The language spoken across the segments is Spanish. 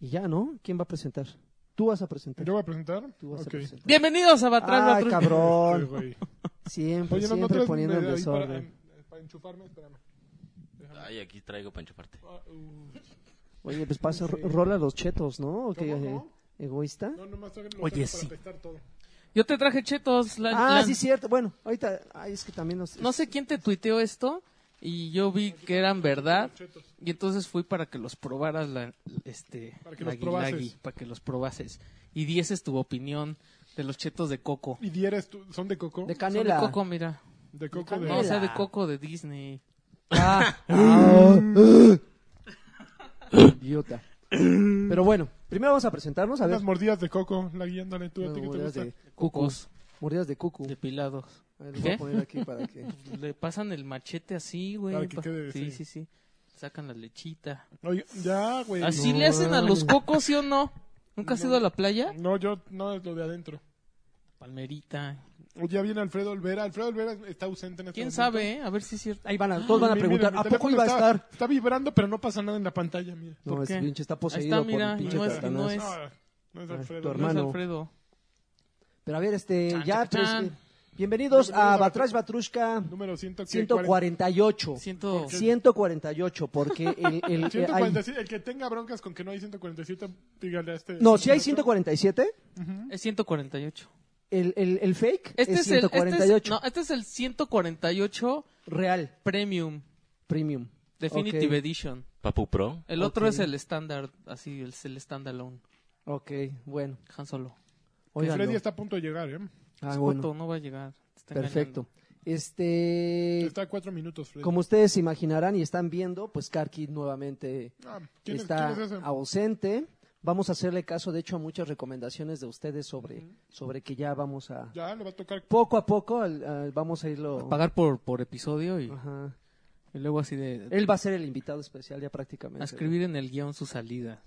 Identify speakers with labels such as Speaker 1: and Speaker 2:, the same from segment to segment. Speaker 1: ¿Quién va a presentar? Tú vas a presentar.
Speaker 2: ¿Yo voy a presentar?
Speaker 1: Tú vas
Speaker 2: Ok.
Speaker 1: a presentar.
Speaker 3: Bienvenidos a Batrás
Speaker 1: Ay,
Speaker 3: Batrus.
Speaker 2: Ay,
Speaker 1: cabrón.
Speaker 2: güey.
Speaker 3: pues
Speaker 1: Siempre,
Speaker 2: Oye, no, no
Speaker 1: siempre
Speaker 2: traes
Speaker 1: poniendo el
Speaker 2: medio ahí para, eh,
Speaker 1: desorden.
Speaker 2: para enchufarme, espérame. Déjame.
Speaker 4: Ay, aquí traigo Pancho Parte.
Speaker 2: Ah, uh,
Speaker 1: Oye, pues pasa, ro- rola los chetos, ¿no? ¿O qué,
Speaker 2: ¿Cómo,
Speaker 1: eh,
Speaker 2: cómo?
Speaker 1: ¿Egoísta?
Speaker 2: no, nomás traigan los
Speaker 3: Oye,
Speaker 2: dedos
Speaker 3: sí.
Speaker 2: para apestar todo.
Speaker 3: Yo te traje chetos. la-
Speaker 1: Ah,
Speaker 3: la-
Speaker 1: sí, cierto. Bueno, ahorita. Ay, es que también nos.
Speaker 3: No sé quién te tuiteó esto y yo vi que eran verdad y entonces fui para que los probaras la, este
Speaker 2: Para que
Speaker 3: la
Speaker 2: los
Speaker 3: gui-
Speaker 2: probases.
Speaker 3: la gui- para que los probases y dieses tu opinión de los chetos de coco.
Speaker 2: ¿Y dieres tú? ¿Son de coco?
Speaker 1: De
Speaker 2: De,
Speaker 3: Son de
Speaker 1: canela.
Speaker 3: coco, mira.
Speaker 2: coco de...
Speaker 3: No, o sea,
Speaker 1: Canela.
Speaker 3: de coco de Disney.
Speaker 1: Ah, ah, ah. Idiota. Pero bueno, primero vamos a presentarnos a ver.
Speaker 2: Unas mordidas de coco, la guía, ándale, tú, a
Speaker 1: Bueno,
Speaker 2: ti que te
Speaker 1: mordidas
Speaker 2: gusta.
Speaker 1: de,
Speaker 3: Cucos
Speaker 1: mordidas de cucu.
Speaker 3: depilados.
Speaker 1: A ver, lo voy a
Speaker 3: ¿Qué?
Speaker 1: poner aquí para que.
Speaker 3: Le pasan el machete así, güey.
Speaker 2: Para que
Speaker 3: pa-
Speaker 2: quede,
Speaker 3: sí,
Speaker 2: sí.
Speaker 3: sí, sí. Sacan la lechita.
Speaker 2: Oye, ya, güey.
Speaker 3: Así
Speaker 1: no
Speaker 3: le hacen a los
Speaker 1: mames.
Speaker 3: cocos, ¿sí o no? ¿Nunca has ido a la playa?
Speaker 2: No, yo, no, es lo de adentro.
Speaker 3: Palmerita.
Speaker 2: Ya viene Alfredo Olvera. Alfredo Olvera está ausente en este
Speaker 3: ¿Quién
Speaker 2: momento.
Speaker 3: sabe? eh? A ver si es cierto.
Speaker 1: Ahí van a, todos van a
Speaker 2: Miren,
Speaker 1: preguntar,
Speaker 2: mi
Speaker 1: ¿a poco
Speaker 2: teléfono
Speaker 1: iba a
Speaker 2: está-
Speaker 1: estar?
Speaker 2: Está vibrando, pero no pasa nada en la pantalla, mira.
Speaker 1: No,
Speaker 3: ¿Por
Speaker 1: es
Speaker 3: qué?
Speaker 1: pinche, está
Speaker 3: Ahí está,
Speaker 1: poseído por
Speaker 3: mira,
Speaker 1: el pinche
Speaker 3: no es-
Speaker 1: Satanás.
Speaker 3: no es-
Speaker 2: No, no es
Speaker 1: Ah,
Speaker 2: Alfredo.
Speaker 1: tu
Speaker 2: no es-
Speaker 1: hermano.
Speaker 3: No es Alfredo.
Speaker 1: Pero a ver, este,
Speaker 3: Chan,
Speaker 1: ya
Speaker 3: chan, chan.
Speaker 1: tres- Bienvenidos a
Speaker 2: Bienvenidos a-
Speaker 1: Batrash Batrushka
Speaker 2: Número 140.
Speaker 1: 148.
Speaker 3: Siento...
Speaker 1: 148, porque el, el- eh, hay-
Speaker 2: 147, el que tenga broncas con que no hay 147, dígale a este.
Speaker 1: no, si hay 147,
Speaker 3: Es 148.
Speaker 1: el, el, el fake
Speaker 3: Este
Speaker 1: es
Speaker 3: es, el, este es-
Speaker 1: 148,
Speaker 3: no, este es el 148
Speaker 1: real,
Speaker 3: Premium
Speaker 1: premium.
Speaker 3: Definitive
Speaker 1: Ok.
Speaker 3: Edition.
Speaker 4: Papu Pro.
Speaker 3: El otro
Speaker 1: Ok.
Speaker 3: es el estándar, así, el, el standalone.
Speaker 1: Ok, bueno,
Speaker 3: Han Solo.
Speaker 2: Y
Speaker 1: óiganlo.
Speaker 2: Freddy está a punto de llegar, ¿eh?
Speaker 1: Ah,
Speaker 3: Es
Speaker 1: bueno,
Speaker 3: joto, no va a llegar. te está
Speaker 1: perfecto.
Speaker 3: engañando.
Speaker 1: Este,
Speaker 2: Está a cuatro minutos, Freddy.
Speaker 1: como ustedes se imaginarán y están viendo, pues Karki nuevamente
Speaker 2: Ah, ¿quién, es-
Speaker 1: está
Speaker 2: quién es ese?
Speaker 1: ausente. Vamos a hacerle caso, de hecho, a muchas recomendaciones de ustedes sobre, sobre que ya vamos a...
Speaker 2: Ya, le va a tocar.
Speaker 1: Poco a poco al- al- vamos a irlo...
Speaker 3: Pagar por, por episodio y,
Speaker 1: Ajá.
Speaker 3: y luego así de...
Speaker 1: Él va a ser el invitado especial ya
Speaker 3: a
Speaker 1: prácticamente.
Speaker 3: escribir en el guión sus salidas.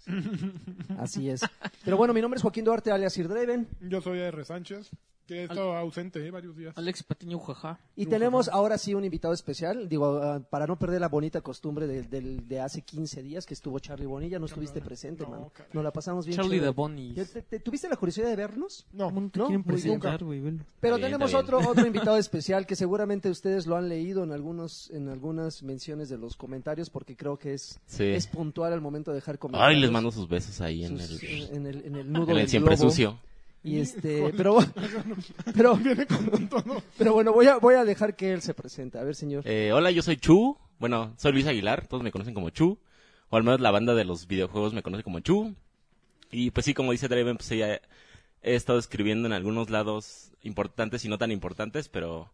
Speaker 1: Así es. Pero bueno, mi nombre es Joaquín Duarte, alias Irdreven.
Speaker 2: Yo soy R. Sánchez, que he estado ausente ¿eh? varios días.
Speaker 3: Alex Patiño, jaja.
Speaker 1: Y tenemos ahora sí un invitado especial, digo, ah, para no perder la bonita costumbre del- del- de hace 15 días que estuvo Charlie Bonilla, no estuviste presente,
Speaker 2: No,
Speaker 1: mano.
Speaker 2: caray.
Speaker 1: Nos la pasamos bien.
Speaker 3: Charlie
Speaker 1: chévere.
Speaker 3: de Bonnie.
Speaker 1: ¿Te- te- te- ¿Tuviste la curiosidad de vernos?
Speaker 2: No,
Speaker 3: ¿Cómo no pues, te
Speaker 2: no,
Speaker 3: quieren
Speaker 2: muy nunca.
Speaker 3: presentar, güey? Velo.
Speaker 1: Pero
Speaker 4: Está bien,
Speaker 1: tenemos
Speaker 4: está
Speaker 1: otro otro invitado especial que seguramente ustedes lo han leído en algunos en algunas menciones de los comentarios porque creo que es
Speaker 4: Sí.
Speaker 1: es puntual al momento de dejar comentarios.
Speaker 4: Ay, les mando sus besos ahí en
Speaker 1: Sus- eh,
Speaker 4: el.
Speaker 1: en el en el nudo
Speaker 4: En el
Speaker 1: del
Speaker 4: siempre
Speaker 1: globo.
Speaker 4: sucio.
Speaker 1: Y este, pero pero
Speaker 2: Viene con todo.
Speaker 1: pero bueno, voy a voy a dejar que él se presente. A ver, señor.
Speaker 4: Eh, hola, yo soy Chu. Bueno, soy Luis Aguilar. Todos me conocen como Chu. O al menos la banda de los videojuegos me conoce como Chu. Y pues sí, como dice Draven, pues ya he estado escribiendo en algunos lados importantes y no tan importantes, pero.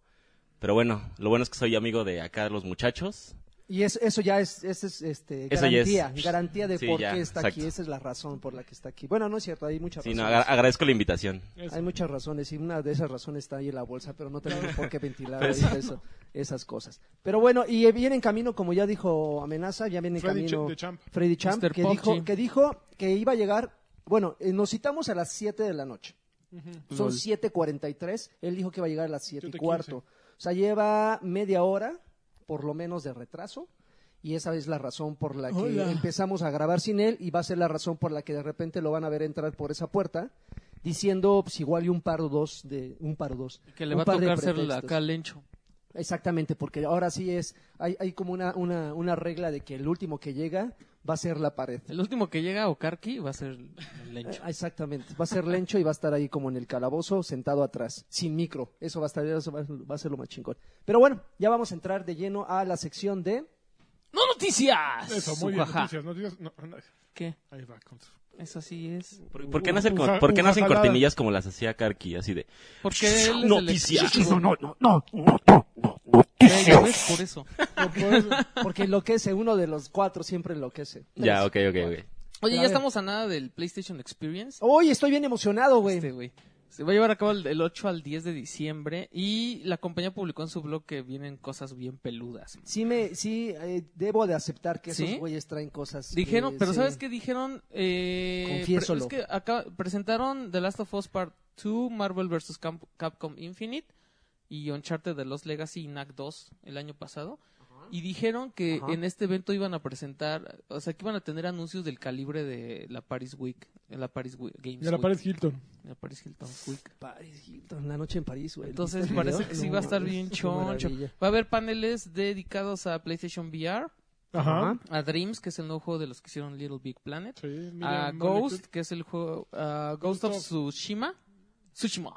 Speaker 4: Pero bueno, lo bueno es que soy amigo de acá los muchachos.
Speaker 1: Y eso, eso ya es, eso es, este,
Speaker 4: Eso ya es-
Speaker 1: garantía, garantía de
Speaker 4: Sí,
Speaker 1: por
Speaker 4: ya,
Speaker 1: qué está aquí.
Speaker 4: exacto.
Speaker 1: Esa es la razón por la que está aquí. Bueno, no es cierto, hay muchas
Speaker 4: Sí, no,
Speaker 1: razones.
Speaker 4: agra- agradezco la invitación.
Speaker 1: Hay muchas razones y una de esas razones está ahí en la bolsa, pero no tenemos por qué ventilar
Speaker 4: Pues,
Speaker 1: ahorita eso- esas cosas. Pero bueno, y eh, viene en camino, como ya dijo Amenaza, ya viene en
Speaker 2: Freddy
Speaker 1: camino
Speaker 2: Ch- de Champ.
Speaker 1: Freddy Champ,
Speaker 3: Mr.
Speaker 1: que
Speaker 3: Pop,
Speaker 1: dijo,
Speaker 3: sí.
Speaker 1: que dijo que iba a llegar, bueno, eh, nos citamos a las 7 de la noche. Son
Speaker 3: Lol.
Speaker 1: 7.43, él dijo que iba a llegar a las 7 y
Speaker 2: 7:15.
Speaker 1: cuarto. O sea, lleva media hora, por lo menos, de retraso. Y esa es la razón por la que
Speaker 3: Hola.
Speaker 1: empezamos a grabar sin él y va a ser la razón por la que de repente lo van a ver entrar por esa puerta diciendo pues igual y un par o dos de un par o dos
Speaker 3: Que le
Speaker 1: Un
Speaker 3: va a
Speaker 1: par de
Speaker 3: tocar ser la-
Speaker 1: pretextos.
Speaker 3: acá lencho.
Speaker 1: exactamente porque ahora sí es hay, hay como una, una una regla de que el último que llega va a ser la pared
Speaker 3: El último que llega, Okarki, va a ser el lencho.
Speaker 1: Ah, Exactamente, va a ser lencho y va a estar ahí como en el calabozo, sentado atrás, sin micro. Eso va a estar, eso va, va a ser lo más chingón. Pero bueno, ya vamos a entrar de lleno a la sección de.
Speaker 3: ¡No noticias!
Speaker 2: Eso, muy bien.
Speaker 3: Ujaja.
Speaker 2: Noticias, noticias. No, no,
Speaker 3: ¿Qué?
Speaker 2: ahí va. con su-
Speaker 3: Eso sí es.
Speaker 4: ¿Por,
Speaker 1: Uh,
Speaker 4: por qué no hacen, co-
Speaker 2: Uja-
Speaker 4: por qué no hacen
Speaker 2: ujajalada.
Speaker 4: cortinillas como las hacía Karki? Así de.
Speaker 3: Porque él es el
Speaker 4: Noticias.
Speaker 3: ex-
Speaker 5: No, no, no, no, no, no, no,
Speaker 3: Güey, ya ves, pues, por eso.
Speaker 2: No puedes-
Speaker 1: Porque enloquece, uno de los cuatro siempre enloquece.
Speaker 4: Ya, ok, ok, ok.
Speaker 3: Oye,
Speaker 1: A
Speaker 3: ya
Speaker 1: ver.
Speaker 3: estamos a nada del PlayStation Experience.
Speaker 1: Hoy estoy bien emocionado, güey.
Speaker 3: Este, güey. Se va a llevar a cabo el, del 8 al 10 de diciembre. Y la compañía publicó en su blog que vienen cosas bien peludas.
Speaker 1: Sí, me, sí eh, debo de aceptar que
Speaker 3: ¿Sí?
Speaker 1: esos güeyes traen cosas.
Speaker 3: Dijeron,
Speaker 1: que-
Speaker 3: pero
Speaker 1: sí.
Speaker 3: ¿sabes qué dijeron? Eh, pre-
Speaker 1: Confiésolo.
Speaker 3: es que acá presentaron The Last of Us Part 2, Marvel vs. Camp- Capcom Infinite y Uncharted The Lost Legacy y Knack 2 el año pasado. Y dijeron que
Speaker 1: Ajá.
Speaker 3: en este evento iban a presentar, o sea, que iban a tener anuncios del calibre de la Paris Week, de la Paris Week, Games
Speaker 2: De la
Speaker 3: Week,
Speaker 2: Paris Hilton.
Speaker 3: la Paris Hilton Week.
Speaker 1: París, Hilton, la noche en París, güey.
Speaker 3: Entonces
Speaker 1: ¿Viste el
Speaker 3: parece
Speaker 1: video?
Speaker 3: que sí
Speaker 1: No
Speaker 3: va a estar
Speaker 1: mames,
Speaker 3: bien
Speaker 1: qué
Speaker 3: choncho.
Speaker 1: maravilla.
Speaker 3: Va a haber paneles dedicados a PlayStation VR,
Speaker 2: Ajá.
Speaker 1: Ajá.
Speaker 3: a Dreams, que es el nuevo juego de los que hicieron Little Big Planet,
Speaker 2: Sí, mira,
Speaker 3: a
Speaker 2: Molecular-
Speaker 3: Ghost, que es el juego a Ghost of Tsushima, Tsushima,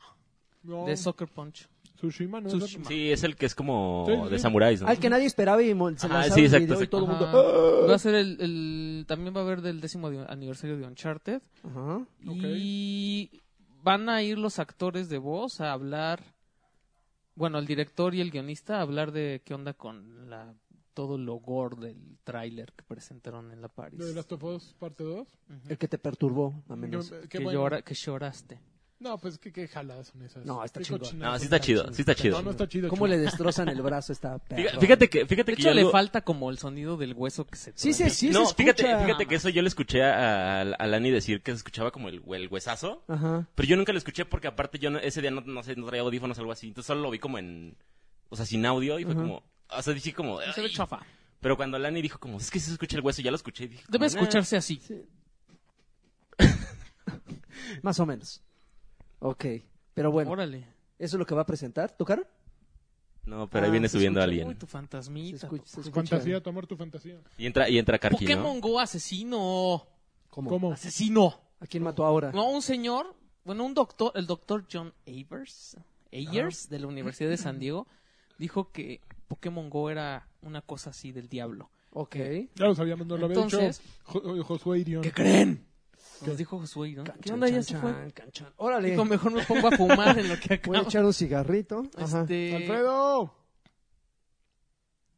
Speaker 2: No,
Speaker 3: de Soccer Punch.
Speaker 2: Tsushima, ¿no?
Speaker 3: Tsushima.
Speaker 4: Sí, es el que es como
Speaker 2: Sí, sí.
Speaker 4: de samuráis, ¿no?
Speaker 1: Al que nadie esperaba y mon- se
Speaker 4: Ajá,
Speaker 1: lanzaba
Speaker 4: Ah, sí,
Speaker 1: el
Speaker 4: exacto,
Speaker 1: video y
Speaker 4: exacto.
Speaker 1: todo el mundo.
Speaker 3: Ajá. Va a ser el, el- también va a haber del décimo di- aniversario de Uncharted
Speaker 1: "Oh". Ajá.
Speaker 3: y van a ir los actores de voz a hablar, bueno, el director y el guionista a hablar de qué onda con la todo lo gore del tráiler que presentaron en la Paris.
Speaker 2: De Last of Us, parte 2.
Speaker 1: El que te perturbó, a menos.
Speaker 2: Yo- qué
Speaker 3: que,
Speaker 2: bueno.
Speaker 3: llora- que lloraste.
Speaker 2: No, pues qué, qué jaladas son esas.
Speaker 1: No, está
Speaker 2: Qué
Speaker 1: chingón.
Speaker 2: cochinadas
Speaker 4: No, sí
Speaker 2: son.
Speaker 4: está chido, sí está
Speaker 2: No,
Speaker 4: chido.
Speaker 2: no está chido.
Speaker 1: ¿Cómo
Speaker 2: chido.
Speaker 1: le destrozan el brazo a esta
Speaker 4: Fíjate-
Speaker 1: perra?
Speaker 4: Fíjate que, fíjate
Speaker 3: De
Speaker 4: que
Speaker 3: hecho,
Speaker 4: yo
Speaker 3: le
Speaker 4: algo-
Speaker 3: falta como el sonido del hueso que se
Speaker 1: Sí, sí,
Speaker 3: truena.
Speaker 1: sí, se
Speaker 4: no,
Speaker 1: escucha.
Speaker 4: fíjate, fíjate que eso yo le escuché a, a Lani decir que se escuchaba como el, el huesazo,
Speaker 1: Ajá.
Speaker 4: pero yo nunca lo escuché porque aparte yo no- ese día no, no sé, no traía audífonos o algo así, entonces solo lo vi como en, o sea, sin audio y fue
Speaker 1: Ajá.
Speaker 4: como, o sea, dije como,
Speaker 3: Se ve
Speaker 4: "Ay".
Speaker 3: chafa.
Speaker 4: pero cuando Lani dijo como, es que se escucha el hueso, ya lo escuché, y dije,
Speaker 3: Debe
Speaker 4: como, "Nah".
Speaker 1: eh.
Speaker 3: escucharse así.
Speaker 1: Más o menos. Ok. Pero bueno,
Speaker 3: Órale.
Speaker 1: eso es lo que va a presentar. ¿Tocaron?
Speaker 4: No, pero ahí
Speaker 1: Ah,
Speaker 4: viene
Speaker 1: se
Speaker 4: subiendo
Speaker 1: escucha
Speaker 3: Uy,
Speaker 4: alguien.
Speaker 3: tu fantasmita.
Speaker 1: escucha- se
Speaker 2: Tu
Speaker 1: escucha.
Speaker 2: fantasía, tu amor, tu fantasía.
Speaker 4: Y entra, y entra Karki, ¿no?
Speaker 3: Pokémon Go asesino.
Speaker 1: ¿Cómo?
Speaker 2: ¿Cómo?
Speaker 3: Asesino.
Speaker 1: ¿A quién mató ahora?
Speaker 3: No, un señor, bueno, un doctor, el doctor John Avers, Ayers, de la Universidad de San Diego, dijo que Pokémon Go era una cosa así del diablo.
Speaker 1: Ok.
Speaker 2: Ya lo sabíamos, nos lo había
Speaker 3: Entonces-
Speaker 2: dicho Jo- eh, Josué Irión.
Speaker 3: creen? Nos dijo Josué, ¿no? ¿Qué onda? Ya se fue.
Speaker 1: Chan, chan, chan. Órale.
Speaker 3: Dijo, mejor me pongo a fumar en lo que
Speaker 1: Voy a
Speaker 3: acabo.
Speaker 1: echar un cigarrito. Ajá.
Speaker 3: Este...
Speaker 2: ¡Alfredo!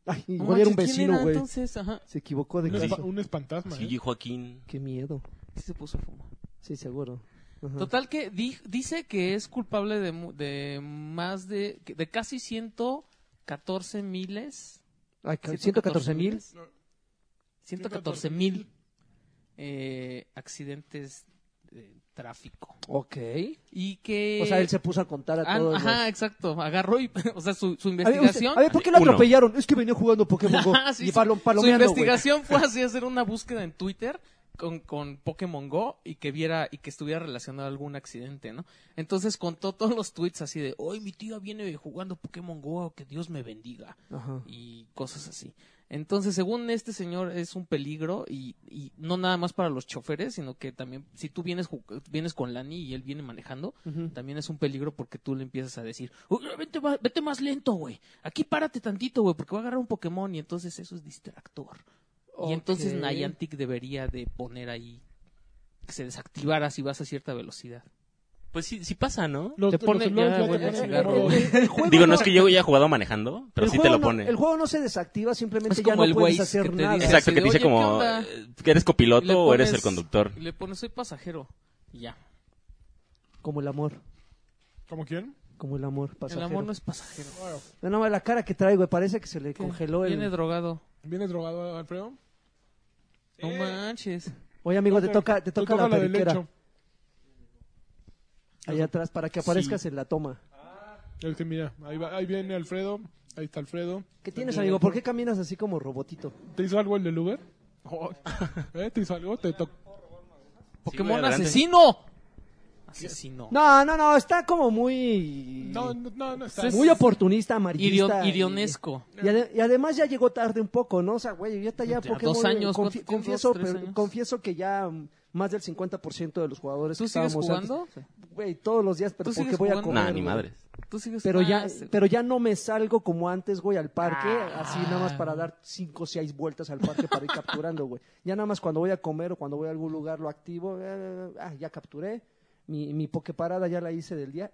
Speaker 1: Ay,
Speaker 3: no
Speaker 1: igual era un
Speaker 3: manches, ¿quién
Speaker 1: vecino,
Speaker 3: era
Speaker 1: güey.
Speaker 3: Entonces, ajá.
Speaker 1: Se equivocó de
Speaker 2: Un,
Speaker 1: casa.
Speaker 2: espa- un espantasma.
Speaker 4: Sí,
Speaker 2: ¿eh?
Speaker 4: Joaquín.
Speaker 1: Qué miedo.
Speaker 3: Sí se puso a fumar.
Speaker 1: Sí, seguro. Ajá.
Speaker 3: Total que di- dice que es culpable de, mu- de más de, de casi 114 miles
Speaker 1: Ay, ca- 114 mil.
Speaker 3: 114 mil eh, accidentes de tráfico.
Speaker 1: Ok.
Speaker 3: Y que...
Speaker 1: O sea, él se puso a contar a
Speaker 3: Eh, Ah,
Speaker 1: todos. los-
Speaker 3: Ajá, exacto. Agarró y... O sea, su, su
Speaker 1: A ver, usted-
Speaker 3: investigación...
Speaker 1: a ver, ¿por qué lo
Speaker 4: Uno.
Speaker 1: atropellaron? Es que venía jugando Pokémon Go.
Speaker 3: Ajá, sí,
Speaker 1: y
Speaker 3: su-
Speaker 1: palo-
Speaker 3: su
Speaker 1: palomeando, güey.
Speaker 3: investigación fue así hacer una búsqueda en Twitter con, con Pokémon Go y que viera y que estuviera relacionado a algún accidente, ¿no? Entonces contó todos los tweets así de, hoy mi tía viene jugando Pokémon Go, que Dios me bendiga
Speaker 1: Ajá.
Speaker 3: y cosas así. Entonces, según este señor, es un peligro y, y no nada más para los choferes, sino que también si tú vienes, ju- vienes con Lani y él viene manejando, también es un peligro porque tú le empiezas a decir, "Uy, vete, va- vete más lento, güey, aquí párate tantito, güey, porque va a agarrar un Pokémon y entonces eso es distractor. Y entonces
Speaker 1: Ok.
Speaker 3: Niantic debería de poner ahí que se desactivara si vas a cierta velocidad.
Speaker 4: Pues sí, sí pasa, ¿no?
Speaker 2: Los,
Speaker 3: Te pone-
Speaker 2: los celulares
Speaker 3: ya,
Speaker 2: ya
Speaker 3: huele
Speaker 2: te
Speaker 3: a
Speaker 2: ponen
Speaker 3: cigarro,
Speaker 2: como-
Speaker 3: güey.
Speaker 1: El juego
Speaker 4: Digo, no es que yo haya jugado manejando, pero
Speaker 1: el
Speaker 4: sí te
Speaker 1: juego
Speaker 4: lo
Speaker 1: no-
Speaker 4: pone.
Speaker 1: el juego no se desactiva, simplemente
Speaker 3: Es
Speaker 1: ya
Speaker 3: como
Speaker 1: no
Speaker 3: el
Speaker 1: puedes
Speaker 3: Waze
Speaker 1: hacer
Speaker 3: que te
Speaker 1: nada.
Speaker 3: dice-
Speaker 4: Exacto, que te
Speaker 3: Oye,
Speaker 4: dice
Speaker 3: ¿qué
Speaker 4: como,
Speaker 3: onda?
Speaker 4: eh, que eres
Speaker 3: Y le
Speaker 4: copiloto o eres
Speaker 3: pones-
Speaker 4: el conductor.
Speaker 3: y le pones, soy pasajero. Y ya.
Speaker 1: Como el amor.
Speaker 2: ¿Cómo quién?
Speaker 1: Como el amor pasajero.
Speaker 3: El amor no es pasajero.
Speaker 1: No, no, la cara que trae, güey, parece que se le congeló
Speaker 3: Viene
Speaker 1: el...
Speaker 3: drogado.
Speaker 2: ¿Vienes drogado, Alfredo?
Speaker 3: No manches.
Speaker 1: Oye, amigo, te toca, te toca la
Speaker 2: la del
Speaker 1: periquera
Speaker 2: lecho.
Speaker 1: allá atrás para que aparezcas en la toma.
Speaker 2: Es que mira, ahí, va- ahí viene Alfredo. Ahí está Alfredo.
Speaker 1: ¿Qué tienes, amigo? ¿Por qué caminas así como robotito?
Speaker 2: ¿Te hizo algo el del Uber? ¿Eh? ¿Te hizo algo? Te tocó.
Speaker 3: Pokémon
Speaker 4: güey, adelante.
Speaker 3: asesino. Asesino.
Speaker 1: No, no, no, está como muy...
Speaker 2: No, no, no, no está.
Speaker 3: Sí,
Speaker 1: muy oportunista, amarillista.
Speaker 3: Irio-
Speaker 1: y- pues
Speaker 3: irionesco.
Speaker 1: Y, ade- y además ya llegó tarde un poco, ¿no? O sea, güey, ya está ya
Speaker 3: Ya
Speaker 1: Pokémon.
Speaker 3: dos
Speaker 1: confi-
Speaker 3: años, ¿cuánto tiene?
Speaker 1: confieso,
Speaker 3: ¿Dos, tres
Speaker 1: pero-
Speaker 3: años?
Speaker 1: confieso que ya mm, más del 50% de los jugadores
Speaker 3: ¿Tú
Speaker 1: que
Speaker 3: sigues
Speaker 1: estábamos antes-
Speaker 3: jugando?
Speaker 1: Güey, todos los días, pero
Speaker 3: ¿Tú
Speaker 1: porque
Speaker 3: sigues
Speaker 1: voy a
Speaker 3: jugando?
Speaker 1: comer.
Speaker 4: Nah, ni
Speaker 1: güey.
Speaker 4: madre.
Speaker 3: ¿Tú sigues
Speaker 1: Pero
Speaker 3: Ah,
Speaker 1: ya,
Speaker 3: sí. Ah.
Speaker 1: pero ya no me salgo como antes, güey, al parque, así nada más para dar cinco o seis vueltas al parque para ir capturando, güey. Ya nada más cuando voy a comer o cuando voy a algún lugar lo activo, eh, ah, ya capturé, mi, mi pokeparada ya la hice del día,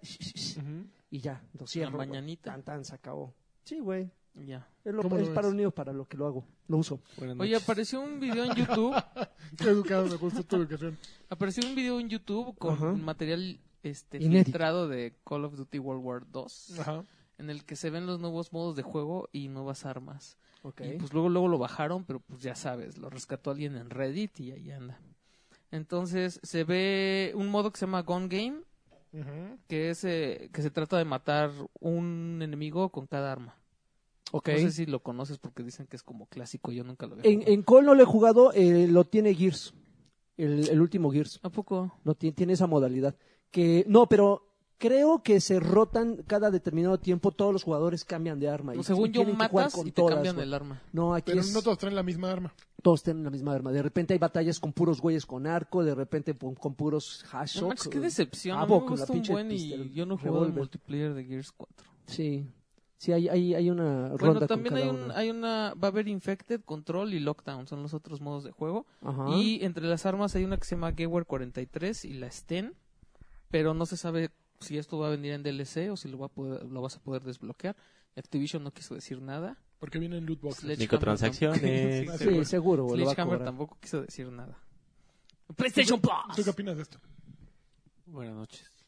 Speaker 1: y ya, lo cierro. güey.
Speaker 3: mañanita.
Speaker 1: Tan, tan, se acabó. Sí, güey.
Speaker 3: Ya.
Speaker 1: Es, lo-
Speaker 2: ¿Cómo
Speaker 1: es
Speaker 2: lo
Speaker 1: para
Speaker 2: ves?
Speaker 1: unido para lo que lo hago, lo uso.
Speaker 3: Oye, apareció un video en YouTube.
Speaker 2: Qué educado, me gustó tu educación.
Speaker 3: apareció un video en YouTube con
Speaker 1: Ajá.
Speaker 3: material este,
Speaker 1: Inédito.
Speaker 3: filtrado de Call of Duty World War 2.
Speaker 2: Ajá.
Speaker 3: En el que se ven los nuevos modos de juego y nuevas armas.
Speaker 1: Ok.
Speaker 3: Y pues luego, luego lo bajaron, pero pues ya sabes, lo rescató alguien en Reddit y ahí anda. Entonces se ve un modo que se llama Gone Game,
Speaker 2: Ujú.
Speaker 3: que es eh, que se trata de matar un enemigo con cada arma.
Speaker 1: Ok.
Speaker 3: No sé si lo conoces porque dicen que es como clásico, yo nunca lo veo.
Speaker 1: En, en Call no lo he jugado, eh, lo tiene Gears. El, el último Gears.
Speaker 3: ¿A poco?
Speaker 1: Lo tiene, tiene esa modalidad. Que, no, pero creo que se rotan cada determinado tiempo, todos los jugadores cambian de arma.
Speaker 3: No,
Speaker 1: y-
Speaker 3: Pues
Speaker 1: y
Speaker 3: según yo,
Speaker 1: tienen que jugar
Speaker 3: matas
Speaker 1: con
Speaker 3: y te
Speaker 1: todas,
Speaker 3: cambian
Speaker 1: güey.
Speaker 3: el arma.
Speaker 1: No, aquí
Speaker 2: Pero
Speaker 1: es-
Speaker 2: no todos traen la misma arma.
Speaker 1: todos tienen la misma arma. De repente hay batallas con puros güeyes con arco, de repente con, con puros hash
Speaker 3: No manches, qué decepción.
Speaker 1: Ah,
Speaker 3: A mí
Speaker 1: bo,
Speaker 3: me
Speaker 1: con la
Speaker 3: gusta un
Speaker 1: pinche
Speaker 3: buen
Speaker 1: pistol-
Speaker 3: y yo no he jugado al
Speaker 1: revólver.
Speaker 3: multiplayer de Gears 4.
Speaker 1: Sí, sí, hay, hay, hay una ronda
Speaker 3: Bueno,
Speaker 1: con
Speaker 3: también
Speaker 1: cada
Speaker 3: hay, un,
Speaker 1: uno.
Speaker 3: hay una... Va a haber Infected, Control y Lockdown. Son los otros modos de juego.
Speaker 1: Ajá.
Speaker 3: Y entre las armas hay una que se llama Gearware 43 y la Sten. Pero no se sabe si esto va a venir en DLC o si lo, va a poder- lo vas a poder desbloquear. Activision no quiso decir nada.
Speaker 2: Porque vienen loot boxes.
Speaker 3: Sledgehammer
Speaker 4: Microtransacciones.
Speaker 3: tampoco.
Speaker 1: Sí,
Speaker 3: seguro.
Speaker 1: seguro, güey, lo va a
Speaker 3: Sledgehammer
Speaker 1: cobrar.
Speaker 3: tampoco quiso decir nada. PlayStation
Speaker 2: ¿Tú qué
Speaker 3: Plus.
Speaker 2: opinas de esto?
Speaker 3: Buenas noches.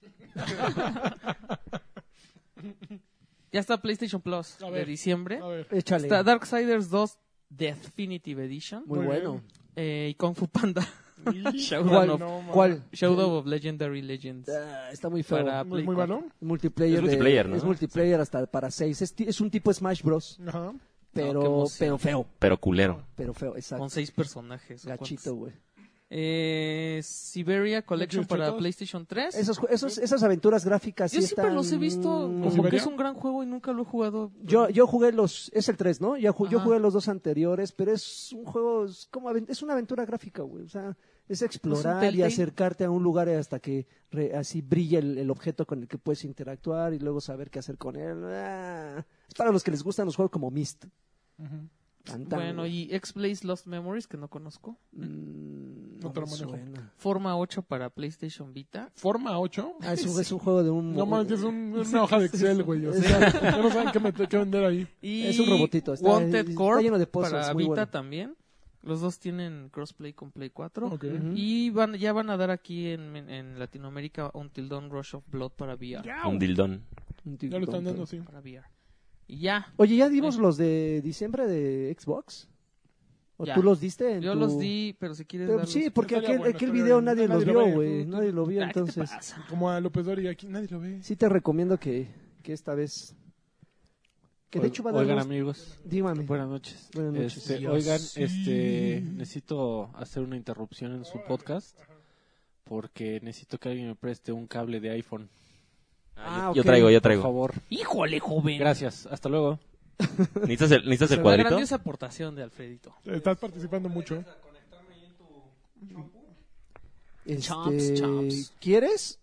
Speaker 3: ya está PlayStation Plus
Speaker 2: A
Speaker 3: de
Speaker 2: ver,
Speaker 3: diciembre.
Speaker 2: A ver.
Speaker 1: Échale.
Speaker 3: Está Darksiders 2 Definitive Edition
Speaker 1: Muy
Speaker 2: Muy
Speaker 1: bueno.
Speaker 2: bien.
Speaker 3: eh, y Kung Fu Panda
Speaker 1: ¿Cuál?
Speaker 3: Showdown of,
Speaker 2: No, man.
Speaker 1: ¿Cuál?
Speaker 3: Shadow of Legendary Legends.
Speaker 1: Ah, está muy feo.
Speaker 3: Para
Speaker 2: ¿Muy,
Speaker 3: Play
Speaker 2: muy
Speaker 3: 4.
Speaker 2: balón?
Speaker 1: Multiplayer
Speaker 4: Es
Speaker 1: de-
Speaker 4: multiplayer, ¿no?
Speaker 1: Es multiplayer hasta para seis. Es, ti- es un tipo Smash Bros.
Speaker 2: Ajá.
Speaker 1: Pero,
Speaker 3: qué emoción.
Speaker 1: pero feo.
Speaker 4: Pero culero.
Speaker 1: Pero feo, exacto.
Speaker 3: Con seis personajes. ¿o
Speaker 1: Gachito,
Speaker 3: cuántos?
Speaker 1: güey.
Speaker 3: Eh, Siberia Collection
Speaker 2: Muchos
Speaker 3: para
Speaker 2: chetos.
Speaker 3: PlayStation 3.
Speaker 1: Esos, ju- esos- esas aventuras gráficas
Speaker 3: yo
Speaker 1: sí
Speaker 3: siempre
Speaker 1: están-
Speaker 3: los he visto como que
Speaker 2: Siberia?
Speaker 3: es un gran juego y nunca lo he jugado.
Speaker 1: Yo, yo jugué los... Es el 3, ¿no? Yo, ju- yo
Speaker 3: Ajá.
Speaker 1: jugué los dos anteriores, pero es un juego... Es, como, aven- es una aventura gráfica, güey. O sea, es explorar y
Speaker 3: Telltale.
Speaker 1: acercarte a un lugar hasta que re- así brilla el, el objeto con el que puedes interactuar y luego saber qué hacer con él. Ah, es para los que les gustan los juegos como Myst. Tan, tan,
Speaker 3: Bueno,
Speaker 1: güey.
Speaker 3: y X-Blaze Lost Memories, que no conozco.
Speaker 1: Mm, no
Speaker 2: Otro
Speaker 1: me
Speaker 2: manejo.
Speaker 1: suena.
Speaker 3: Forma 8 para PlayStation Vita.
Speaker 2: ¿Forma 8?
Speaker 1: Ah, es, un- es un juego de un...
Speaker 2: No manches, es un- es una hoja de Excel, güey. O sea, ya no saben qué, meter- qué vender ahí.
Speaker 3: Y
Speaker 1: Es un robotito, está-
Speaker 3: Wanted
Speaker 1: está
Speaker 3: Corp
Speaker 1: lleno de puzzles,
Speaker 3: para
Speaker 1: muy
Speaker 3: Vita
Speaker 1: bueno.
Speaker 3: también. Los dos tienen crossplay con Play 4.
Speaker 2: Ok.
Speaker 1: Ujú.
Speaker 3: Y van, ya van a dar aquí en, en Latinoamérica Until Dawn Rush of Blood para VR.
Speaker 4: Un dildón.
Speaker 1: Un
Speaker 2: Ya lo están
Speaker 1: tonto.
Speaker 2: dando, sí.
Speaker 3: Para VR. Y ya,
Speaker 1: Oye, ¿ya dimos
Speaker 3: Ay.
Speaker 1: los de diciembre de Xbox? ¿O
Speaker 3: Ya.
Speaker 1: tú los diste? en
Speaker 3: Yo
Speaker 1: tu-
Speaker 3: los di, pero si quieres
Speaker 1: Pero, pues,
Speaker 3: darlos-
Speaker 1: sí, porque
Speaker 2: Estaría
Speaker 1: aquel,
Speaker 2: bueno,
Speaker 1: aquel
Speaker 2: estaría
Speaker 1: video
Speaker 2: bueno.
Speaker 1: nadie, lo
Speaker 2: Nadie
Speaker 1: vio,
Speaker 2: lo ve,
Speaker 1: güey.
Speaker 2: tú- tú-
Speaker 1: Nadie lo vio,
Speaker 3: Ah, ¿qué te
Speaker 1: entonces.
Speaker 3: pasa?
Speaker 2: Como a López Dori, aquí nadie lo ve.
Speaker 1: Sí te recomiendo que, que esta vez... Que de hecho va a dar...
Speaker 6: Oigan,
Speaker 1: unos-
Speaker 6: amigos,
Speaker 1: Dígame.
Speaker 6: buenas noches.
Speaker 1: Buenas noches.
Speaker 6: Este,
Speaker 2: Dios.
Speaker 6: oigan,
Speaker 2: Sí.
Speaker 6: este, necesito hacer una interrupción en su podcast porque necesito que alguien me preste un cable de iPhone.
Speaker 1: Ah,
Speaker 4: Yo
Speaker 1: ok.
Speaker 4: traigo, yo
Speaker 6: Por
Speaker 4: traigo.
Speaker 6: favor.
Speaker 3: Híjole, joven.
Speaker 6: Gracias. Hasta luego.
Speaker 4: ¿Necesitas el, necesitas el
Speaker 3: La
Speaker 4: cuadrito?
Speaker 3: grandiosa aportación de Alfredito.
Speaker 2: Estás participando mucho.
Speaker 1: Este,
Speaker 3: Chomps, chomps.
Speaker 1: ¿Quieres?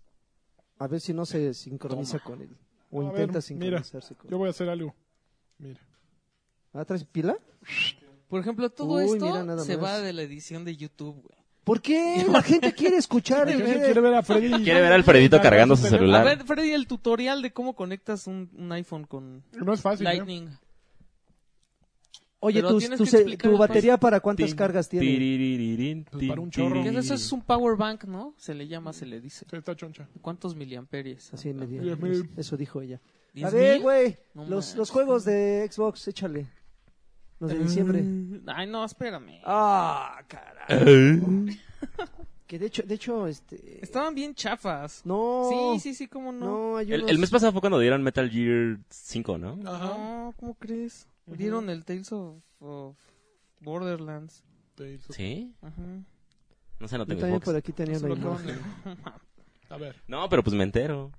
Speaker 1: A ver si no se sincroniza con él. O
Speaker 2: A ver,
Speaker 1: intenta
Speaker 2: mira,
Speaker 1: sincronizarse con
Speaker 2: Yo voy a hacer algo. Mira.
Speaker 1: ¿Ah, traes pila?
Speaker 3: Por ejemplo, todo
Speaker 1: Uy, mira,
Speaker 3: esto
Speaker 1: nada
Speaker 3: se
Speaker 1: más.
Speaker 3: va de la edición de YouTube, güey.
Speaker 1: ¿Por qué? La gente quiere escuchar.
Speaker 2: Yo
Speaker 1: el-
Speaker 2: Quiere ver a Freddy.
Speaker 4: Quiere ver a Alfredito cargando su
Speaker 3: A
Speaker 4: celular.
Speaker 3: ver, Freddy, el tutorial de cómo conectas un, un iPhone con
Speaker 2: No es
Speaker 1: Ah,
Speaker 2: fácil. ¿eh?
Speaker 3: Lightning.
Speaker 1: Oye,
Speaker 3: Pero
Speaker 1: tus-
Speaker 3: tienes
Speaker 1: tu,
Speaker 3: que
Speaker 1: ce-
Speaker 3: explicar
Speaker 1: tu
Speaker 3: el
Speaker 1: batería para cuántas
Speaker 4: Tin,
Speaker 1: cargas tiene.
Speaker 4: tiririrín,
Speaker 2: Pues
Speaker 4: tin,
Speaker 2: para un chorro.
Speaker 3: ¿Qué es eso?
Speaker 4: tirirín.
Speaker 3: Es un power bank, ¿no? Se le llama, se le dice.
Speaker 2: Sí, Está choncha.
Speaker 3: ¿Cuántos miliamperios?
Speaker 1: Así me di-
Speaker 2: Diez mil.
Speaker 1: Eso dijo ella. A
Speaker 3: ¿Diez
Speaker 1: ver,
Speaker 3: mil?
Speaker 1: güey,
Speaker 3: No
Speaker 1: los,
Speaker 3: manches.
Speaker 1: los juegos de Xbox, échale. Los de diciembre.
Speaker 3: Ay, no, espérame.
Speaker 1: Ah, carajo. Que de hecho, de hecho, este...
Speaker 3: Estaban bien chafas.
Speaker 1: No.
Speaker 3: Sí, sí, sí, cómo no.
Speaker 1: No, hay
Speaker 4: El,
Speaker 1: unos-
Speaker 4: el mes pasado fue cuando dieron Metal Gear 5, ¿no?
Speaker 3: No,
Speaker 2: Ajá.
Speaker 3: Ah, ¿cómo crees? Dieron el Tales of, of Borderlands.
Speaker 2: Te hizo-
Speaker 4: Sí.
Speaker 3: Ajá.
Speaker 4: No sé, no
Speaker 1: Yo
Speaker 4: tengo
Speaker 1: también
Speaker 4: Xbox.
Speaker 1: por aquí tenía
Speaker 3: Se
Speaker 1: la
Speaker 3: lo acaban
Speaker 1: imagen.
Speaker 3: de-
Speaker 2: A ver.
Speaker 4: No, pero pues me entero.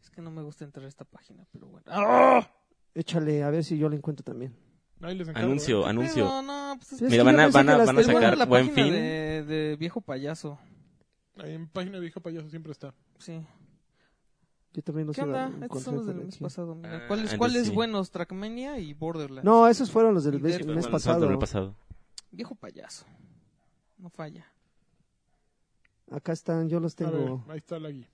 Speaker 3: Es que no me gusta entrar a esta página, pero bueno. ¡Ah!
Speaker 1: Échale, a ver si yo la encuentro también.
Speaker 2: Ahí les encargo,
Speaker 4: Anuncio, anuncio.
Speaker 3: No, no, pues es
Speaker 1: Es que
Speaker 4: Mira, van
Speaker 1: yo
Speaker 4: a-
Speaker 1: pensé
Speaker 4: van a-
Speaker 1: que las
Speaker 4: van a
Speaker 1: tenía-
Speaker 4: sacar-
Speaker 3: buena la
Speaker 4: Buen
Speaker 3: página
Speaker 4: Fin.
Speaker 3: de, de viejo payaso.
Speaker 2: ¿eh? Ahí en página de viejo payaso siempre está.
Speaker 3: Sí.
Speaker 1: Yo también los
Speaker 3: ¿Qué
Speaker 1: iba a
Speaker 3: onda? Estos son los del
Speaker 1: encontrar
Speaker 3: mes
Speaker 1: por aquí.
Speaker 3: pasado. Mira,
Speaker 4: Ah,
Speaker 3: ¿cuáles
Speaker 4: entonces
Speaker 3: cuáles
Speaker 4: sí.
Speaker 3: buenos? Trackmania y Borderlands.
Speaker 1: No, esos fueron los del
Speaker 3: Y
Speaker 1: mes,
Speaker 3: del-
Speaker 1: mes
Speaker 4: Bueno,
Speaker 1: pasado.
Speaker 4: santo, el pasado.
Speaker 3: Viejo payaso. No falla.
Speaker 1: Acá están, yo los
Speaker 2: A ver,
Speaker 1: tengo.
Speaker 2: ahí está la guía.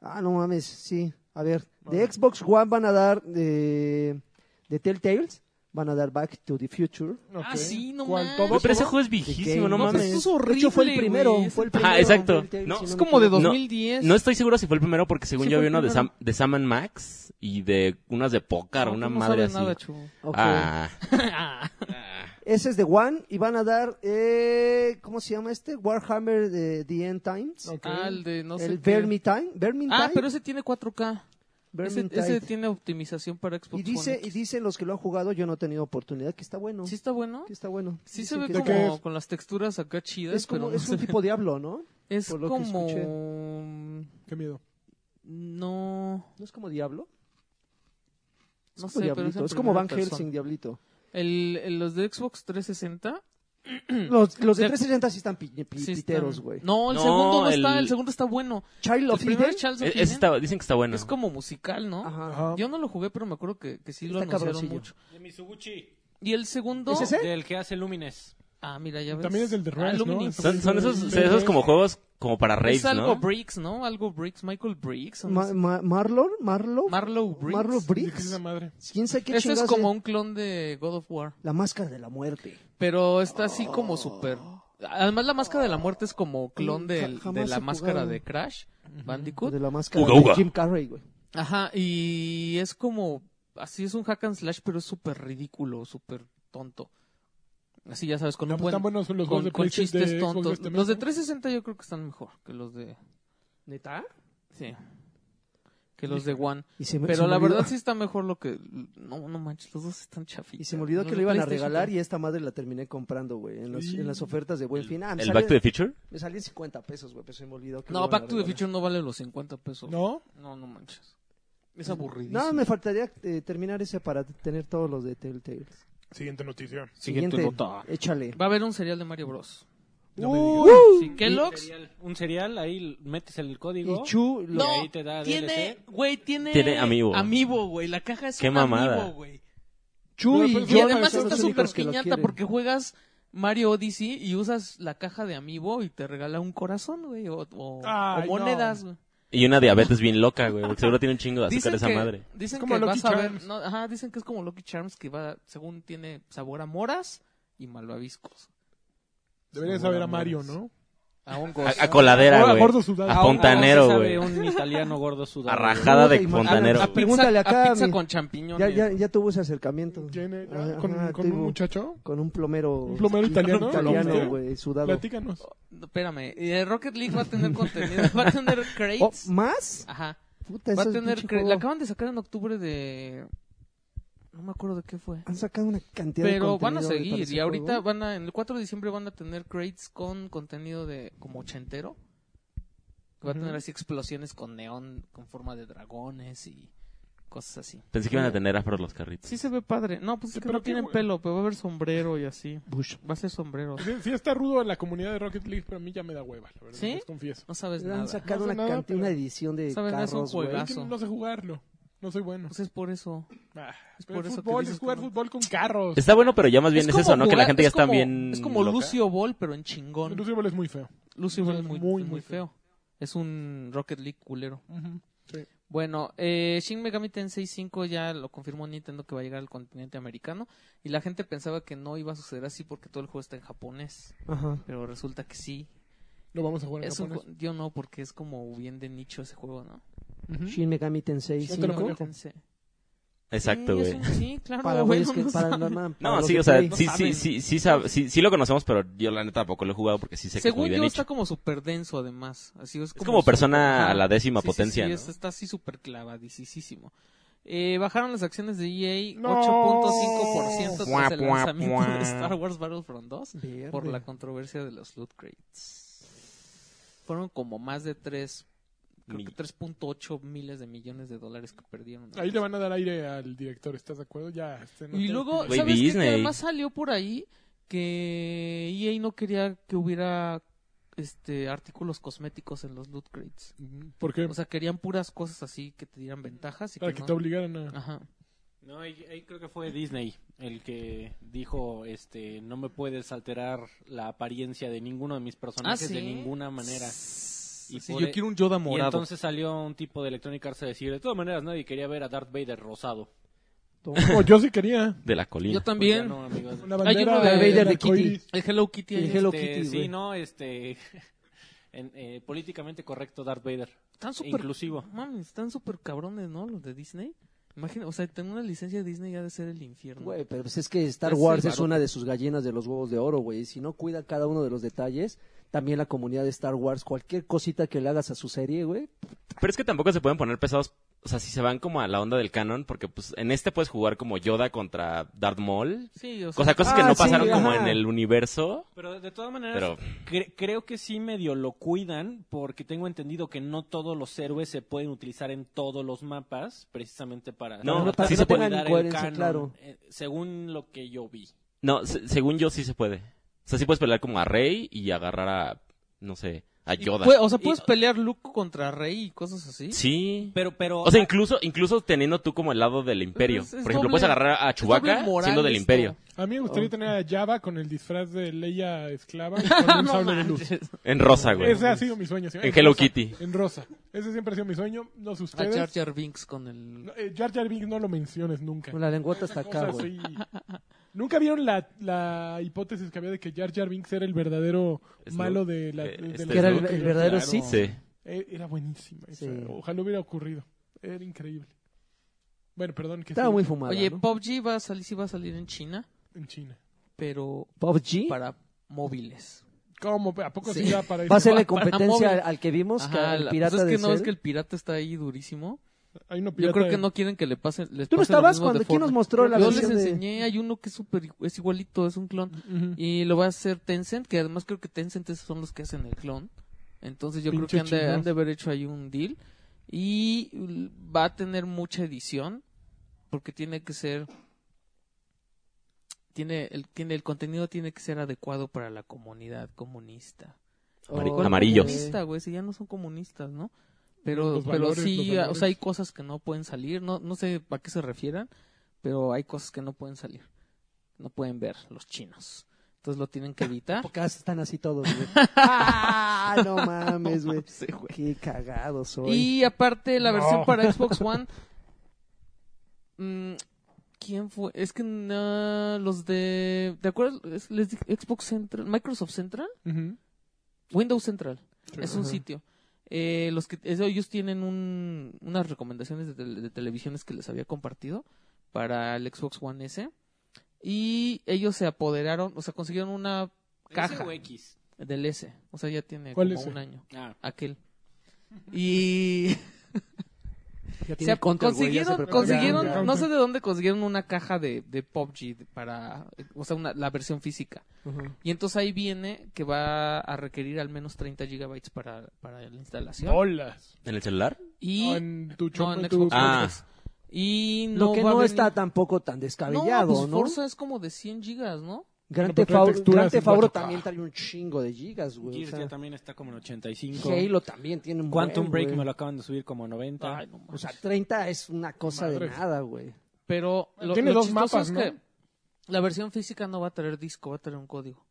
Speaker 1: Ah, no mames, sí. A ver, de
Speaker 2: Vale.
Speaker 1: Xbox One van a dar de, de Telltales, van a dar Back to the Future.
Speaker 3: Ah, sí, no
Speaker 2: ¿Cuál?
Speaker 3: mames.
Speaker 2: ¿Todo?
Speaker 4: No, pero ese
Speaker 2: ¿Todo?
Speaker 4: juego es
Speaker 1: The
Speaker 4: viejísimo,
Speaker 1: Game.
Speaker 3: No,
Speaker 4: no
Speaker 3: pues, esto
Speaker 4: mames.
Speaker 3: es
Speaker 1: De hecho, fue el
Speaker 3: horrible,
Speaker 1: primero.
Speaker 3: güey.
Speaker 1: Fue el
Speaker 4: Ajá,
Speaker 1: primero
Speaker 4: exacto.
Speaker 1: Telltale,
Speaker 4: No,
Speaker 1: si
Speaker 4: es
Speaker 1: me
Speaker 3: Es como de
Speaker 1: equivoco.
Speaker 4: No,
Speaker 3: 2010.
Speaker 4: No estoy seguro si fue el primero porque según
Speaker 3: Sí,
Speaker 4: yo
Speaker 3: fue
Speaker 4: había
Speaker 3: el
Speaker 4: uno de Sam,
Speaker 3: primero.
Speaker 4: de Sam and Max y de unas de pócar o
Speaker 3: No,
Speaker 4: una
Speaker 3: tú no
Speaker 4: madre
Speaker 3: sabes
Speaker 4: así.
Speaker 3: nada, Chu.
Speaker 1: Ok.
Speaker 4: Ah.
Speaker 1: Ese es de One y van a dar, eh, ¿cómo se llama este? Warhammer de The End Times.
Speaker 2: Ok.
Speaker 3: Ah, el de no sé
Speaker 1: el
Speaker 3: qué.
Speaker 1: Vermintide. Vermintide.
Speaker 3: Ah, pero ese tiene 4K. Ese,
Speaker 1: Vermintide.
Speaker 3: ese tiene optimización para Xbox
Speaker 1: y dice,
Speaker 3: One
Speaker 1: y
Speaker 3: X.
Speaker 1: dicen los que lo han jugado, yo no he tenido oportunidad, que está bueno.
Speaker 3: ¿Sí está bueno?
Speaker 1: Que está bueno.
Speaker 3: Sí se
Speaker 1: Dicen
Speaker 3: ve
Speaker 1: que
Speaker 2: ¿De
Speaker 1: está-
Speaker 2: qué
Speaker 3: como
Speaker 2: es?
Speaker 3: con las texturas acá chidas,
Speaker 1: Es, como,
Speaker 3: pero no
Speaker 1: es
Speaker 3: se
Speaker 1: un
Speaker 3: ve-
Speaker 1: tipo diablo, ¿no?
Speaker 3: Es
Speaker 1: por lo que
Speaker 3: como...
Speaker 2: Qué miedo.
Speaker 3: No...
Speaker 1: ¿No es como diablo? Es
Speaker 3: No
Speaker 1: como
Speaker 3: sé, pero
Speaker 1: diablito.
Speaker 3: en
Speaker 1: es como
Speaker 3: primera
Speaker 1: Van
Speaker 3: persona.
Speaker 1: Helsing, diablito.
Speaker 3: El, el- los de Xbox 360...
Speaker 1: Los, los de
Speaker 3: Le-
Speaker 1: 360 sí están pi- pi-
Speaker 3: Hmm. sí están-
Speaker 1: piteros, güey.
Speaker 3: No, el
Speaker 4: No,
Speaker 3: segundo no está,
Speaker 4: el-
Speaker 3: el segundo está bueno.
Speaker 1: Child
Speaker 3: El
Speaker 1: of
Speaker 3: primero
Speaker 1: Eden.
Speaker 3: es Charles of
Speaker 4: E- ese
Speaker 3: Eden.
Speaker 4: está- dicen que está bueno.
Speaker 3: Es como musical, ¿no? Ah,
Speaker 1: Ajá.
Speaker 2: Ajá.
Speaker 3: Yo no lo jugué, pero me acuerdo que, que sí lo
Speaker 1: Está
Speaker 3: anunciaron
Speaker 1: cabroncillo.
Speaker 3: mucho.
Speaker 6: De Mitsuguchi.
Speaker 3: Y el segundo...
Speaker 1: ¿Es ese?
Speaker 6: Del que hace Lumines.
Speaker 3: Ah, mira, ya ves.
Speaker 2: También es del de
Speaker 3: Ah,
Speaker 2: Rise, ¿no?
Speaker 3: Luminance.
Speaker 4: Son, son esos,
Speaker 2: Sí,
Speaker 4: esos
Speaker 2: sí.
Speaker 4: como juegos como para raves,
Speaker 3: Es algo
Speaker 4: ¿no?
Speaker 3: Briggs, ¿no? Algo Briggs, Michael Briggs. o no
Speaker 1: Ma-
Speaker 3: sé.
Speaker 1: ma- Marlon, Marlo,
Speaker 3: Marlowe Briggs.
Speaker 1: Marlo
Speaker 2: ¿De qué es esa
Speaker 1: Briggs. eh.
Speaker 2: madre?
Speaker 1: ¿Quién sabe qué
Speaker 3: Este es
Speaker 1: chingados
Speaker 3: como un clon de God of War.
Speaker 1: La máscara de la muerte.
Speaker 3: Pero está así como súper. Además, la máscara de la muerte es como clon
Speaker 1: Mm,
Speaker 3: del-
Speaker 1: ja-
Speaker 3: de
Speaker 1: jamás
Speaker 3: la
Speaker 1: he
Speaker 3: máscara
Speaker 1: jugado.
Speaker 3: de Crash
Speaker 1: O
Speaker 3: Bandicoot.
Speaker 1: De la máscara
Speaker 4: Uga,
Speaker 1: de
Speaker 4: uga.
Speaker 1: Jim Carrey, güey.
Speaker 3: Ajá, y es como. Así es un hack and slash, pero es súper ridículo, súper tonto. Así ya sabes, con un
Speaker 2: Están
Speaker 3: buen.
Speaker 2: buenos los juegos
Speaker 3: Con,
Speaker 2: de
Speaker 3: con
Speaker 2: PlayStation
Speaker 3: chistes
Speaker 2: de Xbox
Speaker 3: tontos.
Speaker 2: este mes,
Speaker 3: Los de
Speaker 2: ¿no?
Speaker 3: 360 yo creo que están mejor que los de.
Speaker 1: ¿Neta?
Speaker 3: Sí. Que los de One.
Speaker 1: Y se me- se
Speaker 3: Pero
Speaker 1: me
Speaker 3: la
Speaker 1: olvidó-
Speaker 3: verdad sí está mejor lo que... No, no manches, los dos están chafitos.
Speaker 1: Y se me olvidó que lo iban a regalar y esta madre la terminé comprando, güey. En, los-
Speaker 2: Sí.
Speaker 1: en las ofertas de Buen Fin. Ah, me,
Speaker 4: ¿El
Speaker 1: sale-
Speaker 4: Back to the Future?
Speaker 1: me salían 50 pesos, güey, pero se me olvidó que lo
Speaker 3: No,
Speaker 1: iban a
Speaker 3: Back to the
Speaker 1: regalar.
Speaker 3: Future no vale los 50 pesos. No,
Speaker 2: ¿No?
Speaker 3: no, manches. Es aburridísimo.
Speaker 1: No, me faltaría eh, terminar ese para tener todos los de Telltale.
Speaker 2: Siguiente noticia.
Speaker 1: Siguiente,
Speaker 6: nota.
Speaker 1: échale.
Speaker 3: Va a haber un serial de Mario Bros.
Speaker 2: No me digas.
Speaker 1: Uh,
Speaker 3: Sí,
Speaker 6: Un
Speaker 3: Kellogg's...
Speaker 6: cereal, un cereal, ahí metes el código.
Speaker 1: Y Chu, lo-
Speaker 3: No,
Speaker 6: Y ahí te da
Speaker 3: tiene, güey, tiene...
Speaker 4: Tiene Amiibo.
Speaker 3: Amiibo, güey, la caja es
Speaker 4: Qué
Speaker 3: un
Speaker 4: mamada.
Speaker 3: Amiibo, güey.
Speaker 1: Chu
Speaker 2: No,
Speaker 1: y
Speaker 2: pues,
Speaker 3: Y
Speaker 2: Yo
Speaker 3: además
Speaker 1: son
Speaker 2: son
Speaker 3: está
Speaker 1: los
Speaker 3: súper
Speaker 1: únicos que lo
Speaker 3: piñata
Speaker 1: quieren.
Speaker 3: porque juegas Mario Odyssey y usas la caja de Amiibo y te regala un corazón, güey, o, o-
Speaker 2: Ay,
Speaker 3: o
Speaker 2: no.
Speaker 3: monedas, güey.
Speaker 4: Y una diabetes bien loca, güey, porque seguro tiene un chingo de azúcar esa
Speaker 3: que,
Speaker 4: madre.
Speaker 3: Dicen
Speaker 2: Es como
Speaker 3: que
Speaker 2: Lucky
Speaker 3: vas a ver,
Speaker 2: Charms.
Speaker 3: no, ajá, dicen que es como Lucky Charms que va, según tiene sabor a moras y malvaviscos.
Speaker 2: Deberías saber a Mario, ¿no?
Speaker 3: A un
Speaker 4: A, a coladera,
Speaker 2: Ahora,
Speaker 4: güey.
Speaker 2: gordo sudado. Ah,
Speaker 4: A fontanero, güey.
Speaker 6: Un italiano gordo sudado.
Speaker 4: A rajada de
Speaker 1: Uy,
Speaker 4: fontanero.
Speaker 1: a- Pregúntale acá,
Speaker 3: a pizza
Speaker 1: mi-
Speaker 3: con champiñones.
Speaker 1: Ya, ya, ya tuvo ese acercamiento.
Speaker 2: ¿Quién era?
Speaker 1: Ajá,
Speaker 2: ¿Con,
Speaker 1: ajá,
Speaker 2: con un
Speaker 1: tuvo-
Speaker 2: muchacho?
Speaker 1: Con un plomero.
Speaker 2: ¿Un plomero italiano?
Speaker 1: Italiano,
Speaker 2: ¿Plomero?
Speaker 1: güey, sudado.
Speaker 2: Platícanos.
Speaker 3: No, Espérame, eh, Rocket League va a tener contenido, va a tener
Speaker 1: Oh,
Speaker 3: crates.
Speaker 1: ¿Más?
Speaker 3: Ajá.
Speaker 1: Puta,
Speaker 3: Va a
Speaker 1: esos
Speaker 3: tener
Speaker 1: pinche
Speaker 3: cra-
Speaker 1: juegos
Speaker 3: la acaban de sacar en octubre de no me acuerdo de qué fue.
Speaker 1: Han sacado una cantidad de
Speaker 3: Pero van a
Speaker 1: contenido, güey, para
Speaker 3: seguir
Speaker 1: ese
Speaker 3: y ahorita
Speaker 1: juego.
Speaker 3: van a en el 4 de diciembre van a tener crates con contenido de como ochentero. Que va a tener así explosiones con neón con forma de dragones y cosas así.
Speaker 4: Pensé que iban a tener afro los carritos.
Speaker 3: Sí se ve padre. No, pues es que
Speaker 2: Pero
Speaker 3: no
Speaker 2: qué
Speaker 3: tienen
Speaker 2: bueno.
Speaker 3: pelo, pero va a haber sombrero y así.
Speaker 1: Bush.
Speaker 3: Va a ser sombrero.
Speaker 2: Sí, sí está rudo en la comunidad de Rocket League, pero a mí ya me da hueva, la verdad.
Speaker 3: ¿Sí?
Speaker 2: Les confieso.
Speaker 3: No sabes
Speaker 1: Han
Speaker 3: nada.
Speaker 1: sacado
Speaker 2: No sé
Speaker 1: una
Speaker 2: nada,
Speaker 1: cantidad,
Speaker 2: pero-
Speaker 1: una edición de
Speaker 3: ¿Saben? Es un
Speaker 1: carros, güey.
Speaker 3: juegazo.
Speaker 2: Es que no sé jugarlo. No soy bueno.
Speaker 3: Pues es por eso.
Speaker 2: Ah,
Speaker 3: es
Speaker 2: pero
Speaker 3: por
Speaker 2: el
Speaker 3: eso que
Speaker 2: fútbol,
Speaker 3: dices
Speaker 2: es jugar
Speaker 3: que no.
Speaker 2: fútbol con carros.
Speaker 4: Está bueno, pero ya más bien es,
Speaker 3: como
Speaker 4: eso, ¿no? que la
Speaker 3: jugar-
Speaker 4: gente ya
Speaker 3: es
Speaker 4: está
Speaker 3: como-
Speaker 4: bien.
Speaker 3: Es como
Speaker 4: loca.
Speaker 3: Lucio Ball, pero en chingón.
Speaker 2: El fútbol es muy feo.
Speaker 3: Lucio Ball es muy,
Speaker 2: Muy,
Speaker 3: es muy
Speaker 2: muy
Speaker 3: feo. Es un Rocket League culero.
Speaker 2: Ujú, sí.
Speaker 3: Bueno, eh, Shin Megami Tensei 5 ya lo confirmó Nintendo que va a llegar al continente americano y la gente pensaba que no iba a suceder así porque todo el juego está en japonés,
Speaker 1: Ajá.
Speaker 3: pero resulta que sí.
Speaker 2: Lo vamos a jugar en
Speaker 3: Es un
Speaker 2: japonés.
Speaker 3: ju- yo no, porque es como bien de nicho ese juego, ¿no?
Speaker 2: Ujú.
Speaker 1: Shin Megami Tensei
Speaker 2: Yo te lo
Speaker 1: 5.
Speaker 2: manejo.
Speaker 3: Tensei.
Speaker 4: Exacto,
Speaker 3: Sí, es
Speaker 4: güey.
Speaker 3: un- sí, claro.
Speaker 1: Para
Speaker 3: güey,
Speaker 1: güeyes que
Speaker 3: no
Speaker 1: para
Speaker 3: sabe.
Speaker 1: normal, para
Speaker 4: No,
Speaker 1: los
Speaker 4: sí,
Speaker 1: de
Speaker 4: o sea,
Speaker 1: Play.
Speaker 4: sí,
Speaker 3: No
Speaker 4: sí,
Speaker 3: saben.
Speaker 4: sí, sí, sab- sí, sí lo conocemos, pero yo la neta tampoco lo he jugado porque sí sé que es
Speaker 3: Según
Speaker 4: muy de
Speaker 3: yo
Speaker 4: nicho.
Speaker 3: está como súper denso además. Así es,
Speaker 4: Es como persona
Speaker 3: Ajá.
Speaker 4: a la décima
Speaker 3: Sí, sí,
Speaker 4: potencia,
Speaker 3: Sí,
Speaker 4: ¿no?
Speaker 3: es- está así súper clavadisísimo. Eh, bajaron las acciones de E EA
Speaker 2: No.
Speaker 3: 8.5% tras
Speaker 4: Guap,
Speaker 3: el
Speaker 4: guap,
Speaker 3: lanzamiento
Speaker 4: guap.
Speaker 3: de Star Wars Battlefront 2
Speaker 1: Verde.
Speaker 3: por la controversia de los loot crates. Fueron como más de 3, creo que
Speaker 4: Mi-
Speaker 3: 3.8 miles de millones de dólares que perdieron.
Speaker 2: Ahí le van a dar aire al director, ¿estás de acuerdo? Ya. este, no
Speaker 3: Y
Speaker 2: te-
Speaker 3: luego,
Speaker 4: Güey,
Speaker 3: ¿sabes qué? Que
Speaker 4: Disney.
Speaker 3: además salió por ahí que EA no quería que hubiera este artículos cosméticos en los loot crates.
Speaker 2: Ujú. ¿Por qué?
Speaker 3: O sea, querían puras cosas así que te dieran ventajas y
Speaker 2: Para
Speaker 3: que
Speaker 2: que
Speaker 3: no-
Speaker 2: te obligaran
Speaker 4: Ah.
Speaker 2: a...
Speaker 3: Ajá.
Speaker 6: No, ahí, ahí creo que fue Disney el que dijo, este, no me puedes alterar la apariencia de ninguno de mis personajes
Speaker 3: ¿sí?
Speaker 6: de ninguna manera.
Speaker 3: Sí,
Speaker 6: Y
Speaker 3: sí,
Speaker 6: por
Speaker 3: yo
Speaker 6: e-
Speaker 3: quiero un Yoda morado.
Speaker 6: Y entonces salió un tipo de Electronic Arts a decir, de todas maneras nadie quería ver a Darth Vader rosado.
Speaker 2: No, Oh, yo sí quería.
Speaker 4: De la colina.
Speaker 3: Yo también.
Speaker 6: Pues ya no, amigos.
Speaker 2: Una
Speaker 3: Hay uno
Speaker 2: bandera
Speaker 3: de- Vader de
Speaker 2: arcoíris.
Speaker 3: El Hello Kitty. ahí.
Speaker 1: El Hello
Speaker 6: Este,
Speaker 1: Kitty,
Speaker 6: sí,
Speaker 1: güey.
Speaker 6: no, este, en, eh, políticamente correcto Darth Vader.
Speaker 3: Están súper...
Speaker 6: Inclusivo.
Speaker 3: Mami, están súper cabrones, ¿no? Los de Disney. Imagina, o sea, tener una licencia de Disney ya de ser el infierno.
Speaker 1: Güey, pero pues es que Star
Speaker 3: Es el
Speaker 1: Wars es
Speaker 3: varo.
Speaker 1: una de sus gallinas de los huevos de oro, güey. Y Si no cuida cada uno de los detalles, también la comunidad de Star Wars, cualquier cosita que le hagas a su serie, güey.
Speaker 4: Pero es que tampoco se pueden poner pesados. o sea, si se van como a la onda del canon, porque pues en este puedes jugar como Yoda contra Darth Maul.
Speaker 3: Sí, o
Speaker 4: O sea, cosas que
Speaker 1: Ah,
Speaker 4: no
Speaker 1: sí,
Speaker 4: pasaron como
Speaker 1: ajá.
Speaker 4: en el universo.
Speaker 6: Pero de todas maneras,
Speaker 4: Pero
Speaker 6: cre- creo que sí medio lo cuidan, porque tengo entendido que no todos los héroes se pueden utilizar en todos los mapas, precisamente para...
Speaker 4: No,
Speaker 6: para
Speaker 4: para que
Speaker 6: no
Speaker 4: no tengan
Speaker 6: olvidar el
Speaker 1: incoherencia,
Speaker 6: canon,
Speaker 1: claro.
Speaker 6: eh, según lo que yo vi.
Speaker 4: no, se- según yo sí se puede. O sea, sí puedes pelear como a Rey y agarrar a, no sé, a
Speaker 3: Y
Speaker 4: Yoda.
Speaker 3: pue- o sea,
Speaker 6: Y-
Speaker 3: puedes pelear Luke contra Rey y cosas así.
Speaker 4: Sí.
Speaker 6: Pero, pero...
Speaker 4: O sea, incluso, incluso teniendo tú como el lado del imperio.
Speaker 3: Pues Es- es
Speaker 4: Por ejemplo,
Speaker 3: doble-
Speaker 4: puedes agarrar a Chewbacca
Speaker 3: doble moral
Speaker 4: siendo del
Speaker 3: esto.
Speaker 4: imperio.
Speaker 2: A mí me
Speaker 4: Oh.
Speaker 2: gustaría tener a Java con el disfraz de Leia esclava y con un
Speaker 3: No
Speaker 2: sable de luz.
Speaker 3: manches. Ah,
Speaker 4: En rosa, güey.
Speaker 2: Ese ha sido mi sueño. sí,
Speaker 4: En Hello
Speaker 2: rosa,
Speaker 4: Kitty.
Speaker 2: En rosa. Ese siempre ha sido mi sueño. No sé
Speaker 3: A Jar
Speaker 2: ustedes.
Speaker 3: Jar Binks con el...
Speaker 2: No, eh, Jar Jar Binks no lo menciones nunca.
Speaker 1: Con la lengüeta hasta acá,
Speaker 2: O sea,
Speaker 1: güey.
Speaker 2: sí. ¿Nunca vieron la, la hipótesis que había de que Jar Jar Binks era el verdadero
Speaker 4: Snoop.
Speaker 2: malo de la...
Speaker 4: Eh,
Speaker 2: de-
Speaker 4: este
Speaker 2: del-
Speaker 1: Que era el,
Speaker 4: Snoop.
Speaker 1: el verdadero
Speaker 6: Claro.
Speaker 1: Sith.
Speaker 4: Sí.
Speaker 2: Eh, Era buenísima. esa.
Speaker 1: Sí.
Speaker 2: Ojalá hubiera ocurrido. Era increíble. Bueno, perdón. Que
Speaker 1: Estaba
Speaker 2: estoy
Speaker 1: muy fumado.
Speaker 3: Oye,
Speaker 1: ¿no?
Speaker 3: PUBG va a salir, sí va a salir en China,
Speaker 2: En China.
Speaker 3: pero
Speaker 1: PUBG.
Speaker 3: para móviles.
Speaker 2: ¿Cómo? ¿A poco sí,
Speaker 3: Sí.
Speaker 2: da para eso?
Speaker 1: Va a serle
Speaker 3: para- para
Speaker 1: competencia
Speaker 3: móvil.
Speaker 1: al- al que vimos, que
Speaker 3: Ajá,
Speaker 1: al
Speaker 3: la-
Speaker 1: pirata
Speaker 3: pues es que
Speaker 1: de
Speaker 3: no, es
Speaker 1: Cell.
Speaker 3: que el pirata está ahí durísimo.
Speaker 2: Hay uno pirata
Speaker 3: Yo creo que
Speaker 2: de-
Speaker 3: no quieren que le pasen... les
Speaker 1: ¿Tú no
Speaker 3: pase lo
Speaker 1: estabas
Speaker 3: mismo de
Speaker 1: cuando quién nos
Speaker 3: Fortnite.
Speaker 1: mostró la
Speaker 3: Yo les
Speaker 1: versión de...?
Speaker 3: enseñé, hay uno que es super, es igualito, es un clon.
Speaker 2: Ujú.
Speaker 3: Y lo va a hacer Tencent, que además creo que Tencent esos son los que hacen el clon. Entonces yo
Speaker 2: Pinche
Speaker 3: creo que han de,
Speaker 2: chinos.
Speaker 3: han de haber hecho ahí un deal. Y l- va a tener mucha edición, porque tiene que ser... Tiene el, tiene el contenido tiene que ser adecuado para la comunidad comunista.
Speaker 4: Amari-
Speaker 1: Oh,
Speaker 4: amarillos.
Speaker 3: Comunista, güey, si ya no son comunistas, ¿no? Pero,
Speaker 2: Los
Speaker 3: pero
Speaker 2: valores, los
Speaker 3: sí,
Speaker 2: valores.
Speaker 3: o sea, hay cosas que no pueden salir, no, no sé a qué se refieran, pero hay cosas que no pueden salir, no pueden ver los chinos. Entonces lo tienen que evitar.
Speaker 1: Porque ahora están así todos, güey. ¡Ah! No mames, güey. Qué cagado soy.
Speaker 3: Y aparte, la
Speaker 2: No.
Speaker 3: versión para Xbox One. mm, ¿Quién fue? Es que no, los de. ¿Te acuerdas? Es- Les dije Xbox Central, Microsoft Central,
Speaker 2: Ujú.
Speaker 3: Windows Central. es un
Speaker 2: Ajá.
Speaker 3: sitio. Eh, los que es- ellos tienen un- unas recomendaciones de, tele- de televisiones que les había compartido para el Xbox One S. Y ellos se apoderaron, o sea, consiguieron una caja
Speaker 6: ¿Ese o X?
Speaker 3: del S. O sea, ya tiene
Speaker 2: ¿Cuál
Speaker 3: como
Speaker 2: S?
Speaker 3: un año.
Speaker 6: Ah.
Speaker 3: Aquel. Y.
Speaker 1: Ya
Speaker 3: O sea, consiguieron,
Speaker 2: prepara.
Speaker 3: consiguieron
Speaker 2: Ya, ya.
Speaker 3: no sé de dónde consiguieron una caja de, de PUBG de- para, eh, o sea, una- la versión física. Y entonces ahí viene que va a requerir al menos 30 gigabytes para, para la instalación.
Speaker 2: Bolas.
Speaker 4: ¿En el celular?
Speaker 3: Y
Speaker 2: No, en tu
Speaker 3: no,
Speaker 2: chompa,
Speaker 3: en
Speaker 2: en
Speaker 3: Xbox
Speaker 2: tu-
Speaker 3: One
Speaker 4: Ah.
Speaker 3: X. Y no
Speaker 1: Lo que
Speaker 3: va a
Speaker 1: no
Speaker 3: venir-
Speaker 1: está tampoco tan
Speaker 3: no, pues
Speaker 1: descabellado, ¿no?
Speaker 3: Forza es como de 100 gigas, ¿no?
Speaker 1: Gran
Speaker 2: Bueno, pero
Speaker 1: Theft Auto-
Speaker 2: trae texturas
Speaker 1: Gran
Speaker 2: en
Speaker 1: Theft Auto
Speaker 2: 4K.
Speaker 1: también trae un chingo de gigas, güey. O
Speaker 6: Gears ya
Speaker 1: sea,
Speaker 6: también está como en 85.
Speaker 1: Halo también tiene un
Speaker 6: Quantum
Speaker 1: buen,
Speaker 6: Break
Speaker 1: güey.
Speaker 6: me lo acaban de subir como 90.
Speaker 3: Ay, no
Speaker 1: O
Speaker 3: mames.
Speaker 1: sea, 30 es una cosa de
Speaker 2: Madres.
Speaker 1: nada, güey.
Speaker 3: Pero lo,
Speaker 2: Tiene
Speaker 3: lo
Speaker 2: dos
Speaker 3: chistoso
Speaker 2: mapas,
Speaker 3: es
Speaker 2: ¿no?
Speaker 3: que la versión física no va a traer disco, va a traer un código.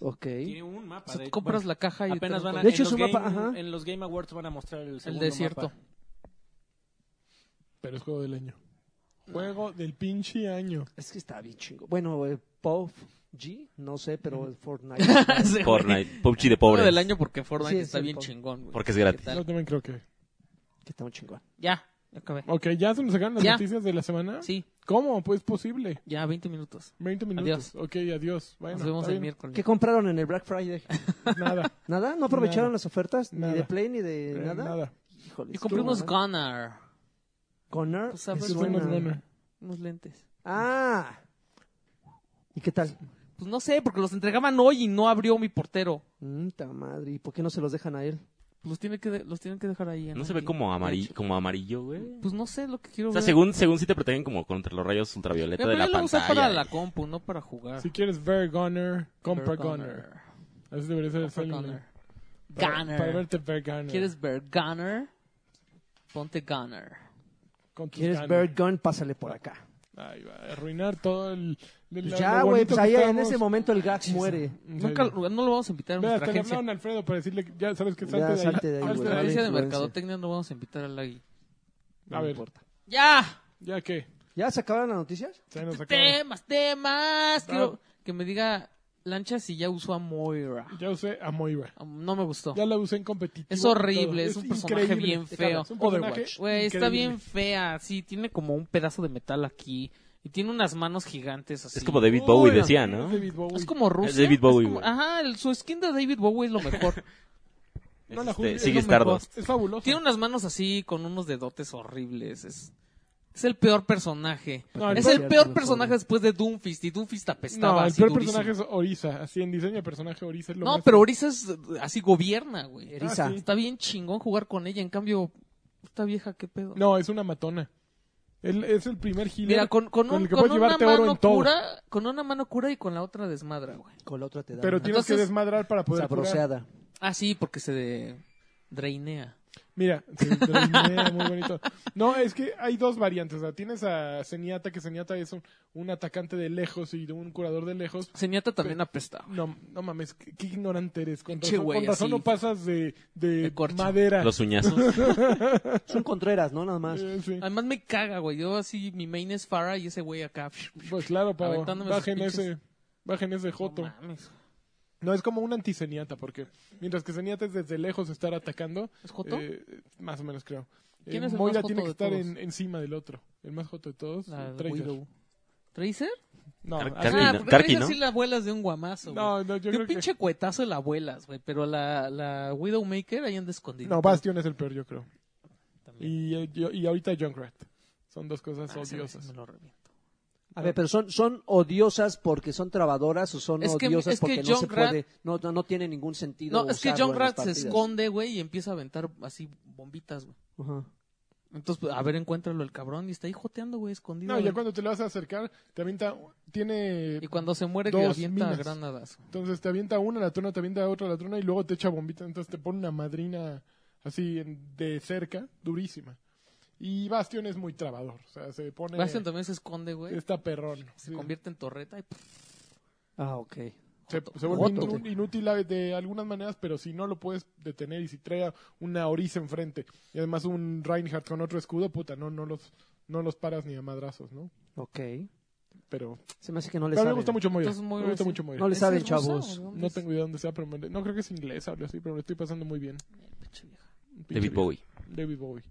Speaker 1: Ok.
Speaker 6: Tiene un mapa.
Speaker 3: O sea,
Speaker 6: de-
Speaker 3: tú compras
Speaker 6: bueno,
Speaker 3: la caja y trae
Speaker 6: apenas
Speaker 3: un
Speaker 6: van a,
Speaker 1: De hecho,
Speaker 3: código.
Speaker 6: en,
Speaker 1: es
Speaker 6: los
Speaker 1: un
Speaker 6: game,
Speaker 1: mapa, ajá.
Speaker 6: en los Game Awards van a mostrar el
Speaker 3: el
Speaker 6: segundo
Speaker 3: desierto.
Speaker 6: mapa.
Speaker 2: Pero es juego del año.
Speaker 3: Ah.
Speaker 2: Juego del pinche año.
Speaker 1: Es que está bien chingo. Bueno, eh, PUBG, no sé, pero Fortnite.
Speaker 3: Ese güey.
Speaker 4: Fortnite. PUBG de
Speaker 3: Juego
Speaker 4: pobres.
Speaker 3: del año porque Fortnite
Speaker 1: Sí, es
Speaker 3: está
Speaker 1: el
Speaker 3: bien
Speaker 1: pobre.
Speaker 3: chingón, güey.
Speaker 4: Porque es gratis.
Speaker 3: ¿Qué
Speaker 2: Yo
Speaker 3: tal?
Speaker 2: también creo que.
Speaker 1: que está muy chingón.
Speaker 3: Ya, ya acabé.
Speaker 2: Ok, ¿ya se nos sacaron las
Speaker 3: Ya.
Speaker 2: noticias de la semana?
Speaker 3: Sí,
Speaker 2: ¿Cómo? Pues posible.
Speaker 3: ya 20 minutos.
Speaker 2: 20 minutos.
Speaker 3: Adiós.
Speaker 2: Ok, adiós. Bueno,
Speaker 3: Nos vemos
Speaker 2: está
Speaker 3: el
Speaker 2: bien.
Speaker 3: miércoles.
Speaker 1: ¿Qué compraron en el Black Friday?
Speaker 2: Nada.
Speaker 1: ¿Nada? ¿No aprovecharon
Speaker 2: Nada.
Speaker 1: las ofertas? ¿Ni
Speaker 2: Nada.
Speaker 1: de Play ni de
Speaker 2: eh,
Speaker 1: nada?
Speaker 2: nada.
Speaker 1: Híjole,
Speaker 3: Yo compré
Speaker 1: estuvo
Speaker 3: unos
Speaker 1: mal.
Speaker 3: Gunner,
Speaker 1: Connor.
Speaker 3: Pues, ¿sabes?
Speaker 1: es
Speaker 2: Sí, tenemos
Speaker 1: buena.
Speaker 2: gana.
Speaker 3: unos lentes.
Speaker 1: Ah. ¿Y qué tal?
Speaker 3: Pues no sé, porque los entregaban hoy y no abrió mi portero.
Speaker 1: Mm, ta madre. ¿Y por qué no se los dejan a él?
Speaker 2: Pues
Speaker 3: Pues Los tiene que de- los tienen que dejar ahí. en
Speaker 4: No se ve
Speaker 3: alguien.
Speaker 4: como amarillo, como amarillo, güey.
Speaker 3: Pues no sé lo que quiero
Speaker 4: O sea,
Speaker 3: ver.
Speaker 4: según, según sí te protegen como contra los rayos
Speaker 3: Mira,
Speaker 4: ultravioleta
Speaker 3: pero
Speaker 4: de la
Speaker 3: yo lo usé
Speaker 4: pantalla.
Speaker 3: para la compu, no para jugar.
Speaker 2: Si quieres ver Gunner, compra
Speaker 3: Ver
Speaker 2: Gunner. Así debería ser el
Speaker 3: Ver
Speaker 2: selling.
Speaker 3: Gunner.
Speaker 2: Para- Para
Speaker 3: Gunner.
Speaker 2: verte ver Gunner.
Speaker 3: ¿Quieres ver Gunner? Ponte Gunner.
Speaker 2: Con tus
Speaker 1: ¿Quieres
Speaker 2: ganas.
Speaker 1: Bird Gun? Pásale por acá.
Speaker 2: Ay, va a arruinar todo el. el-
Speaker 1: Pues
Speaker 2: lo-
Speaker 1: ya,
Speaker 2: lo
Speaker 1: güey.
Speaker 2: bonito
Speaker 1: Pues
Speaker 2: que
Speaker 1: ahí en
Speaker 2: estábamos.
Speaker 1: ese momento el gag muere.
Speaker 2: En
Speaker 3: Nunca,
Speaker 2: serio.
Speaker 3: no lo vamos a invitar a
Speaker 2: Ve,
Speaker 3: nuestra
Speaker 2: hasta le
Speaker 3: agencia.
Speaker 2: hablaron a Alfredo para decirle, que- ya sabes que
Speaker 1: Ya,
Speaker 2: salte de ahí.
Speaker 1: salte de ahí,
Speaker 2: Salte
Speaker 1: güey.
Speaker 3: La
Speaker 1: Vale,
Speaker 3: agencia de
Speaker 1: influencia.
Speaker 3: mercadotecnia no vamos a invitar al Lagui.
Speaker 2: A ver,
Speaker 3: ¡Ya!
Speaker 2: ¿ya qué?
Speaker 1: ¿Ya se acabaron las noticias?
Speaker 2: Se nos acabó.
Speaker 3: Temas, temas. Quiero que me diga Lancha si ya usó a Moira.
Speaker 2: Ya usé a Moira.
Speaker 3: No me gustó.
Speaker 2: Ya la usé en competitivo.
Speaker 3: Es horrible,
Speaker 2: Todo.
Speaker 3: es un personaje
Speaker 2: increíble.
Speaker 3: bien feo.
Speaker 2: Es un personaje
Speaker 1: Overwatch.
Speaker 3: Güey, está
Speaker 2: increíble.
Speaker 3: bien fea. Sí, tiene como un pedazo de metal aquí. Y tiene unas manos gigantes así.
Speaker 4: Es como David Bowie
Speaker 2: Uy,
Speaker 4: decía,
Speaker 2: es
Speaker 4: ¿no?
Speaker 2: David Bowie.
Speaker 3: Es como Rusia.
Speaker 4: David Bowie,
Speaker 3: es como-
Speaker 4: güey.
Speaker 3: Ajá, el- su skin de David Bowie es lo mejor.
Speaker 4: Es
Speaker 2: No la
Speaker 4: este,
Speaker 2: juzgues, es
Speaker 4: sigue
Speaker 2: lo mejor,
Speaker 4: Stardust.
Speaker 2: Es fabuloso.
Speaker 3: Tiene unas manos así con unos dedotes horribles. Es, es el peor personaje.
Speaker 2: No, el
Speaker 3: es
Speaker 2: peor-
Speaker 1: Pues
Speaker 3: el peor personaje después de Doomfist. Y Doomfist apestaba.
Speaker 2: No, el
Speaker 3: así
Speaker 2: peor
Speaker 3: durísimo.
Speaker 2: personaje es Orisa. Así en diseño de personaje, Orisa es lo
Speaker 3: No,
Speaker 2: más-
Speaker 3: pero Orisa es eh, así gobierna, güey.
Speaker 1: Eriza.
Speaker 2: Ah, sí.
Speaker 3: Está bien chingón jugar con ella. En cambio, esta vieja, qué pedo.
Speaker 2: No, es una matona. Él es el primer healer
Speaker 3: Mira, con, con,
Speaker 2: con
Speaker 3: un-
Speaker 2: el que
Speaker 3: con
Speaker 2: puedes
Speaker 3: una
Speaker 2: llevarte oro
Speaker 3: mano
Speaker 2: en todo.
Speaker 3: cura, con una mano cura y con la otra desmadra, güey.
Speaker 1: Con la otra te da
Speaker 2: Pero
Speaker 1: una
Speaker 2: tienes que
Speaker 3: Entonces-
Speaker 2: desmadrar para poder curar.
Speaker 1: sabroseada.
Speaker 3: Ah, sí, porque se de- drainea.
Speaker 2: Mira, sí, terminé, muy bonito. No, es que hay dos variantes. O sea, tienes a Zenyatta, que Zenyatta es un, un atacante de lejos y un curador de lejos.
Speaker 3: Señata también apesta.
Speaker 2: No, no mames, qué, qué ignorante eres. Con
Speaker 3: Pinche
Speaker 2: razón,
Speaker 3: güey,
Speaker 2: con razón
Speaker 3: así.
Speaker 2: no pasas de, de
Speaker 3: De corcho.
Speaker 2: madera.
Speaker 4: Los uñazos.
Speaker 1: Es un Contreras, ¿no? Nada más.
Speaker 2: Eh, sí.
Speaker 3: Además me caga, güey. Yo así, mi main es Farah y ese güey acá.
Speaker 2: Pues claro, Pavo,
Speaker 3: Aventándome
Speaker 2: bajen
Speaker 3: sus pinches-
Speaker 2: ese, bajen ese joto.
Speaker 3: No mames.
Speaker 2: No, es como un antiseniata, porque mientras que Seniata es desde lejos estar atacando.
Speaker 3: ¿Es joto?
Speaker 2: eh, más o menos creo.
Speaker 3: ¿Quién es el
Speaker 2: Moira
Speaker 3: más joto
Speaker 2: tiene que
Speaker 3: de
Speaker 2: estar
Speaker 3: todos?
Speaker 2: en- encima del otro. El más joto de todos.
Speaker 3: La
Speaker 2: Tracer.
Speaker 3: Widow. ¿Tracer?
Speaker 2: No,
Speaker 4: Car-
Speaker 2: ah,
Speaker 4: Carly,
Speaker 3: ah,
Speaker 4: no.
Speaker 3: porque
Speaker 4: Karki,
Speaker 3: Tracer
Speaker 4: ¿no?
Speaker 3: sí la abuelas de un guamazo, güey.
Speaker 2: no, no, yo
Speaker 3: de
Speaker 2: creo
Speaker 3: un pinche
Speaker 2: que.
Speaker 3: cuetazo la abuelas, güey. Pero la, la Widowmaker ahí anda escondida.
Speaker 2: No, Bastion es el peor, yo creo.
Speaker 3: También.
Speaker 2: Y, eh, yo- y ahorita Junkrat. Son dos cosas
Speaker 3: Ah, ese güey sí
Speaker 2: odiosas.
Speaker 3: me lo reviento.
Speaker 1: A ver, pero son, son odiosas porque son trabadoras o son
Speaker 3: Es que-
Speaker 1: odiosas
Speaker 3: es que
Speaker 1: porque no se
Speaker 3: Junkrat-
Speaker 1: puede, no, no, no tiene ningún sentido.
Speaker 3: No, es que
Speaker 1: usarlo
Speaker 3: John
Speaker 1: en las
Speaker 3: Rat se
Speaker 1: partidas.
Speaker 3: esconde, güey, y empieza a aventar así bombitas, güey.
Speaker 1: Ajá.
Speaker 3: Entonces, pues, a ver, encuéntralo el cabrón y está ahí joteando, güey, escondido.
Speaker 2: No, ya
Speaker 3: güey.
Speaker 2: cuando te lo vas a acercar, te avienta. Tiene.
Speaker 3: Y cuando se muere, que
Speaker 2: Dos
Speaker 3: avienta
Speaker 2: minas. Eh,
Speaker 3: granadas.
Speaker 2: Entonces te avienta una la trona, te avienta otra la trona y luego te echa bombita. Entonces te pone una madrina así en- de cerca, durísima. Y Bastion es muy trabador. O sea, se pone.
Speaker 3: Bastion también se esconde, güey.
Speaker 2: Está perrón.
Speaker 3: Se
Speaker 2: Sí.
Speaker 3: convierte en torreta y pues, pff,
Speaker 1: Ah, ok.
Speaker 2: Se,
Speaker 3: joto.
Speaker 2: se vuelve
Speaker 1: Joto.
Speaker 2: inu- inútil a- de algunas maneras, pero si no lo puedes detener y si trae una Orisa enfrente y además un Reinhardt con otro escudo, puta, no, no los no los paras ni a madrazos, ¿no?
Speaker 1: Ok.
Speaker 2: Pero,
Speaker 1: Se me hace que no le
Speaker 2: pero me
Speaker 1: sabe.
Speaker 2: gusta mucho Moira.
Speaker 3: Entonces, Moira
Speaker 2: me gusta
Speaker 3: sí.
Speaker 2: mucho Moira.
Speaker 1: No le
Speaker 3: ¿Esa
Speaker 1: saben,
Speaker 3: es rusa
Speaker 1: chavos.
Speaker 3: o de dónde
Speaker 2: No
Speaker 3: es?
Speaker 2: tengo idea dónde sea, pero me- no creo que es inglesa o algo así, pero me estoy pasando muy bien.
Speaker 3: Pinche vieja.
Speaker 4: David Bowie.
Speaker 2: David Bowie.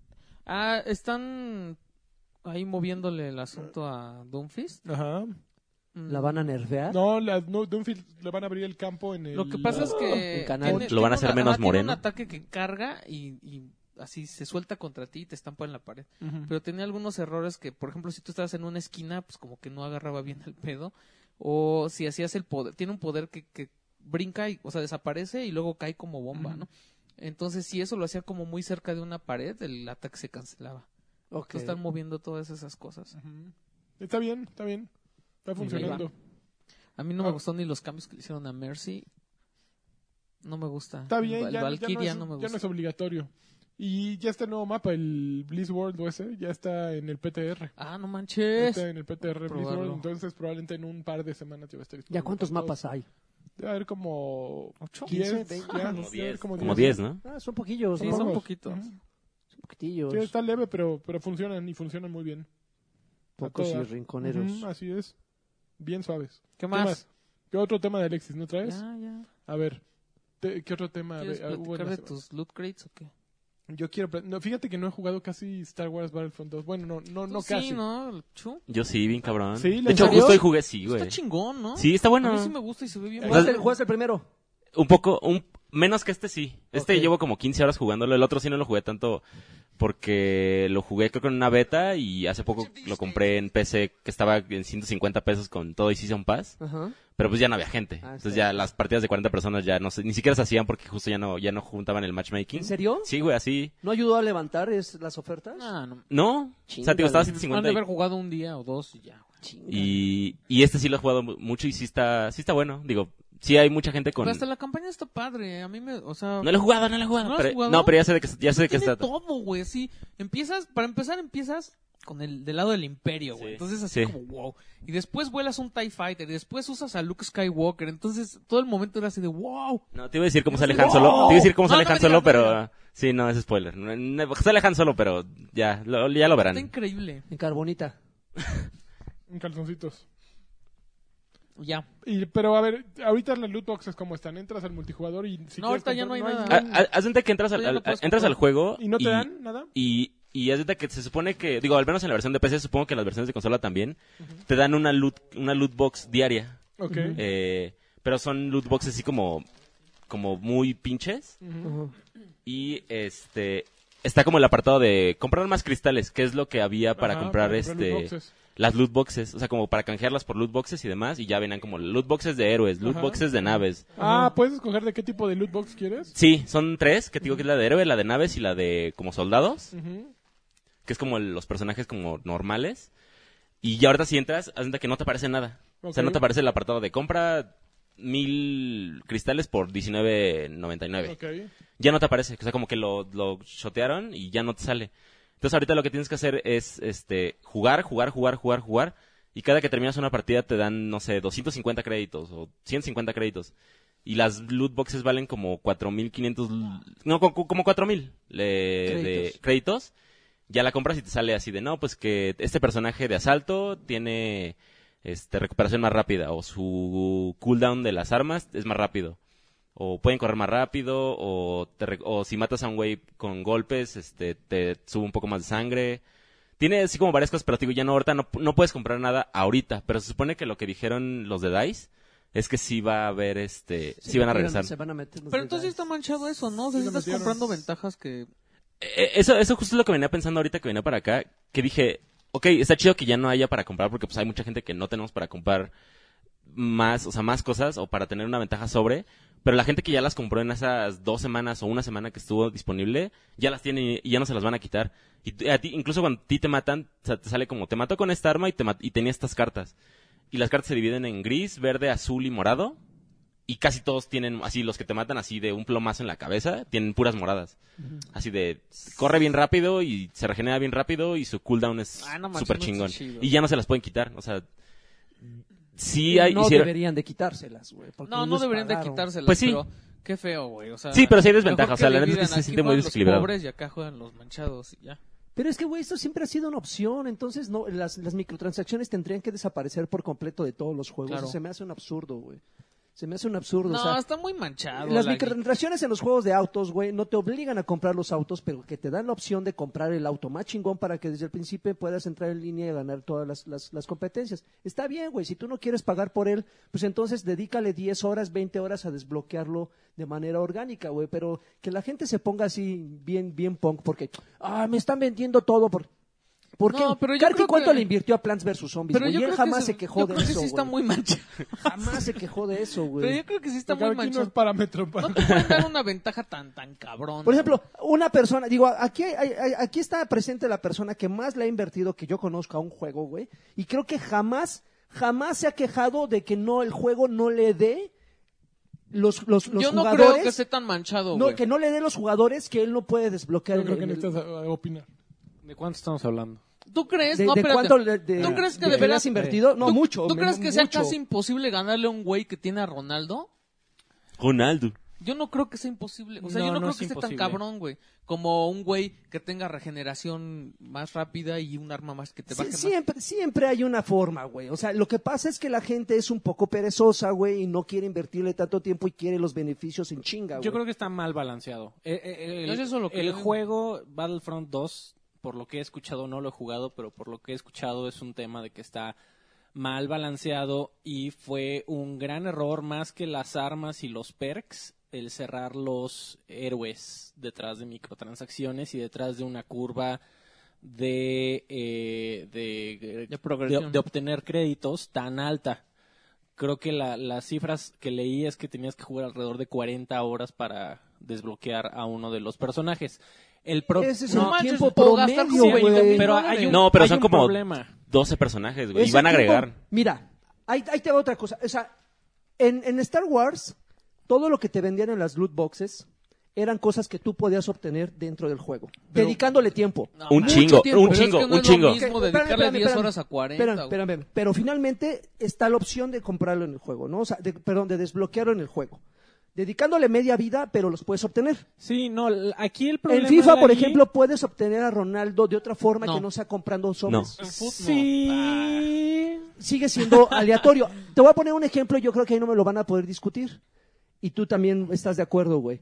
Speaker 3: Ah, están ahí moviéndole el asunto a Doomfist.
Speaker 2: Ajá.
Speaker 3: Mm.
Speaker 1: ¿La van a nerfear?
Speaker 2: No, la, no Dunfield le van a abrir el campo en el.
Speaker 3: Lo que pasa es que
Speaker 1: En Canal.
Speaker 3: tiene-
Speaker 4: Lo van
Speaker 3: tiene
Speaker 4: a hacer
Speaker 3: una-
Speaker 4: menos
Speaker 3: ajá, tiene
Speaker 4: moreno.
Speaker 3: un ataque que carga y, y así se suelta contra ti y te estampa en la pared.
Speaker 2: Ujú.
Speaker 3: Pero tenía algunos errores que, por ejemplo, si tú estabas en una esquina, pues como que no agarraba bien el pedo. O si hacías el poder, tiene un poder que, que brinca, y, o sea, desaparece y luego cae como bomba,
Speaker 2: Ujú.
Speaker 3: ¿no? Entonces, si eso lo hacía como muy cerca de una pared, el ataque se cancelaba.
Speaker 1: Ok.
Speaker 3: Entonces, están moviendo todas esas cosas.
Speaker 2: Ujú. Está bien, está bien. Está funcionando.
Speaker 3: A mí no me
Speaker 2: Ah.
Speaker 3: gustó ni los cambios que le hicieron a Mercy. No me gusta.
Speaker 2: Está bien,
Speaker 3: el,
Speaker 2: ya, ya no
Speaker 3: Valkyria
Speaker 2: es,
Speaker 3: no, me
Speaker 2: ya no
Speaker 3: gusta.
Speaker 2: es obligatorio. Y ya este nuevo mapa, el Bliss World o ese, ya está en el PTR.
Speaker 3: Ah, no
Speaker 2: Ya
Speaker 3: manches.
Speaker 2: Está en el PTR Bliss
Speaker 3: Probarlo.
Speaker 2: World, entonces probablemente en un par de semanas ya va a estar
Speaker 1: ¿Ya
Speaker 2: disponible
Speaker 1: cuántos
Speaker 2: para
Speaker 1: mapas hay?
Speaker 2: todos. Debe haber como
Speaker 3: ¿Ocho?
Speaker 2: 10,
Speaker 1: ¿Quince?
Speaker 2: ya,
Speaker 1: Como
Speaker 2: debe haber
Speaker 4: Como 10, ¿no?
Speaker 1: Ah, son poquillos,
Speaker 3: Sí,
Speaker 1: ¿no?
Speaker 3: son
Speaker 2: Vamos.
Speaker 3: poquitos.
Speaker 2: Ujú.
Speaker 1: Son poquitillos.
Speaker 2: Sí, está leve, pero, pero funcionan y funcionan muy bien.
Speaker 1: Pocos y
Speaker 2: toda.
Speaker 1: rinconeros.
Speaker 2: Ujú, así es. Bien suaves.
Speaker 3: ¿Qué
Speaker 2: ¿Qué
Speaker 3: más?
Speaker 2: más? ¿Qué otro tema de Alexis no traes?
Speaker 3: Ya, ya.
Speaker 2: A ver, te- ¿qué otro tema? A
Speaker 3: ¿Quieres
Speaker 2: ver, ah, hubo en
Speaker 3: platicar
Speaker 2: la
Speaker 3: de
Speaker 2: semana?
Speaker 3: tus loot crates o qué?
Speaker 2: Yo quiero... pla- no, fíjate que no he jugado casi Star Wars Battlefront 2. Bueno, no, no, no
Speaker 3: Tú Pues sí,
Speaker 2: casi.
Speaker 3: ¿no? El Chu.
Speaker 4: Yo sí, bien cabrón.
Speaker 2: Sí, ¿la
Speaker 4: de hecho,
Speaker 1: salió?
Speaker 4: justo hoy jugué, sí, güey.
Speaker 3: Está chingón, ¿no?
Speaker 4: Sí, está
Speaker 3: A
Speaker 4: bueno.
Speaker 3: mí sí me gusta y se ve bien.
Speaker 2: Eh,
Speaker 1: ¿Jugaste, el,
Speaker 3: padre.
Speaker 1: jugaste el primero?
Speaker 4: Un poco, un menos que este sí. Este
Speaker 1: Ok.
Speaker 4: llevo como 15 horas jugándolo. El otro sí no lo jugué tanto porque lo jugué creo que en una beta y hace poco lo compré en PC que estaba en 150 pesos con todo y Season Pass.
Speaker 1: Ajá.
Speaker 4: Pero pues ya no había gente.
Speaker 1: Ah,
Speaker 4: Entonces
Speaker 1: está
Speaker 4: ya
Speaker 1: bien.
Speaker 4: las partidas de 40 personas ya no se, ni siquiera se hacían porque justo ya no, ya no juntaban el matchmaking.
Speaker 1: ¿En serio?
Speaker 4: Sí, güey, así.
Speaker 1: ¿No ayudó a levantar es, las ofertas?
Speaker 3: Ah, no.
Speaker 4: No. O sea,
Speaker 1: Chíngale.
Speaker 4: digo, estaba
Speaker 3: Han de
Speaker 4: 150 y-
Speaker 3: haber jugado un día o dos y ya. güey.
Speaker 4: y, y este sí lo he jugado mu- mucho y sí está, sí está bueno. Digo, sí hay mucha gente con...
Speaker 3: Pero hasta la campaña está padre. ¿eh? A mí me, o sea,
Speaker 4: No lo he jugado, no lo he jugado.
Speaker 3: ¿No lo has
Speaker 4: pero,
Speaker 3: jugado?
Speaker 4: no, pero ya sé de qué, ya sé de qué
Speaker 3: tiene
Speaker 4: se trata.
Speaker 3: todo, güey. Sí, empiezas, para empezar empiezas con el del lado del imperio, güey.
Speaker 4: Sí.
Speaker 3: Entonces así
Speaker 4: Sí.
Speaker 3: como wow. Y después vuelas un TIE Fighter y después usas a Luke Skywalker. Entonces todo el momento era así de wow.
Speaker 4: No, te iba a decir cómo sale
Speaker 3: ¡No!
Speaker 4: Han Solo. Te iba a decir cómo
Speaker 3: No,
Speaker 4: sale
Speaker 3: no
Speaker 4: Han
Speaker 3: me digas,
Speaker 4: Solo,
Speaker 3: no me
Speaker 4: pero...
Speaker 3: digas.
Speaker 4: Sí, no, es spoiler. No, no, Sale Han Solo, pero ya lo, ya lo
Speaker 3: Está
Speaker 4: verán.
Speaker 3: increíble.
Speaker 1: En Carbonita.
Speaker 2: En calzoncitos.
Speaker 3: Ya.
Speaker 2: Y, pero a ver, ahorita las loot boxes cómo están. Entras al multijugador y... Si
Speaker 3: No,
Speaker 2: quieres
Speaker 3: ahorita ya no hay nada.
Speaker 4: Ah, ah, Haz cuenta que entras al,
Speaker 3: Ya lo
Speaker 4: al-
Speaker 3: puedes
Speaker 4: entras al
Speaker 3: comprar.
Speaker 4: juego
Speaker 2: ¿Y no te dan nada?
Speaker 4: Y, y haz de cuenta que se supone que, digo, al menos en la versión de PC, supongo que en las versiones de consola también, te dan una loot, una loot box diaria.
Speaker 2: Ok.
Speaker 4: Eh, pero son loot boxes así como como muy pinches.
Speaker 2: Mm.
Speaker 1: Ujú.
Speaker 4: Y este está como el apartado de comprar más cristales, que es lo que había para
Speaker 2: Ajá,
Speaker 4: comprar
Speaker 2: para Ah, comprar
Speaker 4: este
Speaker 2: loot boxes.
Speaker 4: las loot boxes, o sea, como para canjearlas por loot boxes y demás y ya venían como loot boxes de héroes, loot
Speaker 2: Ajá.
Speaker 4: boxes de naves.
Speaker 2: Ah, ¿puedes escoger de qué tipo de loot box quieres?
Speaker 4: Sí, son tres, que te digo que es la de héroe, la de naves y la de como soldados,
Speaker 2: Ujú.
Speaker 4: que es como el- los personajes como normales. Y ya ahorita si entras, haz de cuenta que no te aparece nada. O sea,
Speaker 2: Ok.
Speaker 4: no te aparece el apartado de compra mil cristales por 19.99.
Speaker 2: Ok.
Speaker 4: ya no te aparece. O sea, como que lo, lo shotearon y ya no te sale. Entonces ahorita lo que tienes que hacer es este jugar, jugar, jugar, jugar, jugar. Y cada que terminas una partida te dan, no sé, 250 créditos o 150 créditos. Y las loot boxes valen como 4.500... l- No, co- co- como 4.000 le- de
Speaker 1: Créditos.
Speaker 4: créditos. Ya la compras y te sale así de, no, pues que este personaje de asalto tiene este recuperación más rápida o su cooldown de las armas es más rápido o pueden correr más rápido, o, te re- o si matas a un güey con golpes, este, te sube un poco más de sangre. Tiene así como varias cosas, pero te digo, ya no, ahorita no, no puedes comprar nada ahorita, pero se supone que lo que dijeron los de DICE es que sí va a haber, este, sí, van a
Speaker 1: Oigan,
Speaker 4: regresar.
Speaker 1: Se van a meter los
Speaker 3: Pero
Speaker 1: de
Speaker 3: entonces
Speaker 1: Dice.
Speaker 3: está manchado eso, ¿no? O sea,
Speaker 2: Sí, lo
Speaker 3: estás
Speaker 2: metieron.
Speaker 3: comprando ventajas que...
Speaker 4: Eh, Eso, eso justo es lo que venía pensando ahorita que venía para acá, que dije, ok, está chido que ya no haya para comprar, porque pues hay mucha gente que no tenemos para comprar más, o sea, más cosas, o para tener una ventaja sobre, pero la gente que ya las compró en esas dos semanas o una semana que estuvo disponible, ya las tiene y ya no se las van a quitar. Y t- a ti, incluso cuando a ti te matan, o sea, te sale como, te mató con esta arma y, te mat- y tenía estas cartas. Y las cartas se dividen en gris, verde, azul y morado. Y casi todos tienen, así, los que te matan así de un plomazo en la cabeza, tienen puras moradas. Así de, corre bien rápido y se regenera bien rápido y su cooldown es
Speaker 3: Ah, no manches,
Speaker 4: súper
Speaker 3: no está
Speaker 4: chingón.
Speaker 3: chido.
Speaker 4: Y ya no se las pueden quitar, o sea... Sí, hay,
Speaker 1: no
Speaker 4: hicieron-
Speaker 1: deberían de quitárselas, güey. porque
Speaker 3: No, no
Speaker 1: nos
Speaker 3: deberían de
Speaker 1: pagaron.
Speaker 3: quitárselas,
Speaker 4: Pues sí.
Speaker 3: pero qué feo, güey. O sea,
Speaker 4: Sí, pero sí hay
Speaker 3: mejor
Speaker 4: desventaja, o sea, la neta es que
Speaker 3: dividan,
Speaker 4: se
Speaker 3: aquí
Speaker 4: siente muy
Speaker 3: juegan los
Speaker 4: desequilibrado.
Speaker 3: pobres y acá juegan los manchados y ya.
Speaker 1: Pero es que, güey, esto siempre ha sido una opción. Entonces, no, las, las microtransacciones tendrían que desaparecer por completo de todos los juegos.
Speaker 3: Claro.
Speaker 1: Eso se me hace un absurdo, güey. Se me hace un absurdo.
Speaker 3: No,
Speaker 1: Pues, o sea,
Speaker 3: está muy manchado.
Speaker 1: las
Speaker 3: la-
Speaker 1: microtransacciones en los juegos de autos, güey, no te obligan a comprar los autos, pero que te dan la opción de comprar el auto más chingón para que desde el principio puedas entrar en línea y ganar todas las, las- las competencias. Está bien, güey, si tú no quieres pagar por él, pues entonces dedícale 10 horas, 20 horas a desbloquearlo de manera orgánica, güey, pero que la gente se ponga así bien, bien punk porque, ah, me están vendiendo todo por... ¿Por qué?
Speaker 3: No, pero yo
Speaker 1: Karki,
Speaker 3: creo
Speaker 1: ¿cuánto
Speaker 3: que-
Speaker 1: le invirtió a Plants vs. Zombies?
Speaker 3: Pero
Speaker 1: güey?
Speaker 3: yo
Speaker 1: Y él
Speaker 3: creo
Speaker 1: jamás
Speaker 3: que
Speaker 1: se quejó
Speaker 3: yo
Speaker 1: de
Speaker 3: creo que
Speaker 1: eso,
Speaker 3: sí está
Speaker 1: güey.
Speaker 3: muy manchado.
Speaker 1: Jamás se quejó de eso, güey.
Speaker 3: Pero yo creo que sí está
Speaker 2: Porque
Speaker 3: muy
Speaker 2: aquí no es
Speaker 3: manchado.
Speaker 2: parámetro para...
Speaker 3: No te pueden dar una ventaja tan, tan cabrón.
Speaker 1: Por ejemplo, una persona, digo, aquí, hay- hay- aquí está presente la persona que más le ha invertido que yo conozco a un juego, güey, y creo que jamás, jamás se ha quejado de que no, el juego no le dé los, los, los
Speaker 3: Yo no
Speaker 1: jugadores.
Speaker 3: creo que esté tan manchado,
Speaker 1: no,
Speaker 3: güey.
Speaker 1: que no le dé los jugadores que él no puede desbloquear.
Speaker 2: Yo
Speaker 1: en
Speaker 2: creo que
Speaker 1: el-
Speaker 2: necesitas eh, opinar.
Speaker 6: ¿De cuánto estamos hablando?
Speaker 3: ¿Tú crees?
Speaker 1: de,
Speaker 3: no,
Speaker 1: de
Speaker 3: espérate.
Speaker 1: cuánto le- de-
Speaker 3: ¿Tú crees que
Speaker 1: de-
Speaker 3: de veras
Speaker 1: has invertido? No,
Speaker 3: ¿Tú-
Speaker 1: mucho.
Speaker 3: ¿Tú
Speaker 1: me-
Speaker 3: crees que sea
Speaker 1: mucho.
Speaker 3: casi imposible ganarle a un güey que tiene a Ronaldo?
Speaker 4: Ronaldo.
Speaker 3: Yo no creo que sea imposible. O sea,
Speaker 6: No,
Speaker 3: yo no,
Speaker 6: no
Speaker 3: creo
Speaker 6: es
Speaker 3: que esté tan
Speaker 6: imposible.
Speaker 3: cabrón, güey. Como un güey que tenga regeneración más rápida y un arma más que te
Speaker 1: Sí,
Speaker 3: baje más.
Speaker 1: siempre, siempre hay una forma, güey. O sea, lo que pasa es que la gente es un poco perezosa, güey, y no quiere invertirle tanto tiempo y quiere los beneficios en chinga, güey.
Speaker 6: Yo creo que está mal balanceado. Eh, eh, el
Speaker 3: No es eso lo que
Speaker 6: el
Speaker 3: yo digo.
Speaker 6: juego Battlefront 2, por lo que he escuchado, no lo he jugado, pero por lo que he escuchado es un tema de que está mal balanceado y fue un gran error más que las armas y los perks el cerrar los héroes detrás de microtransacciones y detrás de una curva de, eh, de,
Speaker 3: De progresión.
Speaker 6: de- de obtener créditos tan alta. Creo que la- las cifras que leí es que tenías que jugar alrededor de 40 horas para desbloquear a uno de los personajes. El pro-
Speaker 1: Ese es
Speaker 6: No,
Speaker 1: un
Speaker 3: manches,
Speaker 1: tiempo
Speaker 3: puedo gastar
Speaker 1: promedio,
Speaker 3: como
Speaker 1: güey.
Speaker 3: 20,000
Speaker 6: pero
Speaker 3: dólares.
Speaker 6: hay un,
Speaker 4: No, pero
Speaker 6: hay
Speaker 4: son
Speaker 6: un
Speaker 4: como-
Speaker 6: problema.
Speaker 4: 12 personajes, güey. Y
Speaker 1: Ese
Speaker 4: van a
Speaker 1: tipo-
Speaker 4: agregar.
Speaker 1: mira, ahí, ahí te va otra cosa. O sea, en, en Star Wars, todo lo que te vendían en las loot boxes eran cosas que tú podías obtener dentro del juego, dedicándole tiempo.
Speaker 3: No,
Speaker 4: Un
Speaker 3: mucho
Speaker 4: chingo,
Speaker 3: tiempo.
Speaker 4: un
Speaker 3: Pero es
Speaker 4: chingo,
Speaker 3: que no
Speaker 4: un
Speaker 3: es lo
Speaker 4: chingo.
Speaker 3: mismo
Speaker 1: Que-
Speaker 3: dedicarle
Speaker 1: espérame,
Speaker 3: 10
Speaker 1: espérame,
Speaker 3: horas a 40.
Speaker 1: espérame,
Speaker 3: güey.
Speaker 1: espérame, espérame. Pero finalmente está la opción de comprarlo en el juego, ¿no? O sea, de- perdón, de desbloquearlo en el juego. Dedicándole media vida, pero los puedes obtener.
Speaker 6: Sí, no, l- aquí el problema
Speaker 1: en FIFA,
Speaker 6: de
Speaker 1: por
Speaker 6: ahí-
Speaker 1: ejemplo, puedes obtener a Ronaldo de otra forma
Speaker 3: No.
Speaker 1: que no sea comprando sobres.
Speaker 3: En fut- no. Ah.
Speaker 6: Sí.
Speaker 1: sigue siendo aleatorio. Te voy a poner un ejemplo, yo creo que ahí no me lo van a poder discutir. Y tú también estás de acuerdo, güey.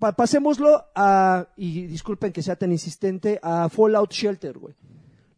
Speaker 1: Pa- pasémoslo a, y disculpen que sea tan insistente, a Fallout Shelter, güey.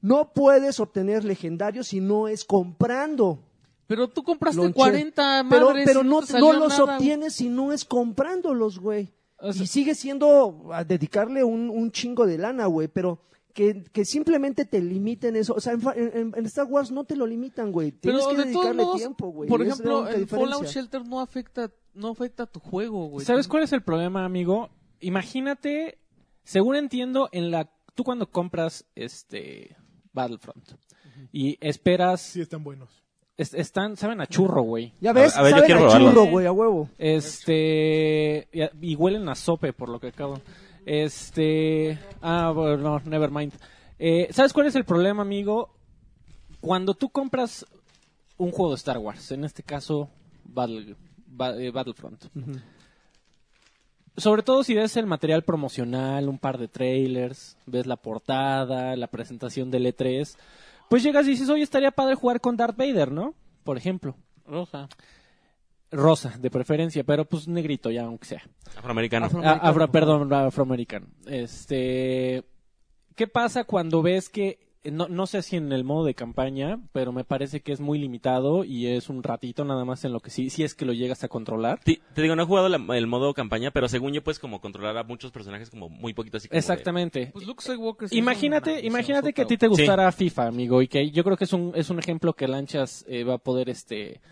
Speaker 1: No puedes obtener legendarios si no es comprando
Speaker 3: Pero tú compraste
Speaker 1: Lonchera.
Speaker 3: 40 madres.
Speaker 1: Pero,
Speaker 3: y
Speaker 1: pero no, no
Speaker 3: te salió
Speaker 1: los
Speaker 3: nada, güey.
Speaker 1: obtienes si no es comprándolos, güey.
Speaker 3: O sea-
Speaker 1: y sigue siendo a dedicarle un, un chingo de lana, güey, pero que, que simplemente te limiten eso. O sea, en, fa- en- en Star Wars no te lo limitan, güey. Tienes que dedicarle tiempo, güey.
Speaker 3: por
Speaker 1: y es la
Speaker 3: ejemplo,
Speaker 1: única
Speaker 3: el
Speaker 1: diferencia.
Speaker 3: Fallout Shelter no afecta, no afecta a tu juego, güey.
Speaker 6: ¿Sabes cuál es el problema, amigo? Imagínate, según entiendo, en la tú cuando compras este Battlefront y esperas
Speaker 2: Sí están buenos.
Speaker 6: es- están saben a churro, güey.
Speaker 1: Ya ves,
Speaker 4: A ver, yo
Speaker 1: saben
Speaker 4: quiero
Speaker 1: a
Speaker 4: probarlo.
Speaker 1: churro, güey, a huevo.
Speaker 6: Este y, a- y huelen a sope por lo que acabo. Este, ah, bueno, no, never mind. Eh, ¿Sabes cuál es el problema, amigo? Cuando tú compras un juego de Star Wars, en este caso Battle- Ba- eh, Battlefront. Sobre todo si ves el material promocional, un par de trailers, ves la portada, la presentación del E3, pues llegas y dices, oye, estaría padre jugar con Darth Vader, ¿no? Por ejemplo.
Speaker 3: Rosa.
Speaker 6: Rosa, de preferencia, pero pues negrito ya, aunque sea.
Speaker 4: Afroamericano.
Speaker 3: Afro-
Speaker 6: Ah, afro-
Speaker 3: Afroamericano.
Speaker 6: perdón, afroamericano. Este, ¿qué pasa cuando ves que no, no sé si en el modo de campaña, pero me parece que es muy limitado y es un ratito nada más en lo que sí, si es que lo llegas a controlar.
Speaker 4: Ti- Te digo, no he jugado la- el modo campaña, pero según yo puedes como controlar a muchos personajes como muy poquito así como de-
Speaker 6: Exactamente.
Speaker 3: Pues Luke Skywalker. se hizo
Speaker 6: Imagínate,
Speaker 3: una-
Speaker 6: imagínate que a ti
Speaker 3: hizo
Speaker 6: te gustara FIFA, amigo, y que yo creo que es un, es un ejemplo que Lanchas eh, va a poder este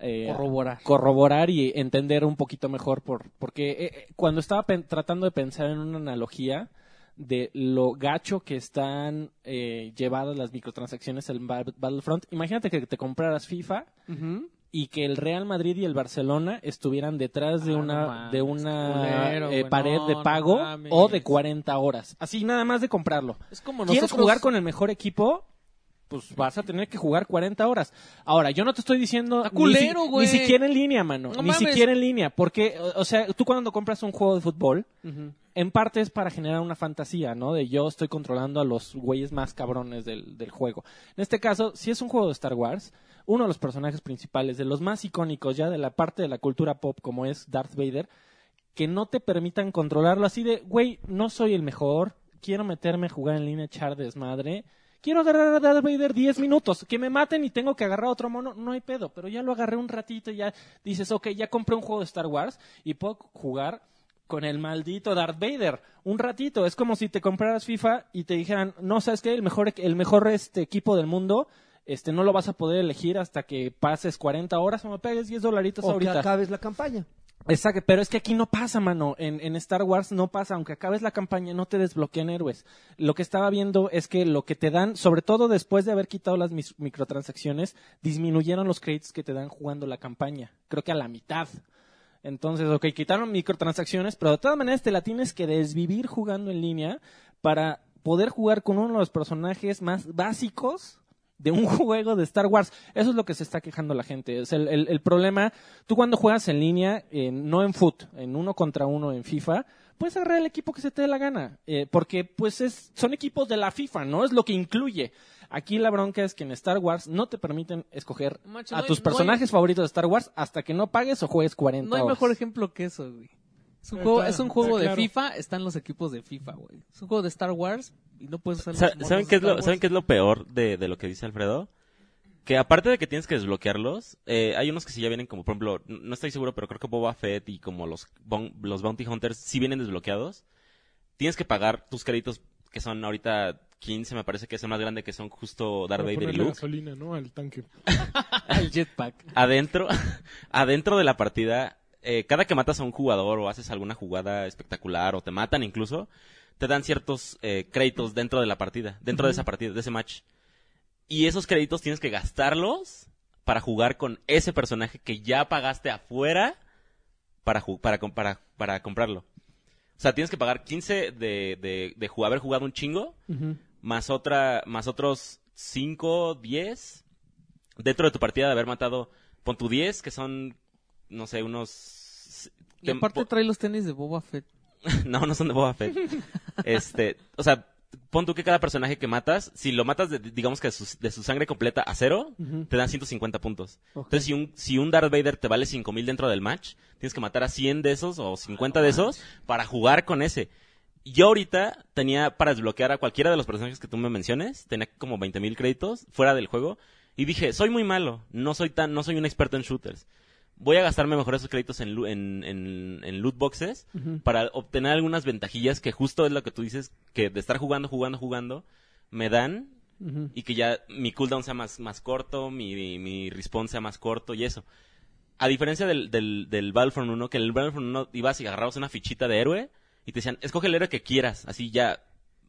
Speaker 6: eh,
Speaker 3: Corroborar.
Speaker 6: corroborar y entender un poquito mejor por porque eh, eh, cuando estaba pen- tratando de pensar en una analogía de lo gacho que están eh, llevadas las microtransacciones en Ba- Battlefront, imagínate que te compraras FIFA
Speaker 3: Ujú.
Speaker 6: y que el Real Madrid y el Barcelona estuvieran detrás de
Speaker 3: Ah, no
Speaker 6: una
Speaker 3: mames,
Speaker 6: de una
Speaker 3: culero,
Speaker 6: eh,
Speaker 3: güey,
Speaker 6: pared
Speaker 3: no,
Speaker 6: de
Speaker 3: no
Speaker 6: pago
Speaker 3: mames.
Speaker 6: o de 40 horas, así nada más de comprarlo.
Speaker 3: Es como
Speaker 6: ¿Quieres
Speaker 3: nosotros-
Speaker 6: jugar con el mejor equipo? Pues vas a tener que jugar 40 horas. Ahora, yo no te estoy diciendo
Speaker 3: Está
Speaker 6: ni si-
Speaker 3: culero,
Speaker 6: ni,
Speaker 3: güey.
Speaker 6: siquiera en línea, mano.
Speaker 3: No
Speaker 6: ni
Speaker 3: mames.
Speaker 6: siquiera en línea. Porque, o- o sea, tú cuando compras un juego de fútbol,
Speaker 3: Ujú.
Speaker 6: en parte es para generar una fantasía, ¿no? De yo estoy controlando a los güeyes más cabrones del, del juego. En este caso, si es un juego de Star Wars, uno de los personajes principales, de los más icónicos ya de la parte de la cultura pop como es Darth Vader, que no te permitan controlarlo así de, güey, no soy el mejor, quiero meterme a jugar en línea, echar desmadre, quiero agarrar a Darth Vader 10 minutos, que me maten y tengo que agarrar a otro mono, no hay pedo, pero ya lo agarré un ratito y ya dices, ok, ya compré un juego de Star Wars y puedo jugar con el maldito Darth Vader un ratito, es como si te compraras FIFA y te dijeran, no, ¿sabes qué? El mejor, el mejor este, equipo del mundo... Este, no lo vas a poder elegir hasta que pases 40 horas o me pegues 10 dolaritos
Speaker 1: O que
Speaker 6: ahorita.
Speaker 1: acabes la campaña.
Speaker 6: Exacto, pero es que aquí no pasa, mano. En, en Star Wars no pasa. Aunque acabes la campaña, no te desbloquean héroes. Lo que estaba viendo es que lo que te dan, sobre todo después de haber quitado las mis- microtransacciones, disminuyeron los créditos que te dan jugando la campaña. Creo que a la mitad. Entonces, ok, quitaron microtransacciones, pero de todas maneras te la tienes que desvivir jugando en línea para poder jugar con uno de los personajes más básicos de un juego de Star Wars. Eso es lo que se está quejando la gente. Es el, el- el problema, tú cuando juegas en línea, en- no en foot, en uno contra uno en FIFA, puedes agarrar el equipo que se te dé la gana, eh, porque pues es, son equipos de la FIFA, ¿no? Es lo que incluye. Aquí la bronca es que en Star Wars no te permiten escoger
Speaker 3: Macho,
Speaker 6: a
Speaker 3: no hay-
Speaker 6: tus
Speaker 3: no hay-
Speaker 6: personajes favoritos de Star Wars hasta que no pagues o juegues 40
Speaker 3: No hay
Speaker 6: horas.
Speaker 3: mejor ejemplo que eso, güey. Es un
Speaker 2: Está-
Speaker 3: juego, es un juego
Speaker 2: está
Speaker 3: de
Speaker 2: claro.
Speaker 3: FIFA, están los equipos de FIFA, güey. Es un juego de Star Wars y no puedes usar los
Speaker 4: Sa-
Speaker 3: monos
Speaker 4: ¿Saben
Speaker 3: de
Speaker 4: qué, es
Speaker 3: Star
Speaker 4: lo,
Speaker 3: Wars.
Speaker 4: ¿Saben qué es lo peor de, de lo que dice Alfredo? Que aparte de que tienes que desbloquearlos, eh, hay unos que sí ya vienen como, por ejemplo, n- no estoy seguro, pero creo que Boba Fett y como los, bon- los Bounty Hunters sí vienen desbloqueados. Tienes que pagar tus créditos, que son ahorita 15, me parece que es el más grande, que son justo Darth
Speaker 2: Para
Speaker 4: Vader y
Speaker 2: ponerle
Speaker 4: Luke.
Speaker 2: gasolina, ¿no? Al tanque.
Speaker 6: el jetpack.
Speaker 4: adentro, adentro de la partida, eh, cada que matas a un jugador o haces alguna jugada espectacular o te matan incluso, te dan ciertos eh, créditos dentro de la partida, dentro de esa partida, de ese match. Y esos créditos tienes que gastarlos para jugar con ese personaje que ya pagaste afuera para, ju- para, com- para, para comprarlo. O sea, tienes que pagar 15 de, de, de ju- haber jugado un chingo, más, otra, más otros 5, 10 dentro de tu partida de haber matado, pon tu 10, que son, no sé, unos...
Speaker 3: Y aparte trae los tenis de Boba Fett.
Speaker 4: No, no son de Boba Fett. este, o sea, pon tú que cada personaje que matas, si lo matas, de- digamos que de su, de su sangre completa a cero, te dan 150 puntos. Entonces, si un, si un Darth Vader te vale 5000 dentro del match, tienes que matar a 100 de esos o 50 de esos para jugar con ese. Yo ahorita tenía para desbloquear a cualquiera de los personajes que tú me menciones, tenía como 20.000 créditos fuera del juego Y dije, soy muy malo, no soy tan, no soy un experto en shooters. Voy a gastarme mejor esos créditos en, lu- en, en- en loot boxes
Speaker 1: Ujú.
Speaker 4: para obtener algunas ventajillas que justo es lo que tú dices, que de estar jugando, jugando, jugando, me dan
Speaker 1: Ujú.
Speaker 4: y que ya mi cooldown sea más, más corto, mi, mi response sea más corto y eso. A diferencia del, del, del Battlefront 1, que en el Battlefront 1 ibas y agarrabas una fichita de héroe y te decían, escoge el héroe que quieras, así ya,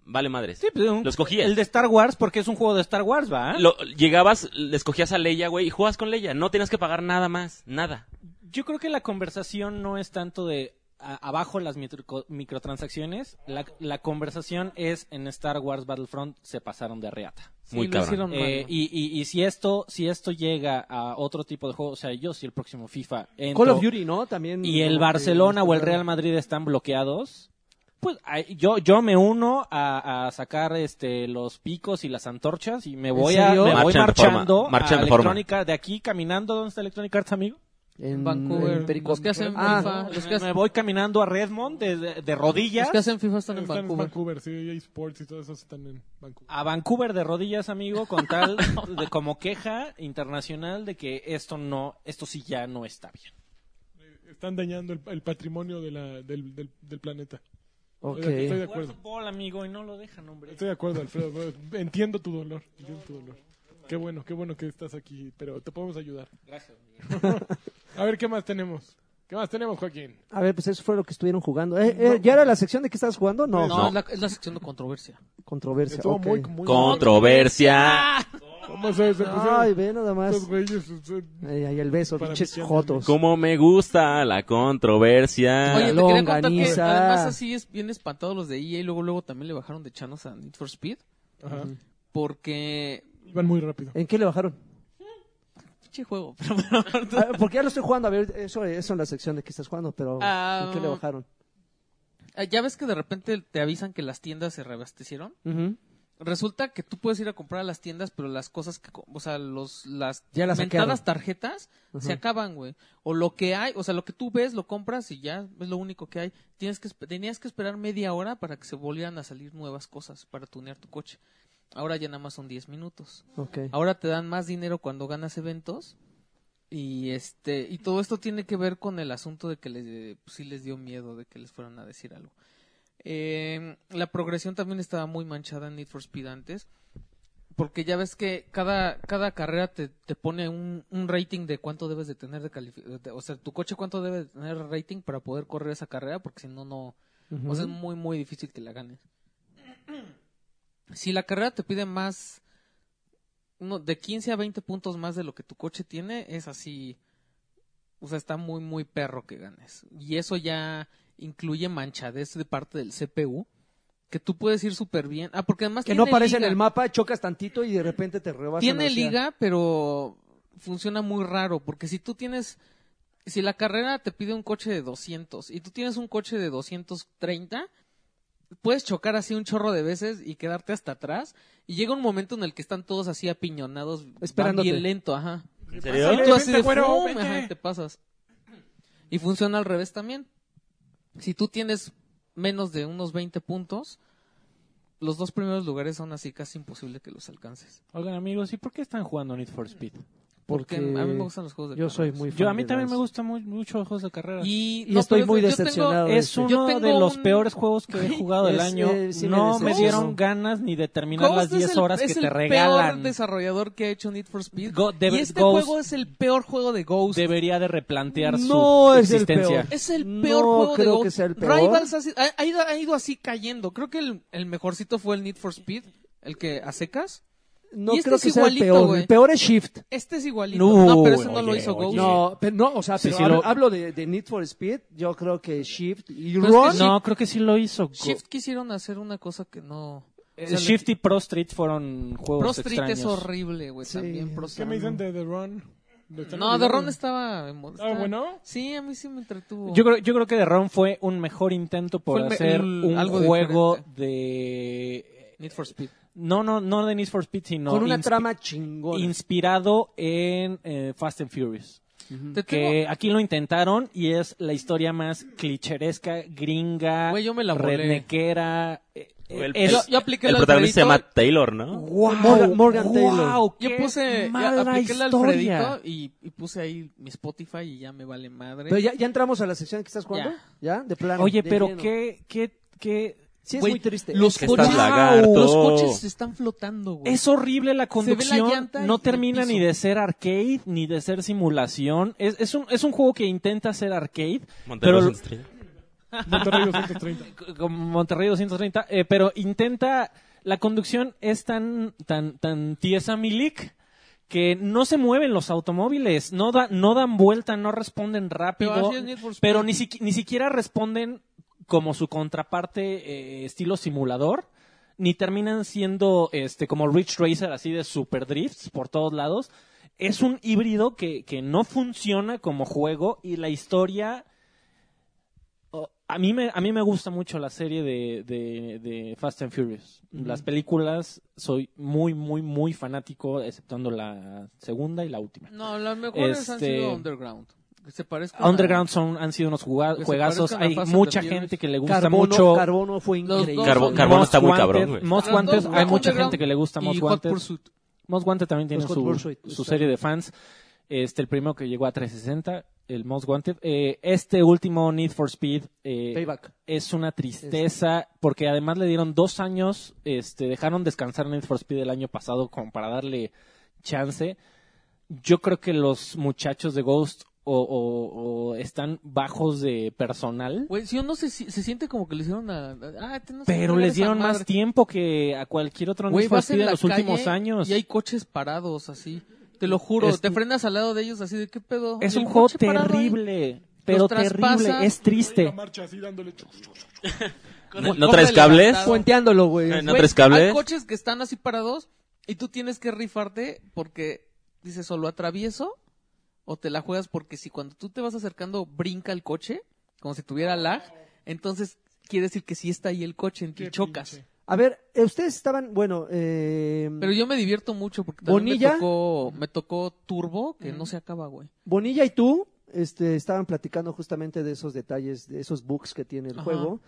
Speaker 4: vale madres.
Speaker 6: Sí, pues, un-
Speaker 4: Lo escogías.
Speaker 6: El de Star Wars, porque es un juego de Star Wars, ¿va?
Speaker 4: Lo- llegabas, le escogías a Leia, güey, y jugabas con Leia. No tenías que pagar nada más, nada.
Speaker 6: Yo creo que la conversación no es tanto de a- abajo las mitro- microtransacciones. La, la conversación es en Star Wars Battlefront se pasaron de reata.
Speaker 4: Muy
Speaker 3: lo
Speaker 4: cabrón.
Speaker 3: hicieron mal,
Speaker 6: Eh,
Speaker 3: güey.
Speaker 6: y, y- y si esto si esto llega a otro tipo de juego, o sea, yo si el próximo FIFA entro
Speaker 1: Call of Duty, ¿no? También.
Speaker 6: y
Speaker 1: como
Speaker 6: el
Speaker 1: que-
Speaker 6: Barcelona o el Real Madrid están bloqueados, pues ay, yo yo me uno a, a sacar este los picos y las antorchas y me voy a
Speaker 1: serio?
Speaker 6: me voy
Speaker 4: Marchan de forma,
Speaker 6: marchando
Speaker 4: marchan
Speaker 6: a
Speaker 4: de forma.
Speaker 6: Electronic Arts, de aquí caminando dónde está Electronic Arts, amigo?
Speaker 1: En
Speaker 3: Vancouver.
Speaker 1: en Pericop-
Speaker 3: Los que hacen
Speaker 1: Ah,
Speaker 3: FIFA. Los que,
Speaker 6: me
Speaker 3: hacen-
Speaker 6: voy caminando a Redmond de, de- de rodillas.
Speaker 3: los que hacen FIFA están
Speaker 2: Están
Speaker 3: en
Speaker 2: en
Speaker 3: Vancouver.
Speaker 2: Vancouver, sí, EA Sports y todo eso están en Vancouver.
Speaker 6: A Vancouver de rodillas, amigo, con tal de como queja internacional de que esto no, esto sí ya no está bien.
Speaker 2: Están dañando el, el patrimonio de la- del, del- del planeta.
Speaker 1: ok.
Speaker 2: Estoy de
Speaker 6: Jugar
Speaker 2: acuerdo.
Speaker 6: fútbol, amigo, y no lo dejan, hombre.
Speaker 2: Estoy de acuerdo, Alfredo. Entiendo tu dolor. Entiendo tu dolor. Qué bueno, qué bueno que estás aquí, pero te podemos ayudar.
Speaker 6: Gracias.
Speaker 2: A ver, ¿qué más tenemos? ¿Qué más tenemos, Joaquín?
Speaker 1: A ver, pues eso fue lo que estuvieron jugando. Eh, eh, ¿Ya era la sección de que estabas jugando? No.
Speaker 3: No,
Speaker 4: No.
Speaker 3: Es, la, es la sección de controversia.
Speaker 1: Controversia.
Speaker 2: Estuvo
Speaker 1: ok.
Speaker 2: muy, muy...
Speaker 4: Controversia.
Speaker 2: ¿Cómo se, se pusieron
Speaker 1: Ay, ve nada más.
Speaker 2: estos güeyes? Se-
Speaker 1: Ay, ay, el beso,
Speaker 2: Para
Speaker 1: pinches
Speaker 2: mí,
Speaker 1: jotos.
Speaker 4: Como me gusta la controversia.
Speaker 3: Oye, te quería contar que
Speaker 1: longaniza.
Speaker 3: además así es bien espantados los de EA y luego luego también le bajaron de chanos a Need for Speed
Speaker 2: Ajá.
Speaker 3: porque
Speaker 2: Iban muy rápido.
Speaker 1: ¿En qué le bajaron?
Speaker 3: pinche juego, pero bueno, ahorita-
Speaker 1: Ah, porque ya lo estoy jugando. A ver, eso, eso en la sección de que estás jugando, pero
Speaker 3: Ah,
Speaker 1: ¿en qué le bajaron?
Speaker 3: Ah, ya ves que de repente te avisan que las tiendas se reabastecieron.
Speaker 1: Ujú.
Speaker 3: Resulta que tú puedes ir a comprar a las tiendas, pero las cosas que, co- o sea, los las
Speaker 1: Ya las
Speaker 3: mentadas
Speaker 1: saquearon.
Speaker 3: tarjetas se
Speaker 1: Ajá.
Speaker 3: acaban, güey. O lo que hay, o sea, lo que tú ves lo compras y ya es lo único que hay. Tienes que esp- tenías que esperar media hora para que se volvieran a salir nuevas cosas para tunear tu coche. Ahora ya nada más son 10 minutos.
Speaker 1: Ok.
Speaker 3: Ahora te dan más dinero cuando ganas eventos. Y este y todo esto tiene que ver con el asunto de que les, eh, pues, sí les dio miedo de que les fueran a decir algo. Eh, la progresión también estaba muy manchada en Need for Speed antes. Porque ya ves que cada, cada carrera te, te pone un, un rating de cuánto debes de tener de calificación. O sea, tu coche cuánto debe de tener rating para poder correr esa carrera. Porque si no, no,
Speaker 1: Ujú.
Speaker 3: o sea, es muy, muy difícil que la ganes. Si la carrera te pide más, no, de 15 a 20 puntos más de lo que tu coche tiene, es así. O sea, está muy, muy perro que ganes. Y eso ya incluye manchadez de parte del CPU. Que tú puedes ir súper bien. Ah, porque además
Speaker 1: que no
Speaker 3: tiene
Speaker 1: aparece en
Speaker 3: liga.
Speaker 1: el mapa, chocas tantito y de repente te rebasan.
Speaker 3: Tiene
Speaker 1: o sea,
Speaker 3: liga, pero funciona muy raro, porque si tú tienes, si la carrera te pide un coche de 200 y tú tienes un coche de 230, puedes chocar así un chorro de veces y quedarte hasta atrás y llega un momento en el que están todos así apiñonados, van
Speaker 1: Esperándote.
Speaker 3: bien lento, ajá.
Speaker 4: ¿En
Speaker 3: Y
Speaker 4: serio?
Speaker 3: tú así
Speaker 2: Vente,
Speaker 3: de
Speaker 2: güero,
Speaker 3: "Fum",
Speaker 2: vente.
Speaker 3: ajá, te pasas. Y funciona al revés también. Si tú tienes menos de unos 20 puntos, los dos primeros lugares son así casi imposible que los alcances.
Speaker 6: Oigan, amigos, ¿y por qué están jugando Need for Speed?
Speaker 3: Porque, a mí me gustan los juegos de
Speaker 1: Yo soy
Speaker 3: carreras.
Speaker 1: muy fan.
Speaker 6: Yo a mí
Speaker 1: de
Speaker 6: también
Speaker 1: los-
Speaker 6: me gustan muy, mucho los juegos de carrera.
Speaker 3: Y,
Speaker 1: Y estoy
Speaker 3: pero
Speaker 1: muy
Speaker 3: yo
Speaker 1: decepcionado.
Speaker 3: tengo-
Speaker 6: es uno
Speaker 3: Yo
Speaker 6: de
Speaker 3: tengo
Speaker 6: los
Speaker 3: un-
Speaker 6: peores juegos que he jugado del
Speaker 1: Es-
Speaker 6: año.
Speaker 1: eh, sí me
Speaker 6: no me
Speaker 1: decepcionó.
Speaker 6: dieron ganas ni de terminar las
Speaker 3: Ghost es
Speaker 6: 10
Speaker 3: el-
Speaker 6: horas
Speaker 3: es
Speaker 6: que
Speaker 3: el
Speaker 6: te
Speaker 3: peor
Speaker 6: regalan.
Speaker 3: desarrollador que ha hecho Need for Speed.
Speaker 6: Go- de-
Speaker 3: y este
Speaker 6: Ghost-
Speaker 3: juego es el peor juego de Ghost.
Speaker 6: Debería de replantear
Speaker 1: No
Speaker 6: su
Speaker 1: es el
Speaker 6: existencia.
Speaker 1: peor.
Speaker 3: Es el
Speaker 1: No
Speaker 3: peor juego de
Speaker 1: creo
Speaker 3: Ghost.
Speaker 1: que sea el peor.
Speaker 3: Rivals ha, sido- ha- ha ido, ha ido así cayendo. Creo que el, el mejorcito fue el Need for Speed, el que a secas.
Speaker 1: No
Speaker 3: Y este
Speaker 1: creo
Speaker 3: es
Speaker 1: que sea el
Speaker 3: igualito,
Speaker 1: peor.
Speaker 3: güey.
Speaker 1: El peor es Shift.
Speaker 3: Este es igualito.
Speaker 6: No,
Speaker 3: No, pero ese no lo
Speaker 6: oye,
Speaker 3: hizo Ghost.
Speaker 6: oye.
Speaker 1: No, pero no, o sea,
Speaker 6: Sí,
Speaker 1: pero
Speaker 6: sí,
Speaker 1: hablo,
Speaker 6: lo-
Speaker 1: hablo de, de Need for Speed. Yo creo que Shift y
Speaker 3: Pero es
Speaker 1: Run.
Speaker 3: que Shift-
Speaker 6: No, creo que sí lo hizo. Go-
Speaker 3: Shift quisieron hacer una cosa que no.
Speaker 6: Eh,
Speaker 3: o sea, le-
Speaker 6: Shift y Pro Street fueron juegos
Speaker 3: Pro Street
Speaker 6: extraños.
Speaker 3: es horrible, güey.
Speaker 1: Sí,
Speaker 3: También
Speaker 2: ¿Qué
Speaker 3: Pro Street.
Speaker 2: me dicen de The Run? ¿Lo están
Speaker 3: No, The
Speaker 2: olvidando?
Speaker 3: Ron estaba.
Speaker 2: Ah, bueno.
Speaker 3: Sí, a mí sí me entretuvo.
Speaker 6: Yo creo, yo creo que The Run fue un mejor intento por
Speaker 3: Fue el me-
Speaker 6: hacer
Speaker 3: el-
Speaker 6: un
Speaker 3: algo
Speaker 6: juego
Speaker 3: diferente.
Speaker 6: de...
Speaker 3: Need for Speed.
Speaker 6: No, no, no de Need for Speed, sino
Speaker 1: con una
Speaker 6: inspi-
Speaker 1: trama chingona.
Speaker 6: inspirado en eh, Fast and Furious.
Speaker 3: Te tengo-
Speaker 6: Que aquí lo intentaron y es la historia más clicheresca, gringa,
Speaker 3: Güey, yo me la volé.
Speaker 6: rednequera. eh,
Speaker 4: El,
Speaker 6: eso-
Speaker 4: el-
Speaker 6: yo apliqué
Speaker 4: el
Speaker 6: la del
Speaker 4: protagonista se
Speaker 6: Predictor.
Speaker 4: llama Taylor, ¿no?
Speaker 1: Wow, Morgan, Morgan Taylor.
Speaker 6: Wow,
Speaker 3: Yo
Speaker 6: qué
Speaker 3: puse,
Speaker 6: mala
Speaker 3: ya apliqué el
Speaker 6: historia.
Speaker 3: Alfredito y, y puse ahí mi Spotify y ya me vale madre.
Speaker 1: Pero ya, ya entramos a la sección que estás jugando,
Speaker 3: Ya.
Speaker 1: ¿ya? De plano.
Speaker 6: Oye,
Speaker 1: de
Speaker 6: pero
Speaker 1: lleno.
Speaker 6: qué, qué, qué.
Speaker 1: Sí es
Speaker 6: güey,
Speaker 1: muy triste.
Speaker 6: Los
Speaker 4: Que estás
Speaker 6: coches.
Speaker 4: lagarto.
Speaker 3: los coches están flotando, güey.
Speaker 6: Es horrible la
Speaker 3: ve la
Speaker 6: conducción.
Speaker 3: llanta y
Speaker 6: no
Speaker 3: el
Speaker 6: termina
Speaker 3: piso.
Speaker 6: ni de ser arcade, ni de ser simulación. Es, es, un, es un juego que intenta ser arcade,
Speaker 4: Monterrey
Speaker 6: Pero-
Speaker 4: 230.
Speaker 2: Monterrey 230.
Speaker 6: c- como Monterrey 230, eh, pero intenta. La conducción es tan, tan, tan tiesa, Milik, que no se mueven los automóviles. No, da, no dan vuelta, no responden rápido.
Speaker 3: así es Need for Speed.
Speaker 6: Pero ni, siqui- ni siquiera responden como su contraparte eh, estilo simulador, ni terminan siendo este como Rich Racer, así de super drifts por todos lados. Es un híbrido que, que no funciona como juego y la historia... oh, a, mí me, a mí me gusta mucho la serie de, de- de Fast and Furious. Las películas, soy muy, muy, muy fanático, exceptuando la segunda y la última.
Speaker 3: No, las mejores han
Speaker 6: Este-
Speaker 3: sido Underground. Que se parezcan a-
Speaker 6: Underground son, han sido unos juga-
Speaker 3: Que se
Speaker 6: juegazos.
Speaker 3: parezcan a
Speaker 6: Hay
Speaker 3: Fast and
Speaker 6: mucha
Speaker 3: the Furious.
Speaker 6: gente que le gusta
Speaker 1: Carbono,
Speaker 6: mucho.
Speaker 1: Carbono fue
Speaker 3: Los
Speaker 1: increíble.
Speaker 3: dos
Speaker 4: Carbo-
Speaker 3: son-
Speaker 4: Carbono
Speaker 6: Most
Speaker 4: está muy
Speaker 6: Wanted-
Speaker 4: cabrón, güey.
Speaker 6: Most
Speaker 3: Las
Speaker 6: Wanted,
Speaker 3: dos,
Speaker 6: hay mucha
Speaker 3: Underground
Speaker 6: gente que le gusta
Speaker 3: y
Speaker 6: Most
Speaker 3: Hot
Speaker 6: Wanted.
Speaker 3: Pursuit.
Speaker 6: Most Wanted también tiene
Speaker 1: Los Hot
Speaker 6: su,
Speaker 1: Pursuit,
Speaker 6: su
Speaker 1: exacto.
Speaker 6: serie de fans. Este, el primero que llegó a 360, el Most Wanted. Eh, este último, Need for Speed, eh,
Speaker 1: Payback.
Speaker 6: es una tristeza porque además le dieron dos años, este, dejaron descansar Need for Speed el año pasado como para darle chance. Yo creo que los muchachos de Ghost o, o- o están bajos de personal.
Speaker 3: Güey, si uno se, si- se siente como que le hicieron a... a- ah, tenemos que
Speaker 6: Pero
Speaker 3: arreglar
Speaker 6: les
Speaker 3: esa
Speaker 6: dieron más
Speaker 3: madre.
Speaker 6: tiempo que a cualquier otro
Speaker 3: Güey,
Speaker 6: Need for
Speaker 3: vas
Speaker 6: Speed
Speaker 3: en
Speaker 6: en
Speaker 3: la
Speaker 6: los
Speaker 3: calle
Speaker 6: últimos años.
Speaker 3: Y hay coches parados así. Te lo juro,
Speaker 6: Es-
Speaker 3: te frenas al lado de ellos así de qué pedo.
Speaker 6: Es
Speaker 3: Y el
Speaker 6: un juego
Speaker 3: coche parado ahí.
Speaker 6: terrible, pero
Speaker 3: traspasa.
Speaker 6: terrible, es
Speaker 2: La
Speaker 6: triste.
Speaker 2: marcha así dándole.
Speaker 3: Con
Speaker 4: ¿No-
Speaker 3: el
Speaker 4: no
Speaker 3: cofre
Speaker 4: traes cables?
Speaker 3: levantado.
Speaker 1: Puenteándolo, güey.
Speaker 4: Eh, no.
Speaker 3: Güey,
Speaker 4: traes cables?
Speaker 3: Hay coches que están así parados y tú tienes que rifarte porque dices o lo atravieso o te la juegas porque si cuando tú te vas acercando brinca el coche como si tuviera lag, entonces quiere decir que sí está ahí el coche en ti
Speaker 2: Qué
Speaker 3: chocas.
Speaker 2: pinche.
Speaker 1: A ver, eh, ustedes estaban, bueno, eh,
Speaker 3: Pero yo me divierto mucho porque también
Speaker 1: ¿Bonilla?
Speaker 3: me tocó me tocó turbo que no se acaba, güey.
Speaker 1: Bonilla y tú este, estaban platicando justamente de esos detalles, de esos bugs que tiene el
Speaker 3: Ajá.
Speaker 1: juego.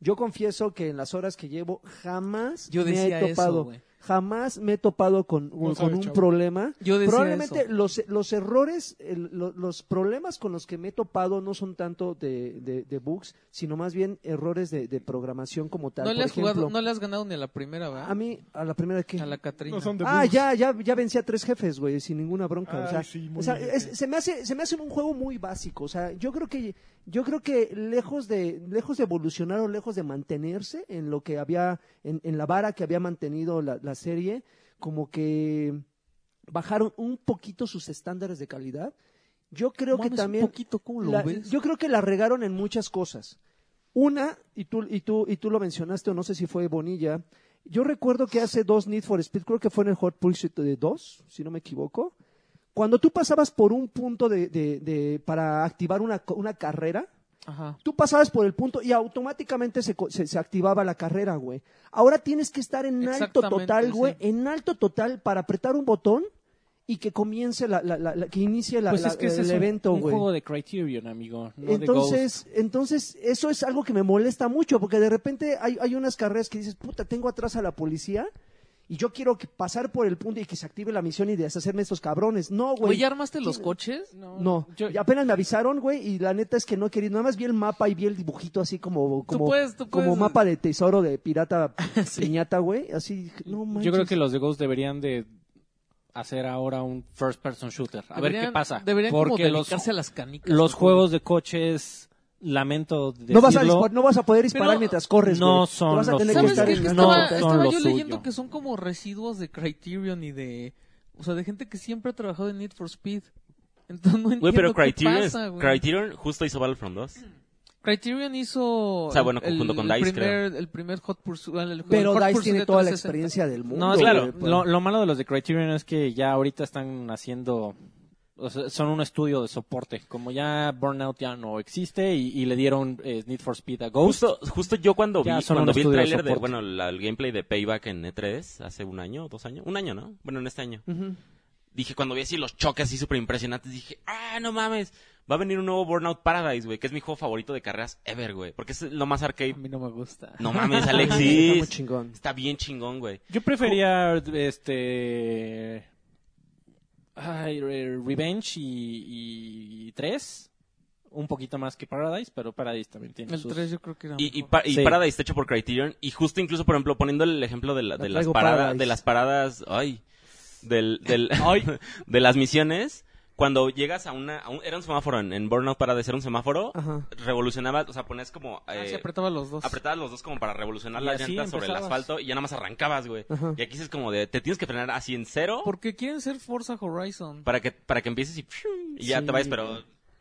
Speaker 1: Yo confieso que en las horas que llevo jamás
Speaker 3: Yo decía
Speaker 1: me he
Speaker 3: eso,
Speaker 1: topado,
Speaker 3: güey.
Speaker 1: jamás me he topado con, con
Speaker 2: sabes,
Speaker 1: un
Speaker 2: chavo.
Speaker 1: problema.
Speaker 3: Yo decía
Speaker 1: Probablemente
Speaker 3: eso.
Speaker 1: los, los errores, el- lo- los problemas con los que me he topado no son tanto de, de- de bugs, sino más bien errores de, de programación como tal.
Speaker 3: No le
Speaker 1: Por
Speaker 3: has jugado,
Speaker 1: ejemplo,
Speaker 3: no le has ganado ni a la primera, ¿verdad?
Speaker 1: a mí, a la primera que...
Speaker 3: A la Catrina.
Speaker 2: No son de
Speaker 1: Ah,
Speaker 2: bugs.
Speaker 1: ya, ya, ya vencí a tres jefes, güey, sin ninguna bronca. o
Speaker 2: Ay,
Speaker 1: sea,
Speaker 2: sí, muy
Speaker 1: o sea,
Speaker 2: bien.
Speaker 1: es- se me hace, se me hace un juego muy básico. O sea, yo creo que, yo creo que lejos de, lejos de evolucionar o lejos de mantenerse en lo que había, en, en la vara que había mantenido la, la serie, como que bajaron un poquito sus estándares de calidad. Yo creo que
Speaker 3: Mames,
Speaker 1: también,
Speaker 3: un poquito cómo lo
Speaker 1: la-
Speaker 3: ves.
Speaker 1: yo creo que la regaron en muchas cosas. Una, y tú, y tú, y tú lo mencionaste, o no sé si fue Bonilla. Yo recuerdo que hace dos Need for Speed, creo que fue en el Hot Pursuit de dos, si no me equivoco. Cuando tú pasabas por un punto de, de- de- para activar una, co- una carrera,
Speaker 3: Ajá.
Speaker 1: tú pasabas por el punto y automáticamente se, co- se- se activaba la carrera, güey. Ahora tienes que estar en alto
Speaker 3: Exactamente,
Speaker 1: total, güey,
Speaker 3: sí.
Speaker 1: en alto total para apretar un botón y que comience la, la- la- la- que inicie la,
Speaker 6: Pues
Speaker 1: la-
Speaker 6: es que ese
Speaker 1: el
Speaker 6: es un,
Speaker 1: evento,
Speaker 6: un
Speaker 1: güey.
Speaker 6: juego de Criterion, amigo. no de Ghost.
Speaker 1: Entonces, entonces, eso es algo que me molesta mucho, porque de repente hay, hay unas carreras que dices, puta, tengo atrás a la policía y yo quiero que pasar por el punto y que se active la misión y deshacerme estos cabrones. No,
Speaker 3: Güey,
Speaker 1: güey.
Speaker 3: ¿ya armaste los coches?
Speaker 1: No,
Speaker 6: yo-
Speaker 1: Y apenas me avisaron, güey, y la neta es que no he querido. Nada más vi el mapa y vi el dibujito así como, como,
Speaker 3: puedes, tú
Speaker 1: como
Speaker 3: puedes.
Speaker 1: mapa de tesoro de pirata piñata, güey. Así, dije, no manches.
Speaker 6: Yo creo que los de Ghost deberían de hacer ahora un first person shooter. A ver qué
Speaker 3: Deberían-
Speaker 6: pasa.
Speaker 3: Deberían como
Speaker 6: Porque los,
Speaker 3: dedicarse a las canicas.
Speaker 6: los
Speaker 3: ¿no?
Speaker 6: juegos de coches, lamento decirlo,
Speaker 1: no vas, a dispar- no vas a poder disparar
Speaker 3: Pero
Speaker 1: mientras corres,
Speaker 6: no
Speaker 1: güey.
Speaker 6: son
Speaker 1: Te vas a
Speaker 6: los-
Speaker 1: tener que
Speaker 3: ¿Sabes
Speaker 1: estar
Speaker 3: qué?
Speaker 1: en
Speaker 3: Que
Speaker 1: alto
Speaker 6: no
Speaker 3: estaba
Speaker 1: total.
Speaker 6: son
Speaker 3: estaba
Speaker 6: lo
Speaker 3: yo leyendo
Speaker 6: suyo.
Speaker 3: que son como residuos de Criterion y de... O sea, de gente que siempre ha trabajado en Need for Speed. Entonces no entiendo
Speaker 4: Güey, pero
Speaker 3: qué
Speaker 4: Criterion,
Speaker 3: pasa, güey.
Speaker 4: Criterion justo hizo Battlefront 2.
Speaker 3: Criterion hizo...
Speaker 4: sea, bueno, junto con Dice,
Speaker 3: primer, El primer Hot Pursuit... el- el
Speaker 1: Pero
Speaker 3: Hot
Speaker 1: Dice
Speaker 3: Pursuit
Speaker 1: tiene
Speaker 3: de
Speaker 1: toda la
Speaker 3: 360.
Speaker 1: experiencia del mundo.
Speaker 6: No, es claro.
Speaker 1: güey, pues.
Speaker 6: Lo, lo malo de los de Criterion es que ya ahorita están haciendo. o sea, son un estudio de soporte. Como ya Burnout ya no existe y, y le dieron eh, Need for Speed a Ghost.
Speaker 4: Justo, justo yo cuando vi,
Speaker 6: Ya son
Speaker 4: cuando
Speaker 6: un
Speaker 4: vi el
Speaker 6: estudio de
Speaker 4: tráiler de,
Speaker 6: soporte.
Speaker 4: E bueno, la- el gameplay de Payback en E3 hace un año, dos años, un año, ¿no? Bueno, en este año.
Speaker 1: Ujú.
Speaker 4: dije, cuando vi así los choques así súper impresionantes, dije, ah, no mames, va a venir un nuevo Burnout Paradise, güey, que es mi juego favorito de carreras ever, güey, porque es lo más
Speaker 3: A
Speaker 4: arcade.
Speaker 3: mí no me gusta.
Speaker 4: No mames,
Speaker 1: Está muy
Speaker 4: Alexis.
Speaker 1: chingón.
Speaker 4: Está bien chingón, güey.
Speaker 6: Yo prefería este. ay, Re- Revenge y, y 3. Un poquito más que Paradise, pero Paradise también tiene
Speaker 3: El
Speaker 6: sus...
Speaker 3: 3 yo creo que era
Speaker 4: Y, y,
Speaker 3: mejor.
Speaker 4: pa- y
Speaker 6: Sí.
Speaker 4: Paradise está hecho por Criterion. Y justo incluso, por ejemplo, poniendo el ejemplo de, la-
Speaker 1: La
Speaker 4: de las
Speaker 1: traigo
Speaker 4: paradas,
Speaker 1: Paradise.
Speaker 4: de las paradas, ay, del, del, de las misiones, cuando llegas a una, a un- era un semáforo, en, en Burnout Paradise era un semáforo,
Speaker 1: Ajá.
Speaker 4: revolucionaba, o sea, ponías como,
Speaker 3: Ah,
Speaker 4: eh,
Speaker 3: sí, apretaba los dos.
Speaker 4: apretabas los dos como para revolucionar
Speaker 6: Y
Speaker 4: las
Speaker 6: así
Speaker 4: llantas sobre el
Speaker 6: empezabas.
Speaker 4: asfalto y ya nada más arrancabas, güey.
Speaker 1: Ajá.
Speaker 4: Y aquí sí es como de, te tienes que frenar así en cero
Speaker 3: Porque quieren ser Forza Horizon.
Speaker 4: para que, para que empieces y, y ya
Speaker 1: Sí,
Speaker 4: te vayas, pero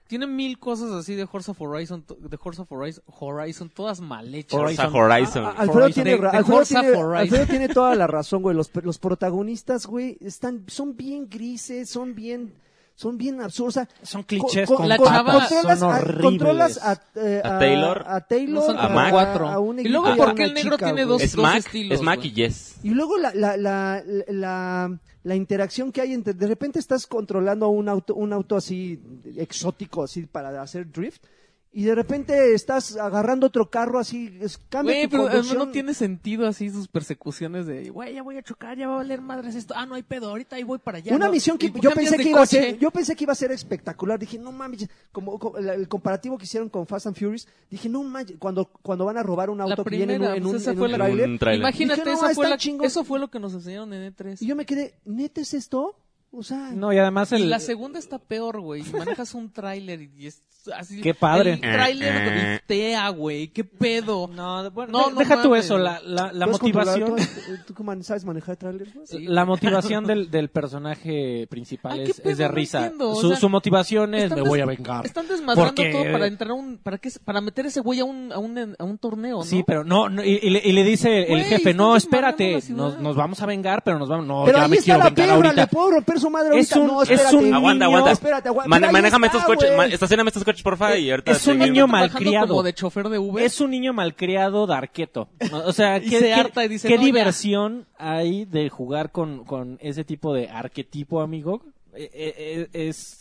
Speaker 3: Tienen mil cosas así de Forza Horizon, to- de Forza Horizon, Horizon todas mal hechas.
Speaker 4: Forza Horizon.
Speaker 1: Ah, Alfredo
Speaker 3: Horizon.
Speaker 1: tiene,
Speaker 3: De-
Speaker 1: ra-
Speaker 3: de
Speaker 1: Alfredo
Speaker 3: Forza
Speaker 1: tiene-
Speaker 3: Horizon.
Speaker 1: Alfredo tiene toda la razón, güey. Los, pe- los protagonistas, güey, están, son bien grises, son bien, son bien absurdos. O sea,
Speaker 6: Son
Speaker 1: co- co-
Speaker 3: con La
Speaker 1: co-
Speaker 3: chava-
Speaker 1: controlas
Speaker 6: son
Speaker 1: a-
Speaker 6: horribles.
Speaker 1: controlas a, eh,
Speaker 4: A Taylor.
Speaker 1: a Taylor,
Speaker 3: No son
Speaker 4: como
Speaker 1: a,
Speaker 3: cuatro.
Speaker 1: a un
Speaker 3: Y
Speaker 1: equipo
Speaker 3: luego,
Speaker 1: a
Speaker 3: ¿por
Speaker 1: una
Speaker 3: qué el negro
Speaker 1: chica,
Speaker 3: tiene
Speaker 1: güey.
Speaker 3: dos-
Speaker 4: es Mac,
Speaker 3: estilos,
Speaker 4: es Mac
Speaker 3: güey.
Speaker 4: y Yes.
Speaker 1: Y luego la, la, la, la, la interacción que hay entre... De repente estás controlando un auto, un auto así exótico, así para hacer drift, y de repente estás agarrando otro carro así, es, cambia
Speaker 3: Güey,
Speaker 1: tu
Speaker 3: pero además
Speaker 1: conducción.
Speaker 3: no tiene sentido así sus persecuciones de, güey, ya voy a chocar, ya va a valer madres esto. Ah, no hay pedo, ahorita ahí voy para allá.
Speaker 1: Una
Speaker 3: ¿no?
Speaker 1: misión
Speaker 3: Y
Speaker 1: que
Speaker 3: tú
Speaker 1: yo
Speaker 3: cambias
Speaker 1: pensé
Speaker 3: de
Speaker 1: que iba a
Speaker 3: coche.
Speaker 1: ser, yo pensé que iba a ser espectacular. Dije, no mames, como, co- la- el comparativo que hicieron con Fast and Furious, dije, no mames, cuando, cuando van a robar un auto que viene en un,
Speaker 3: primera,
Speaker 1: en
Speaker 3: pues
Speaker 1: un-
Speaker 3: esa
Speaker 1: en
Speaker 3: fue
Speaker 1: un
Speaker 3: la-
Speaker 1: tráiler.
Speaker 4: Un tráiler.
Speaker 3: Imagínate,
Speaker 1: Dije, no,
Speaker 3: eso, fue
Speaker 1: está
Speaker 3: la-
Speaker 1: chingón.
Speaker 3: eso fue lo que nos enseñaron en E E3.
Speaker 1: Y yo me quedé, ¿neta es esto? O sea,
Speaker 6: No, y además
Speaker 3: Y
Speaker 6: el...
Speaker 3: la segunda está peor, güey. Manejas un tráiler y es así.
Speaker 6: Qué padre.
Speaker 3: El
Speaker 4: Eh,
Speaker 3: tráiler lo driftea, güey. Qué pedo.
Speaker 6: No, bueno,
Speaker 3: No,
Speaker 6: de-
Speaker 3: no
Speaker 6: deja tú
Speaker 3: mames,
Speaker 6: eso,
Speaker 3: güey.
Speaker 6: la, la, la
Speaker 1: ¿tú has controlado-
Speaker 6: motivación...
Speaker 1: ¿Tú, has- eh, tú cómo sabes manejar trailers? güey?
Speaker 3: Sí.
Speaker 6: La motivación del, del personaje principal
Speaker 3: Ay,
Speaker 6: es,
Speaker 3: qué pedo,
Speaker 6: es de
Speaker 3: no
Speaker 6: risa.
Speaker 3: entiendo, o
Speaker 6: su,
Speaker 3: sea,
Speaker 6: su motivación es
Speaker 3: están
Speaker 6: me voy
Speaker 3: des-
Speaker 6: a
Speaker 1: Ah,
Speaker 6: vengar.
Speaker 3: Están desmadrando
Speaker 6: Porque-
Speaker 3: todo para entrar a un, para qué, para meter ese güey a un, a un, a un torneo, ¿no?
Speaker 6: Sí, pero no, no, y, y le, y le dice
Speaker 3: Güey,
Speaker 6: el jefe, no,
Speaker 3: están desmadrando
Speaker 6: espérate,
Speaker 3: la ciudad".
Speaker 6: nos, nos vamos a vengar, pero nos vamos, no,
Speaker 1: Pero
Speaker 6: ya
Speaker 1: ahí
Speaker 6: me
Speaker 1: está
Speaker 6: quiero
Speaker 1: la
Speaker 6: vengar
Speaker 1: piedra,
Speaker 6: ahorita.
Speaker 1: le puedo romper su madre ahorita.
Speaker 6: Es un-
Speaker 1: no,
Speaker 6: es
Speaker 1: espérate.
Speaker 6: un
Speaker 4: Aguanta,
Speaker 6: niño-
Speaker 4: aguanta.
Speaker 1: Espérate, aguanta.
Speaker 4: Mane-
Speaker 1: Pero ahí
Speaker 4: manéjame
Speaker 1: está,
Speaker 4: estos coches.
Speaker 1: güey.
Speaker 4: ma- estacioname estos coches, porfa. Y ahorita
Speaker 6: es un
Speaker 4: seguimos.
Speaker 6: niño
Speaker 3: Trabajando
Speaker 6: malcriado.
Speaker 3: como de chofer de Uber.
Speaker 6: Es un niño malcriado darqueto. O sea,
Speaker 3: Y
Speaker 6: qué,
Speaker 3: se
Speaker 6: qué-
Speaker 3: harta y dice,
Speaker 6: qué
Speaker 3: "No, ya".
Speaker 6: diversión hay de jugar con, con ese tipo de arquetipo, amigo. Eh, eh, eh, es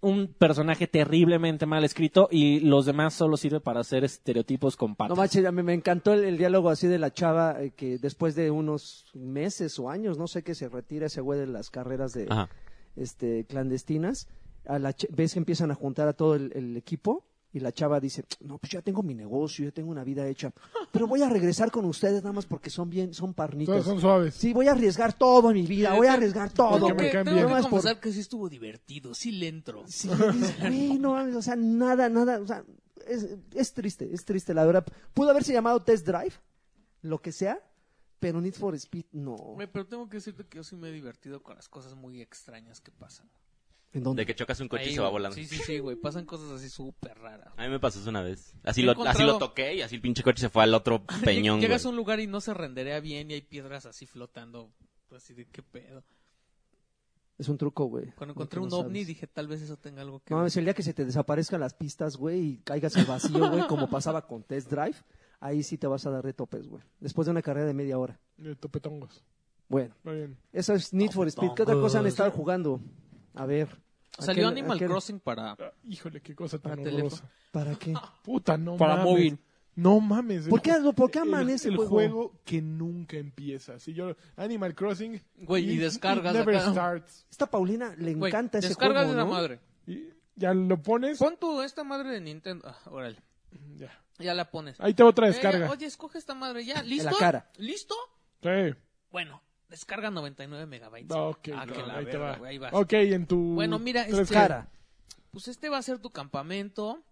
Speaker 6: un personaje terriblemente mal escrito y los demás solo sirve para hacer estereotipos con patas.
Speaker 1: No manches, a mí me encantó el, el diálogo así de la chava eh, que después de unos meses o años, no sé, que se retira ese güey de las carreras de
Speaker 4: Ajá.
Speaker 1: este clandestinas. A la ch- ves que empiezan a juntar a todo el, el equipo y la chava dice, no, pues ya tengo mi negocio, ya tengo una vida hecha, pero voy a regresar con ustedes nada más porque son bien, son
Speaker 2: Todos
Speaker 1: parnitos.
Speaker 2: son suaves.
Speaker 1: Sí, voy a arriesgar todo en mi vida, voy a arriesgar todo.
Speaker 2: Porque
Speaker 3: Tengo
Speaker 2: me
Speaker 1: güey.
Speaker 3: que,
Speaker 2: caen
Speaker 3: tengo
Speaker 2: bien.
Speaker 3: que
Speaker 1: Nada más por-
Speaker 3: confesar que sí estuvo divertido, sí le entro.
Speaker 1: Sí, dices, güey, no mames, o sea, nada, nada, o sea, es, es triste, es triste, la verdad. Pudo haberse llamado Test Drive, lo que sea, pero Need for Speed no.
Speaker 3: Güey, Pero tengo que decirte que yo sí me he divertido con las cosas muy extrañas que pasan.
Speaker 1: ¿En
Speaker 4: De
Speaker 1: dónde?
Speaker 4: que chocas un coche
Speaker 3: Ahí,
Speaker 4: y se va
Speaker 3: güey.
Speaker 4: volando.
Speaker 3: Sí, sí, sí, güey. Pasan cosas así súper raras.
Speaker 4: A mí me pasó eso una vez. Así
Speaker 3: He
Speaker 4: lo,
Speaker 3: encontrado-
Speaker 4: así lo toqué y así el pinche coche se fue al otro peñón.
Speaker 3: Lleg- Llegas a
Speaker 4: güey.
Speaker 3: un lugar y no se renderea bien y hay piedras así flotando. pues, Así de qué pedo.
Speaker 1: Es un truco, güey.
Speaker 3: Cuando encontré
Speaker 1: No,
Speaker 3: un
Speaker 1: no
Speaker 3: ovni
Speaker 1: sabes.
Speaker 3: dije tal vez eso tenga algo que
Speaker 1: No
Speaker 3: ver.
Speaker 1: mames, el día que se te desaparezcan las pistas, güey, y caigas al vacío, güey, como pasaba con Test Drive, ahí sí te vas a dar de topes, güey. Después de una carrera de media hora.
Speaker 2: De topetongos.
Speaker 1: Bueno,
Speaker 2: Muy bien.
Speaker 1: eso es Need for Speed. ¿Qué otra cosa han estado jugando? A ver.
Speaker 3: Salió
Speaker 1: aquel-
Speaker 3: Animal
Speaker 1: aquel-
Speaker 3: Crossing para,
Speaker 2: Ah, Híjole, qué cosa tan
Speaker 3: Para
Speaker 2: horrorosa.
Speaker 1: ¿Para qué?
Speaker 2: Puta, no
Speaker 3: para
Speaker 2: mames.
Speaker 3: móvil.
Speaker 2: No mames.
Speaker 1: ¿Por qué, por qué aman
Speaker 2: el,
Speaker 1: ese
Speaker 2: el
Speaker 1: juego?
Speaker 2: que nunca empieza. Si yo Animal Crossing
Speaker 3: Güey, y
Speaker 2: it-
Speaker 3: descargas
Speaker 2: it never
Speaker 3: acá.
Speaker 2: starts.
Speaker 1: Esta Paulina le
Speaker 3: Güey,
Speaker 1: encanta ese juego,
Speaker 3: descargas esa
Speaker 1: ¿no?
Speaker 3: madre.
Speaker 2: Y ya lo pones,
Speaker 3: Pon tu esta madre de Nintendo. Ah, órale.
Speaker 2: ya.
Speaker 3: Ya la pones.
Speaker 2: Ahí te va otra
Speaker 3: Eh,
Speaker 2: Ah, descarga.
Speaker 3: oye, escoge esta madre ya. ¿Listo?
Speaker 1: la cara.
Speaker 3: ¿Listo?
Speaker 2: Sí.
Speaker 3: Bueno, descarga 99 megabytes.
Speaker 2: Ah, ok,
Speaker 3: Ah, que
Speaker 2: claro,
Speaker 3: la
Speaker 2: ahí te
Speaker 3: verga,
Speaker 2: va.
Speaker 3: güey, ahí vas.
Speaker 2: Ok, en tu
Speaker 3: Bueno, mira,
Speaker 2: tres
Speaker 3: este-
Speaker 2: caras.
Speaker 1: Cara.
Speaker 3: Pues este va a ser tu campamento.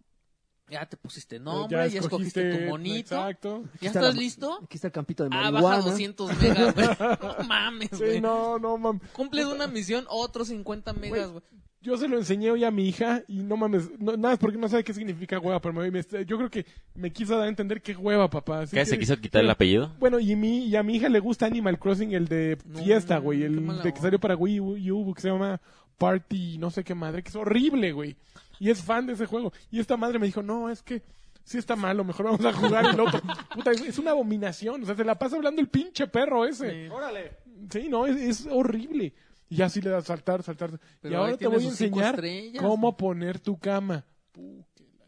Speaker 3: Ya te pusiste
Speaker 2: Ya
Speaker 3: nombre, ya, escogiste, tu monito.
Speaker 2: Exacto.
Speaker 3: ¿Ya
Speaker 1: está
Speaker 3: estás
Speaker 1: la-
Speaker 3: listo?
Speaker 1: Aquí está el campito de
Speaker 3: Ah,
Speaker 1: marihuana.
Speaker 3: baja 200 megas, güey. No mames, güey.
Speaker 2: Sí, no, no mames.
Speaker 3: Cumples una misión, otros 50 megas, güey.
Speaker 2: Yo se lo enseñé hoy a mi hija y no mames, no- nada, es porque no sabe qué significa hueva, pero me- me- yo creo que me quiso dar a entender qué hueva, papá. Así
Speaker 4: ¿Qué? ¿Se
Speaker 2: que-
Speaker 4: quiso quitar el
Speaker 2: pero-
Speaker 4: apellido?
Speaker 2: Bueno, y, mi, y a mi hija le gusta Animal Crossing, el de
Speaker 3: No,
Speaker 2: fiesta, güey.
Speaker 3: qué
Speaker 2: El
Speaker 3: mala
Speaker 2: de que
Speaker 3: onda.
Speaker 2: salió para Wii U, Wii U, que se llama Party, no sé qué madre, que es horrible, güey. Y es fan de ese juego. Y esta madre me dijo, no, es que sí está malo, mejor vamos a jugar el otro. Puta, es- es una abominación. O sea, se la pasa hablando el pinche perro ese.
Speaker 3: Sí.
Speaker 2: Órale. Sí, no, es, es horrible. Y ya sí le das saltar, saltar.
Speaker 3: Pero
Speaker 2: y
Speaker 3: ahí
Speaker 2: ahora te
Speaker 3: tiene
Speaker 2: voy a
Speaker 3: sus cinco
Speaker 2: enseñar
Speaker 3: estrellas.
Speaker 2: cómo poner tu cama. Pu-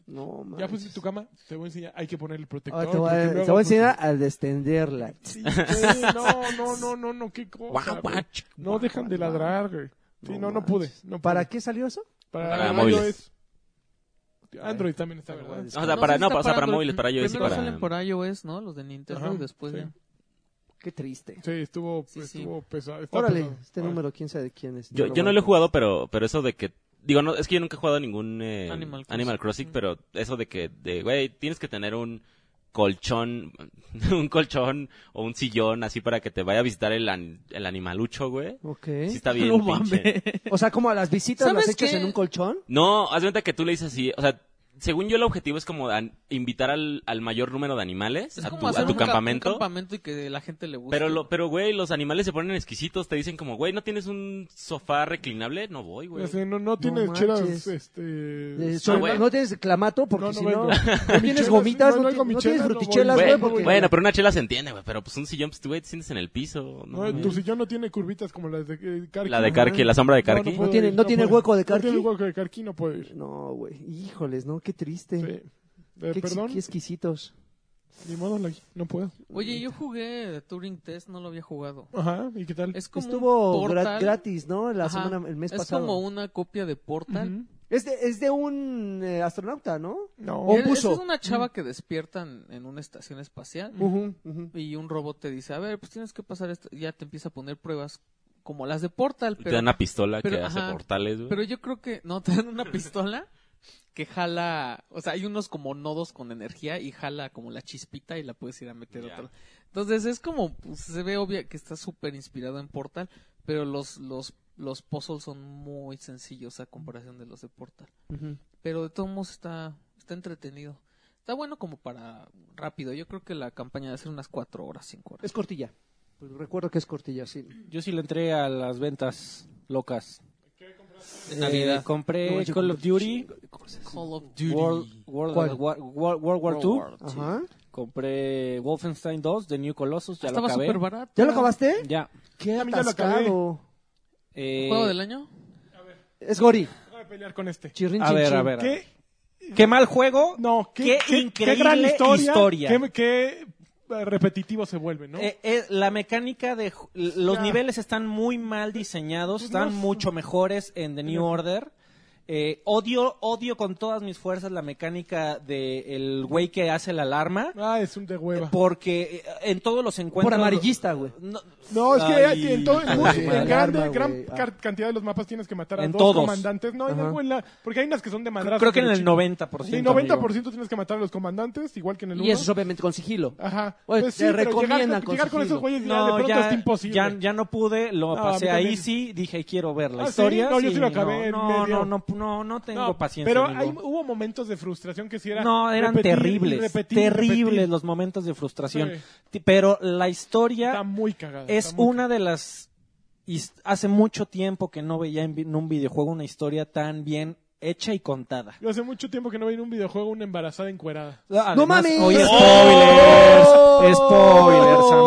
Speaker 1: No,
Speaker 2: Ya
Speaker 1: manches.
Speaker 2: pusiste tu cama, te voy a enseñar. Hay que poner el protector.
Speaker 1: Ahora Ah, te voy,
Speaker 2: porque
Speaker 1: a,
Speaker 2: luego
Speaker 1: te voy a
Speaker 2: sus-
Speaker 1: enseñar a destenderla.
Speaker 2: Sí, sí, no, no, no, no, no, qué cosa. güey. No dejan de ladrar, güey. Sí, no, no pude. No pude.
Speaker 1: ¿Para qué salió eso?
Speaker 2: Para,
Speaker 4: Para
Speaker 2: iOS.
Speaker 4: móviles.
Speaker 2: Android también está, ¿verdad?
Speaker 4: O sea, para,
Speaker 3: sí
Speaker 4: no,
Speaker 3: está
Speaker 4: o sea, para
Speaker 3: Android.
Speaker 4: móviles, para iOS y
Speaker 3: Primero
Speaker 4: para...
Speaker 3: salen por iOS, ¿no? Los de Nintendo
Speaker 2: Ajá,
Speaker 3: y después...
Speaker 2: sí.
Speaker 3: ya.
Speaker 1: Qué triste.
Speaker 2: Sí, estuvo, pues,
Speaker 3: Sí, sí.
Speaker 2: estuvo pesado. está
Speaker 1: Órale,
Speaker 2: pesado.
Speaker 1: este
Speaker 2: Órale.
Speaker 1: número, quién sabe quién es.
Speaker 4: Yo, yo no lo he jugado, pero, pero eso de que... Digo, no, es que yo nunca he jugado ningún eh,
Speaker 3: Animal
Speaker 4: Animal,
Speaker 3: Crossing.
Speaker 4: Crossing, pero eso de que, de, güey, tienes que tener un colchón, un colchón o un sillón así para que te vaya a visitar el, an- el animalucho, güey.
Speaker 1: Ok.
Speaker 4: Sí está bien,
Speaker 3: ¿Eh? No
Speaker 4: pinche.
Speaker 3: mames.
Speaker 1: O sea, como a las visitas las
Speaker 3: ¿Sabes
Speaker 1: echas
Speaker 3: qué?
Speaker 1: en un colchón.
Speaker 4: No, haz de cuenta que tú le dices así, o sea, según yo el objetivo es como an- invitar al, al mayor número de animales
Speaker 3: Es
Speaker 4: a
Speaker 3: como
Speaker 4: tu, a
Speaker 3: hacer
Speaker 4: tu
Speaker 3: un ca- un
Speaker 4: campamento.
Speaker 3: campamento y que la gente le guste.
Speaker 4: Pero, lo, pero, güey, los animales se ponen exquisitos. Te dicen como, güey, ¿no tienes un sofá reclinable? No voy, güey.
Speaker 2: O sea, no, no tiene
Speaker 1: manches.
Speaker 2: chelas, este...
Speaker 1: Eh,
Speaker 4: no,
Speaker 1: sobre-
Speaker 4: güey.
Speaker 1: no tienes clamato porque
Speaker 2: No, no
Speaker 1: si no,
Speaker 2: vengo.
Speaker 1: no tienes
Speaker 2: Michelas,
Speaker 1: gomitas, no,
Speaker 2: no, no
Speaker 1: ti-
Speaker 2: hago
Speaker 1: no
Speaker 2: michelas,
Speaker 1: tienes
Speaker 2: no voy.
Speaker 1: frutichelas,
Speaker 4: Güey,
Speaker 1: güey,
Speaker 2: no voy.
Speaker 1: porque
Speaker 4: Bueno, pero una chela se entiende, güey. Pero pues un sillón, pues, tú, güey, te sientes en el piso.
Speaker 2: No,
Speaker 4: No,
Speaker 2: tu sillón no tiene curvitas como las de eh, Karki.
Speaker 4: la de Karki, la sombra de
Speaker 2: No, no
Speaker 4: Karki.
Speaker 2: puedo
Speaker 1: tiene-
Speaker 2: ir,
Speaker 1: no tiene
Speaker 2: puedo ir.
Speaker 1: hueco de
Speaker 2: No tiene
Speaker 1: Karki.
Speaker 2: hueco de Karki, no puedo ir.
Speaker 1: no, güey, híjoles, no, qué triste.
Speaker 2: Sí. Eh,
Speaker 1: Qué, ex-
Speaker 2: perdón,
Speaker 1: qué exquisitos.
Speaker 2: ni modo, la- no puedo.
Speaker 3: Oye, yo jugué Turing Test, no lo había jugado.
Speaker 2: Ajá, ¿y qué tal?
Speaker 3: Es como
Speaker 1: Estuvo
Speaker 3: un
Speaker 1: gra-
Speaker 3: Portal.
Speaker 1: gratis, ¿no? La
Speaker 3: Ajá.
Speaker 1: semana, el mes
Speaker 3: es
Speaker 1: pasado.
Speaker 3: como una copia de Portal.
Speaker 2: Ujú.
Speaker 1: Es de, es de un eh, astronauta, ¿no?
Speaker 2: No.
Speaker 1: O
Speaker 3: Él- esa
Speaker 1: buzo.
Speaker 3: Es una chava que despiertan en una estación espacial
Speaker 1: Ujú, ujú.
Speaker 3: y un robot te dice, a ver, pues tienes que pasar esto. Ya te empieza a poner pruebas como las de Portal,
Speaker 4: Y te
Speaker 3: pero,
Speaker 4: dan una pistola que
Speaker 3: pero,
Speaker 4: hace
Speaker 3: ajá.
Speaker 4: portales, güey.
Speaker 3: pero yo creo que no, te dan una pistola que jala, o sea, hay unos como nodos con energía y jala como la chispita y la puedes ir a meter
Speaker 4: Ya.
Speaker 3: otra. Entonces es como, pues, se ve obvia que está súper inspirado en Portal, pero los, los, los puzzles son muy sencillos a comparación de los de Portal. Pero de todos modos está, está entretenido. Está bueno como para rápido. Yo creo que la campaña debe ser unas cuatro horas, cinco horas.
Speaker 1: Es cortilla. Pues Recuerdo que es cortilla, sí.
Speaker 6: Yo sí le entré a las ventas locas.
Speaker 3: De
Speaker 6: Eh,
Speaker 3: Navidad.
Speaker 1: No,
Speaker 6: compré
Speaker 1: yo
Speaker 6: Call of
Speaker 1: compré
Speaker 6: Duty,
Speaker 3: Call of Duty.
Speaker 6: World, World,
Speaker 1: ¿Cuál?
Speaker 6: War, War- World War II.
Speaker 1: Ajá.
Speaker 6: Compré Wolfenstein 2 de New Colossus, ya lo
Speaker 3: Estaba
Speaker 6: acabé.
Speaker 3: súper barato.
Speaker 1: ¿Ya lo acabaste?
Speaker 6: Ya.
Speaker 1: Qué
Speaker 2: A mí ya lo acabé.
Speaker 1: atascado.
Speaker 6: Eh,
Speaker 3: ¿Juego del año?
Speaker 1: Es Gori.
Speaker 2: Voy a pelear con este.
Speaker 1: Chirrin,
Speaker 6: a
Speaker 1: chin,
Speaker 6: ver,
Speaker 1: chin.
Speaker 6: a ver. a ver.
Speaker 2: ¿Qué?
Speaker 6: Qué mal juego.
Speaker 2: No, qué,
Speaker 6: qué,
Speaker 2: qué-
Speaker 6: increíble
Speaker 2: qué gran historia.
Speaker 6: historia.
Speaker 2: Qué, qué, eh, repetitivo se vuelve, ¿no?
Speaker 6: Eh, eh, la mecánica de ju- los
Speaker 2: Ya.
Speaker 6: niveles están muy mal diseñados,
Speaker 2: Pues
Speaker 6: están
Speaker 2: no.
Speaker 6: mucho mejores en The New Order. Eh, odio, odio con todas mis fuerzas la mecánica de el güey que hace la alarma,
Speaker 2: ah, es un de hueva.
Speaker 6: porque eh, en todos los encuentros
Speaker 1: Por amarillista, güey.
Speaker 6: no-
Speaker 2: No, es que eh,
Speaker 6: Ay,
Speaker 2: en, todo, en,
Speaker 6: hijo
Speaker 2: mu-
Speaker 6: de su
Speaker 2: en
Speaker 6: madre.
Speaker 2: grande-
Speaker 1: Alarma,
Speaker 2: gran
Speaker 1: güey. Ah.
Speaker 2: car- cantidad de los mapas tienes que matar a
Speaker 6: En
Speaker 2: dos
Speaker 6: todos.
Speaker 2: comandantes. No, hay
Speaker 1: Ajá.
Speaker 2: algo en la- porque hay unas que son de madrazo.
Speaker 6: creo que en el
Speaker 2: chico.
Speaker 6: 90%.
Speaker 2: Sí, 90% tienes que matar a los comandantes, igual que en el 1.
Speaker 1: Y eso es obviamente con sigilo.
Speaker 2: Ajá.
Speaker 1: Oye,
Speaker 2: Pues
Speaker 1: te
Speaker 2: pero
Speaker 1: recomiendan
Speaker 2: llegar, con, llegar con
Speaker 1: conseguirlo.
Speaker 2: esos güeyes ya de
Speaker 6: No,
Speaker 2: pronto
Speaker 6: ya,
Speaker 2: es imposible.
Speaker 6: ya, ya no pude, lo
Speaker 2: No, a
Speaker 6: pasé
Speaker 2: mí
Speaker 6: ahí
Speaker 2: también.
Speaker 6: sí, dije quiero ver la
Speaker 2: Ah, ¿sí?
Speaker 6: historia.
Speaker 2: No, yo sí lo acabé en
Speaker 6: No,
Speaker 2: medio.
Speaker 6: no, no, no, no tengo
Speaker 2: No,
Speaker 6: paciencia.
Speaker 2: Pero
Speaker 6: amigo.
Speaker 2: hay- hubo momentos de frustración que sí era
Speaker 6: No, eran
Speaker 2: repetir,
Speaker 6: terribles.
Speaker 2: repetir,
Speaker 6: terribles
Speaker 2: repetir.
Speaker 6: los momentos de frustración.
Speaker 2: Sí.
Speaker 6: Ti- Pero
Speaker 2: Está
Speaker 6: la historia
Speaker 2: muy cagada.
Speaker 6: es
Speaker 2: está muy
Speaker 6: una de las. his- Hace mucho tiempo que no veía en vi- en un videojuego una historia tan bien hecha y contada.
Speaker 2: Yo hace mucho tiempo que no veía en un videojuego una embarazada encuerada.
Speaker 6: Además,
Speaker 1: mames!
Speaker 6: Oye, spoilers.
Speaker 1: ¡Oh!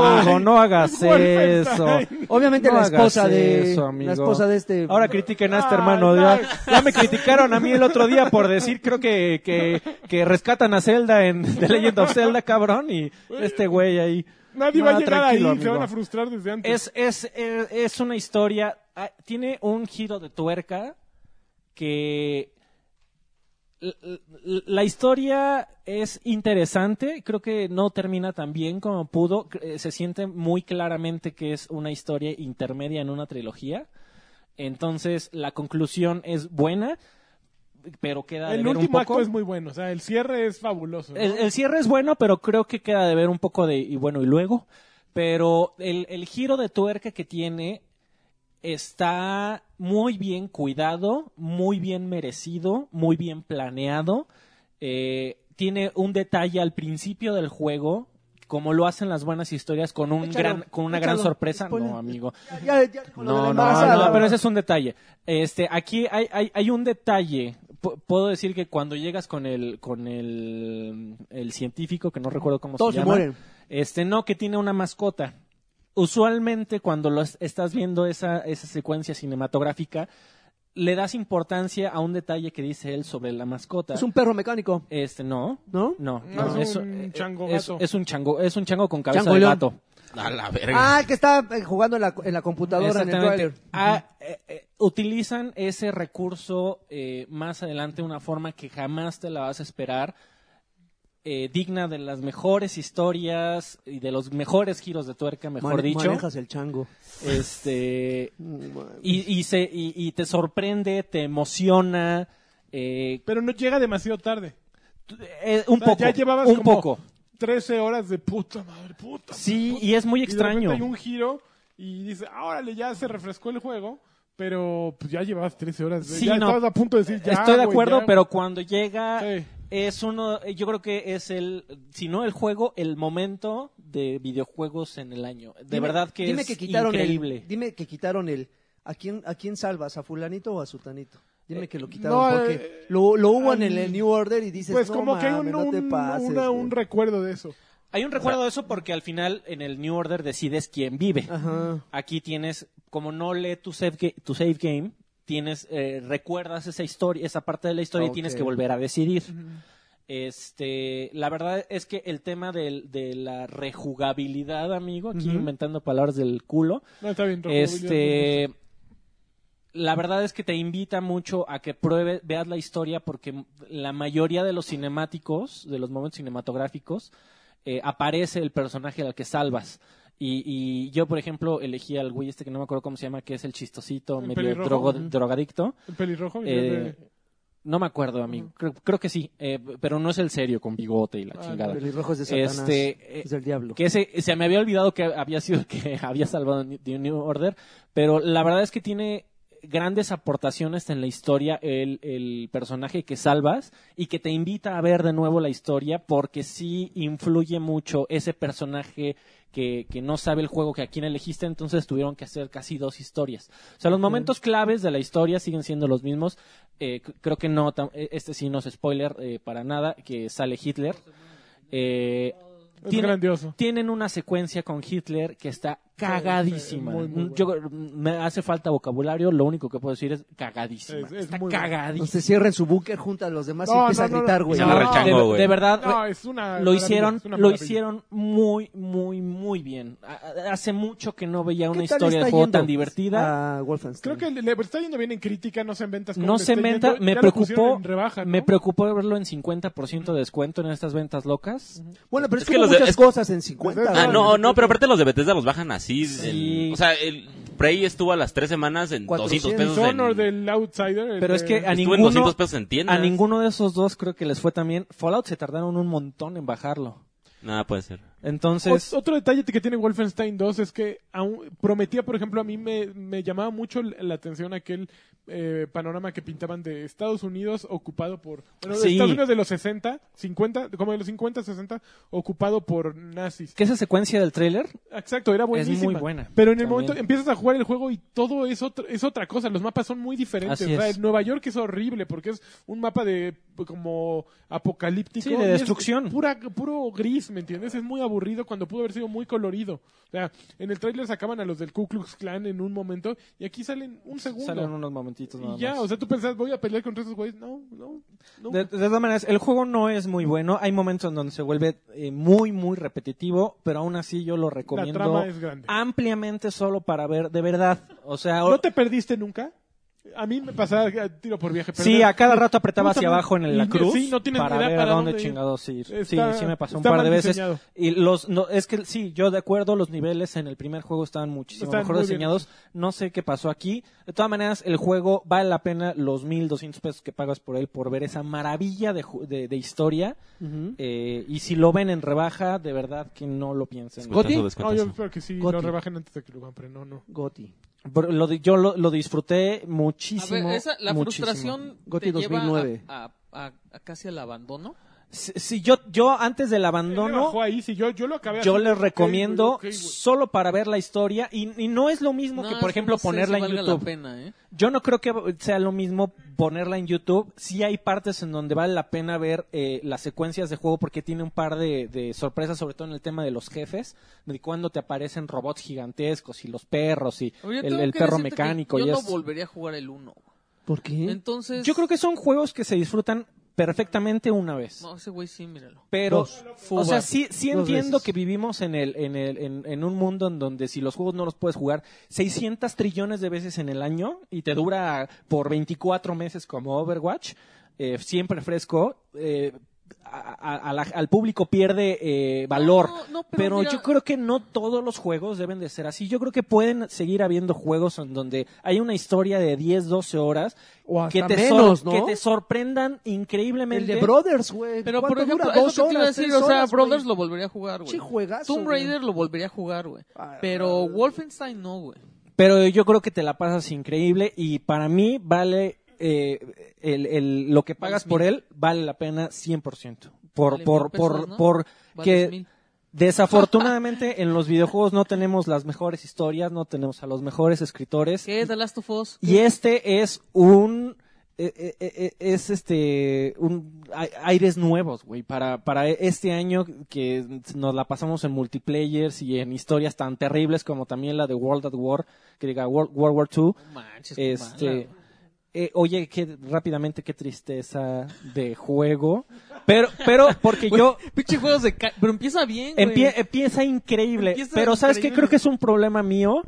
Speaker 6: Spoilers, amigo. No hagas
Speaker 2: Wolfenstein.
Speaker 6: eso.
Speaker 1: Obviamente
Speaker 6: No
Speaker 1: la
Speaker 6: hagas
Speaker 1: esposa de
Speaker 6: eso, amigo.
Speaker 1: la esposa de este
Speaker 6: Ahora critiquen a este
Speaker 2: Ay,
Speaker 6: hermano.
Speaker 2: ay.
Speaker 6: Ya, ya me criticaron a mí el otro día por decir, creo que, que, que rescatan a Zelda en The Legend of Zelda, cabrón. Y este güey ahí.
Speaker 2: Nadie
Speaker 6: No,
Speaker 2: va a llegar ahí,
Speaker 6: tranquilo,
Speaker 2: se
Speaker 6: amigo.
Speaker 2: van a frustrar desde antes.
Speaker 6: Es, es, es, es una historia. ah, Tiene un giro de tuerca que. l- l- La historia es interesante, creo que no termina tan bien como pudo, eh, se siente muy claramente que es una historia intermedia en una trilogía, entonces la conclusión es buena, pero queda de
Speaker 2: el
Speaker 6: ver un
Speaker 2: último
Speaker 6: poco.
Speaker 2: acto es muy bueno, o sea, el cierre es fabuloso.
Speaker 1: Pues,
Speaker 2: ¿no?
Speaker 6: El, el cierre es bueno, pero creo que queda de ver un poco de. Y bueno, y luego. Pero el, el giro de tuerca que tiene está muy bien cuidado, muy bien merecido, muy bien planeado. Eh, tiene un detalle al principio del juego, como lo hacen las buenas historias, con, un
Speaker 1: Échalo,
Speaker 6: gran, con una gran
Speaker 1: échalo,
Speaker 6: sorpresa.
Speaker 1: spoiler.
Speaker 6: No, amigo.
Speaker 1: ya, ya, con lo de la
Speaker 6: No, no,
Speaker 1: embarazada.
Speaker 6: no, pero ese es un detalle. Este, aquí hay, hay, hay un detalle. P- puedo decir que cuando llegas con el, con el, el científico, que no recuerdo cómo
Speaker 1: todos
Speaker 6: se
Speaker 1: se
Speaker 6: llama.
Speaker 1: mueren.
Speaker 6: Este, no, que tiene una mascota. usualmente cuando lo es- estás viendo esa, esa secuencia cinematográfica, le das importancia a un detalle que dice él sobre la mascota.
Speaker 1: Es un perro mecánico,
Speaker 6: Este, no.
Speaker 1: ¿no?
Speaker 6: No,
Speaker 2: No,
Speaker 6: no,
Speaker 2: es
Speaker 6: eso-
Speaker 2: un
Speaker 6: eh,
Speaker 2: chango
Speaker 6: es,
Speaker 2: gato.
Speaker 6: es un chango, es un chango con cabeza
Speaker 1: Chango
Speaker 6: de
Speaker 1: león.
Speaker 6: gato.
Speaker 4: A la verga.
Speaker 1: Ah, el que está eh, jugando en la, en la computadora, en el
Speaker 6: Exactamente.
Speaker 1: trailer.
Speaker 6: Ah, eh, eh, utilizan ese recurso eh, más adelante de una forma que jamás te la vas a esperar, eh, digna de las mejores historias y de los mejores giros de tuerca, mejor
Speaker 1: Mane-
Speaker 6: dicho.
Speaker 1: Manejas Mm, el chango.
Speaker 6: Este y, y se y, y te sorprende, te emociona. eh,
Speaker 2: Pero no llega demasiado tarde.
Speaker 6: t- eh, un
Speaker 2: O sea,
Speaker 6: poco,
Speaker 2: ya llevabas
Speaker 6: un
Speaker 2: como
Speaker 6: poco.
Speaker 2: 13 horas de puta madre, puta.
Speaker 6: Sí,
Speaker 2: puta.
Speaker 6: y es muy
Speaker 2: Y de repente
Speaker 6: extraño.
Speaker 2: hay un giro y dice, ah, órale, ya se refrescó el juego, pero pues ya llevabas 13 horas.
Speaker 6: Sí,
Speaker 2: ya
Speaker 6: no.
Speaker 2: estabas a punto de decir, ya,
Speaker 6: Estoy de
Speaker 2: güey,
Speaker 6: acuerdo,
Speaker 2: ya".
Speaker 6: pero cuando llega
Speaker 2: Sí.
Speaker 6: es uno, yo creo que es el, si no el juego, el momento de videojuegos en el año. De
Speaker 1: Dime-
Speaker 6: verdad que
Speaker 1: dime
Speaker 6: es
Speaker 1: que quitaron
Speaker 6: increíble.
Speaker 1: El, dime que quitaron el. ¿a quién, ¿A quién salvas? ¿A Fulanito o a Sutanito? Dime que lo quitaron
Speaker 2: no,
Speaker 1: porque
Speaker 2: eh,
Speaker 1: lo, lo hubo en
Speaker 2: al-
Speaker 1: el, el New Order y dices.
Speaker 2: Pues
Speaker 1: "No
Speaker 2: como que hay un,
Speaker 1: mames, no te
Speaker 2: un-
Speaker 1: pases,
Speaker 2: una-
Speaker 1: güey".
Speaker 2: un recuerdo de eso.
Speaker 6: Hay un recuerdo de eso porque al final en el New Order decides quién vive.
Speaker 1: Ajá.
Speaker 6: Aquí tienes, como no lee tu save, ga- tu save game, tienes, eh, recuerdas esa historia, esa parte de la historia
Speaker 1: Ok.
Speaker 6: y tienes que volver a decidir. Este, la verdad es que el tema del- de la rejugabilidad, amigo, aquí
Speaker 1: Ujú.
Speaker 6: inventando palabras del culo,
Speaker 2: No, está bien. Rojo, ya,
Speaker 6: Este, la verdad es que te invita mucho a que pruebes, veas la historia, porque la mayoría de los cinemáticos, de los momentos cinematográficos, eh, aparece el personaje al que salvas. Y, y yo, por ejemplo, elegí al güey este que no me acuerdo cómo se llama, que es el chistosito,
Speaker 2: El
Speaker 6: medio
Speaker 2: pelirrojo.
Speaker 6: drogo-
Speaker 2: Ujú.
Speaker 6: drogadicto.
Speaker 2: El pelirrojo. y
Speaker 6: Eh,
Speaker 2: el de-
Speaker 6: No me acuerdo, amigo. Creo, creo que sí, eh, pero no es el serio con bigote y la
Speaker 2: Ah,
Speaker 6: chingada.
Speaker 1: Pero el rojo es de Satanás.
Speaker 6: Este, eh,
Speaker 1: es del diablo.
Speaker 6: Que ese, se me había olvidado que había sido el que había salvado New- The New Order, pero la verdad es que tiene grandes aportaciones en la historia el, el personaje que salvas y que te invita a ver de nuevo la historia porque sí influye mucho ese personaje que, que no sabe el juego que a quién elegiste, entonces tuvieron que hacer casi dos historias. O sea, los momentos claves de la historia siguen siendo los mismos. Eh, c- creo que no, tam- eh, este sí no es spoiler eh, para nada, que sale Hitler. Eh,
Speaker 2: es
Speaker 6: tiene-
Speaker 2: grandioso.
Speaker 6: tienen una secuencia con Hitler que está cagadísima.
Speaker 2: Sí, sí, muy, muy
Speaker 6: Yo, me hace falta vocabulario, lo único que puedo decir es cagadísima.
Speaker 2: Es- es
Speaker 6: está
Speaker 2: muy buena.
Speaker 1: No
Speaker 6: cagadísima.
Speaker 1: se cierra en su búnker junto a los demás y
Speaker 2: No,
Speaker 1: empieza
Speaker 2: no, no,
Speaker 1: a gritar,
Speaker 2: no.
Speaker 1: güey.
Speaker 4: Se agarra el chango,
Speaker 6: de,
Speaker 4: güey.
Speaker 6: de verdad, eh,
Speaker 2: No, es una
Speaker 6: Ah, lo
Speaker 2: maravilla,
Speaker 6: hicieron,
Speaker 2: es una
Speaker 6: lo
Speaker 2: maravilla.
Speaker 6: hicieron muy, muy, muy bien. A- a- Hace mucho que no veía una
Speaker 1: ¿Qué tal
Speaker 6: historia
Speaker 1: está
Speaker 6: de juego
Speaker 1: yendo
Speaker 6: tan divertida.
Speaker 1: a Wolfenstein?
Speaker 2: Creo que le está yendo bien en crítica, no se inventas.
Speaker 6: No se inventa, me preocupó, me
Speaker 2: preocupó.
Speaker 6: preocupó verlo en 50% de descuento en estas ventas locas.
Speaker 1: Bueno, pero es,
Speaker 4: Es
Speaker 1: que,
Speaker 4: que
Speaker 1: hubo
Speaker 4: los de-
Speaker 1: muchas
Speaker 4: es-
Speaker 1: cosas en 50.
Speaker 4: Ah,
Speaker 1: güey.
Speaker 4: no, no, pero aparte los de Bethesda los bajan así.
Speaker 6: Sí.
Speaker 4: el- o sea, el Prey estuvo a las tres semanas en 200 pesos. En,
Speaker 2: Sonor del Outsider. el
Speaker 6: Pero es
Speaker 2: de-
Speaker 6: que a
Speaker 4: estuvo en
Speaker 6: ninguno,
Speaker 4: 200 pesos en tiendas.
Speaker 6: a ninguno de esos dos creo que les fue también. Fallout se tardaron un montón en bajarlo.
Speaker 4: Nada puede ser.
Speaker 6: Entonces,
Speaker 2: Ot- Otro detalle que tiene Wolfenstein 2 es que aún prometía, por ejemplo, a mí me, me llamaba mucho l- la atención aquel eh, panorama que pintaban de Estados Unidos ocupado por... Bueno,
Speaker 6: Sí.
Speaker 2: Estados Unidos de los 60, 50, como de los 50, 60, ocupado por nazis.
Speaker 6: que esa secuencia del tráiler
Speaker 2: Exacto, era buenísima.
Speaker 6: muy buena.
Speaker 2: Pero en el
Speaker 6: También.
Speaker 2: momento empiezas a jugar el juego y todo es, otra es otra cosa. Los mapas son muy diferentes.
Speaker 6: Así
Speaker 2: O sea,
Speaker 6: es.
Speaker 2: en Nueva York es horrible porque es un mapa de como apocalíptico.
Speaker 6: Sí, de
Speaker 2: y es
Speaker 6: destrucción.
Speaker 2: pura- puro gris, ¿me entiendes? Es muy aburrido cuando pudo haber sido muy colorido. O sea, en el tráiler sacaban a los del Ku Klux Klan en un momento y aquí salen un segundo.
Speaker 6: salen unos momentitos nada
Speaker 2: y ya,
Speaker 6: más.
Speaker 2: o sea, tú pensás, voy a pelear contra esos güeyes. No, no, no.
Speaker 6: de, de todas maneras, el juego no es muy bueno. Hay momentos en donde se vuelve eh, muy, muy repetitivo, pero aún así yo lo
Speaker 2: La
Speaker 6: recomiendo
Speaker 2: trama es grande.
Speaker 6: Ah, ampliamente solo para ver de verdad. O sea, o-
Speaker 2: ¿No te perdiste nunca? A mí me pasaba eh, tiro por viaje.
Speaker 6: sí,
Speaker 2: perder-
Speaker 6: a cada rato apretaba hacia
Speaker 2: Justamente.
Speaker 6: abajo en la
Speaker 2: Y-
Speaker 6: cruz
Speaker 2: sí, no tienes
Speaker 6: para
Speaker 2: ni idea
Speaker 6: ver
Speaker 2: para
Speaker 6: a dónde,
Speaker 2: dónde ir.
Speaker 6: chingados ir.
Speaker 2: Está-
Speaker 6: sí, sí me pasó un
Speaker 2: está
Speaker 6: par de
Speaker 2: mal
Speaker 6: veces.
Speaker 2: diseñado.
Speaker 6: Y los no, es que sí, yo de acuerdo, los niveles en el primer juego estaban muchísimo
Speaker 2: Estaban
Speaker 6: mejor
Speaker 2: muy bien
Speaker 6: diseñados. No sé qué pasó aquí. De todas maneras, el juego vale la pena los 1200 pesos que pagas por él por ver esa maravilla de, ju- de, de historia.
Speaker 1: Ujú.
Speaker 6: Eh, y si lo ven en rebaja, de verdad que no lo piensen.
Speaker 4: Escucha.
Speaker 1: ¿Goti?
Speaker 4: Descuentazo,
Speaker 2: No, yo
Speaker 4: descuentazo.
Speaker 2: espero que sí
Speaker 1: Goti.
Speaker 2: lo rebajen antes de que lo compren. No, no.
Speaker 1: Goti.
Speaker 6: Por- lo di- yo lo, lo
Speaker 3: A
Speaker 6: disfruté
Speaker 3: ver,
Speaker 6: muchísimo.
Speaker 3: esa- la
Speaker 6: muchísimo.
Speaker 3: frustración
Speaker 1: Goti
Speaker 3: te lleva
Speaker 1: 2009.
Speaker 3: a, a- a- a casi al abandono.
Speaker 6: Si, si yo, yo antes del
Speaker 2: No,
Speaker 6: abandono,
Speaker 2: bajó ahí, si yo, yo lo acabé
Speaker 6: yo
Speaker 2: así,
Speaker 6: les
Speaker 2: ok, güey,
Speaker 6: recomiendo
Speaker 2: ok, güey.
Speaker 6: solo para ver la historia y, y no es lo mismo que,
Speaker 3: No,
Speaker 6: por
Speaker 3: es
Speaker 6: ejemplo,
Speaker 3: no sé si
Speaker 6: ponerla en
Speaker 3: valga
Speaker 6: YouTube.
Speaker 3: la pena, ¿eh?
Speaker 6: Yo no creo que sea lo mismo ponerla en YouTube. Sí hay partes en donde vale la pena ver eh, las secuencias de juego porque tiene un par de, de sorpresas, sobre todo en el tema de los jefes, de cuando te aparecen robots gigantescos y los perros y
Speaker 3: Oye,
Speaker 6: el,
Speaker 3: tengo
Speaker 6: el
Speaker 3: que
Speaker 6: perro
Speaker 3: decirte que
Speaker 6: mecánico.
Speaker 3: Yo
Speaker 6: y
Speaker 3: no
Speaker 6: es-
Speaker 3: volvería a jugar el 1.
Speaker 1: ¿Por qué?
Speaker 3: Entonces.
Speaker 6: Yo creo que son juegos que se disfrutan perfectamente una vez.
Speaker 3: No, ese güey sí, míralo.
Speaker 6: Pero,
Speaker 1: Dos.
Speaker 6: o sea, sí, sí
Speaker 1: Dos
Speaker 6: entiendo
Speaker 1: veces.
Speaker 6: que vivimos en, el, en, el, en, en un mundo en donde si los juegos no los puedes jugar 600 trillones de veces en el año y te dura por 24 meses como Overwatch, eh, siempre fresco, eh, a- a- a la- al público pierde eh, valor.
Speaker 3: No, no, pero
Speaker 6: Pero
Speaker 3: mira-
Speaker 6: yo creo que no todos los juegos deben de ser así. Yo creo que pueden seguir habiendo juegos en donde hay una historia de 10, 12 horas
Speaker 1: O hasta
Speaker 6: que te, sor-
Speaker 1: menos, ¿no?
Speaker 6: que te sorprendan
Speaker 1: El
Speaker 6: increíblemente.
Speaker 1: de Brothers, güey.
Speaker 3: Pero por
Speaker 1: ¿Cuánto
Speaker 3: ejemplo,
Speaker 1: dura?
Speaker 3: es lo
Speaker 1: Dos
Speaker 3: que te iba a
Speaker 1: horas,
Speaker 3: decir,
Speaker 1: tres
Speaker 3: o sea,
Speaker 1: horas,
Speaker 3: Brothers
Speaker 1: güey.
Speaker 3: lo volvería a jugar, güey.
Speaker 1: Sí, juegazo,
Speaker 3: Tomb
Speaker 1: güey.
Speaker 3: Raider lo volvería a jugar, güey.
Speaker 1: Ah,
Speaker 3: Pero Wolfenstein no, güey.
Speaker 6: Pero yo creo que te la pasas increíble y para mí vale eh, el, el- lo que pagas por él vale la pena 100%. Por,
Speaker 3: Vale
Speaker 6: por,
Speaker 3: mil
Speaker 6: por,
Speaker 3: pesos, ¿no?
Speaker 6: por
Speaker 3: Vale,
Speaker 6: que
Speaker 3: 10,000.
Speaker 6: desafortunadamente en los videojuegos no tenemos las mejores historias, no tenemos a los mejores escritores.
Speaker 3: ¿Qué? The Last of Us.
Speaker 6: Y este es un eh, eh, eh, es este un ai- aires nuevos, güey, para para este año que nos la pasamos en multiplayers y en historias tan terribles como también la de World at War, que diga World, World War II.
Speaker 3: No manches, qué mala,
Speaker 6: Este
Speaker 3: güey.
Speaker 6: eh, oye, qué rápidamente qué tristeza de juego, pero pero porque yo
Speaker 3: Pinche juegos de. ca- Pero empieza bien, güey.
Speaker 6: Empie- empieza increíble.
Speaker 3: Empieza
Speaker 6: pero ¿sabes qué?
Speaker 3: increíble.
Speaker 6: Creo que es un problema mío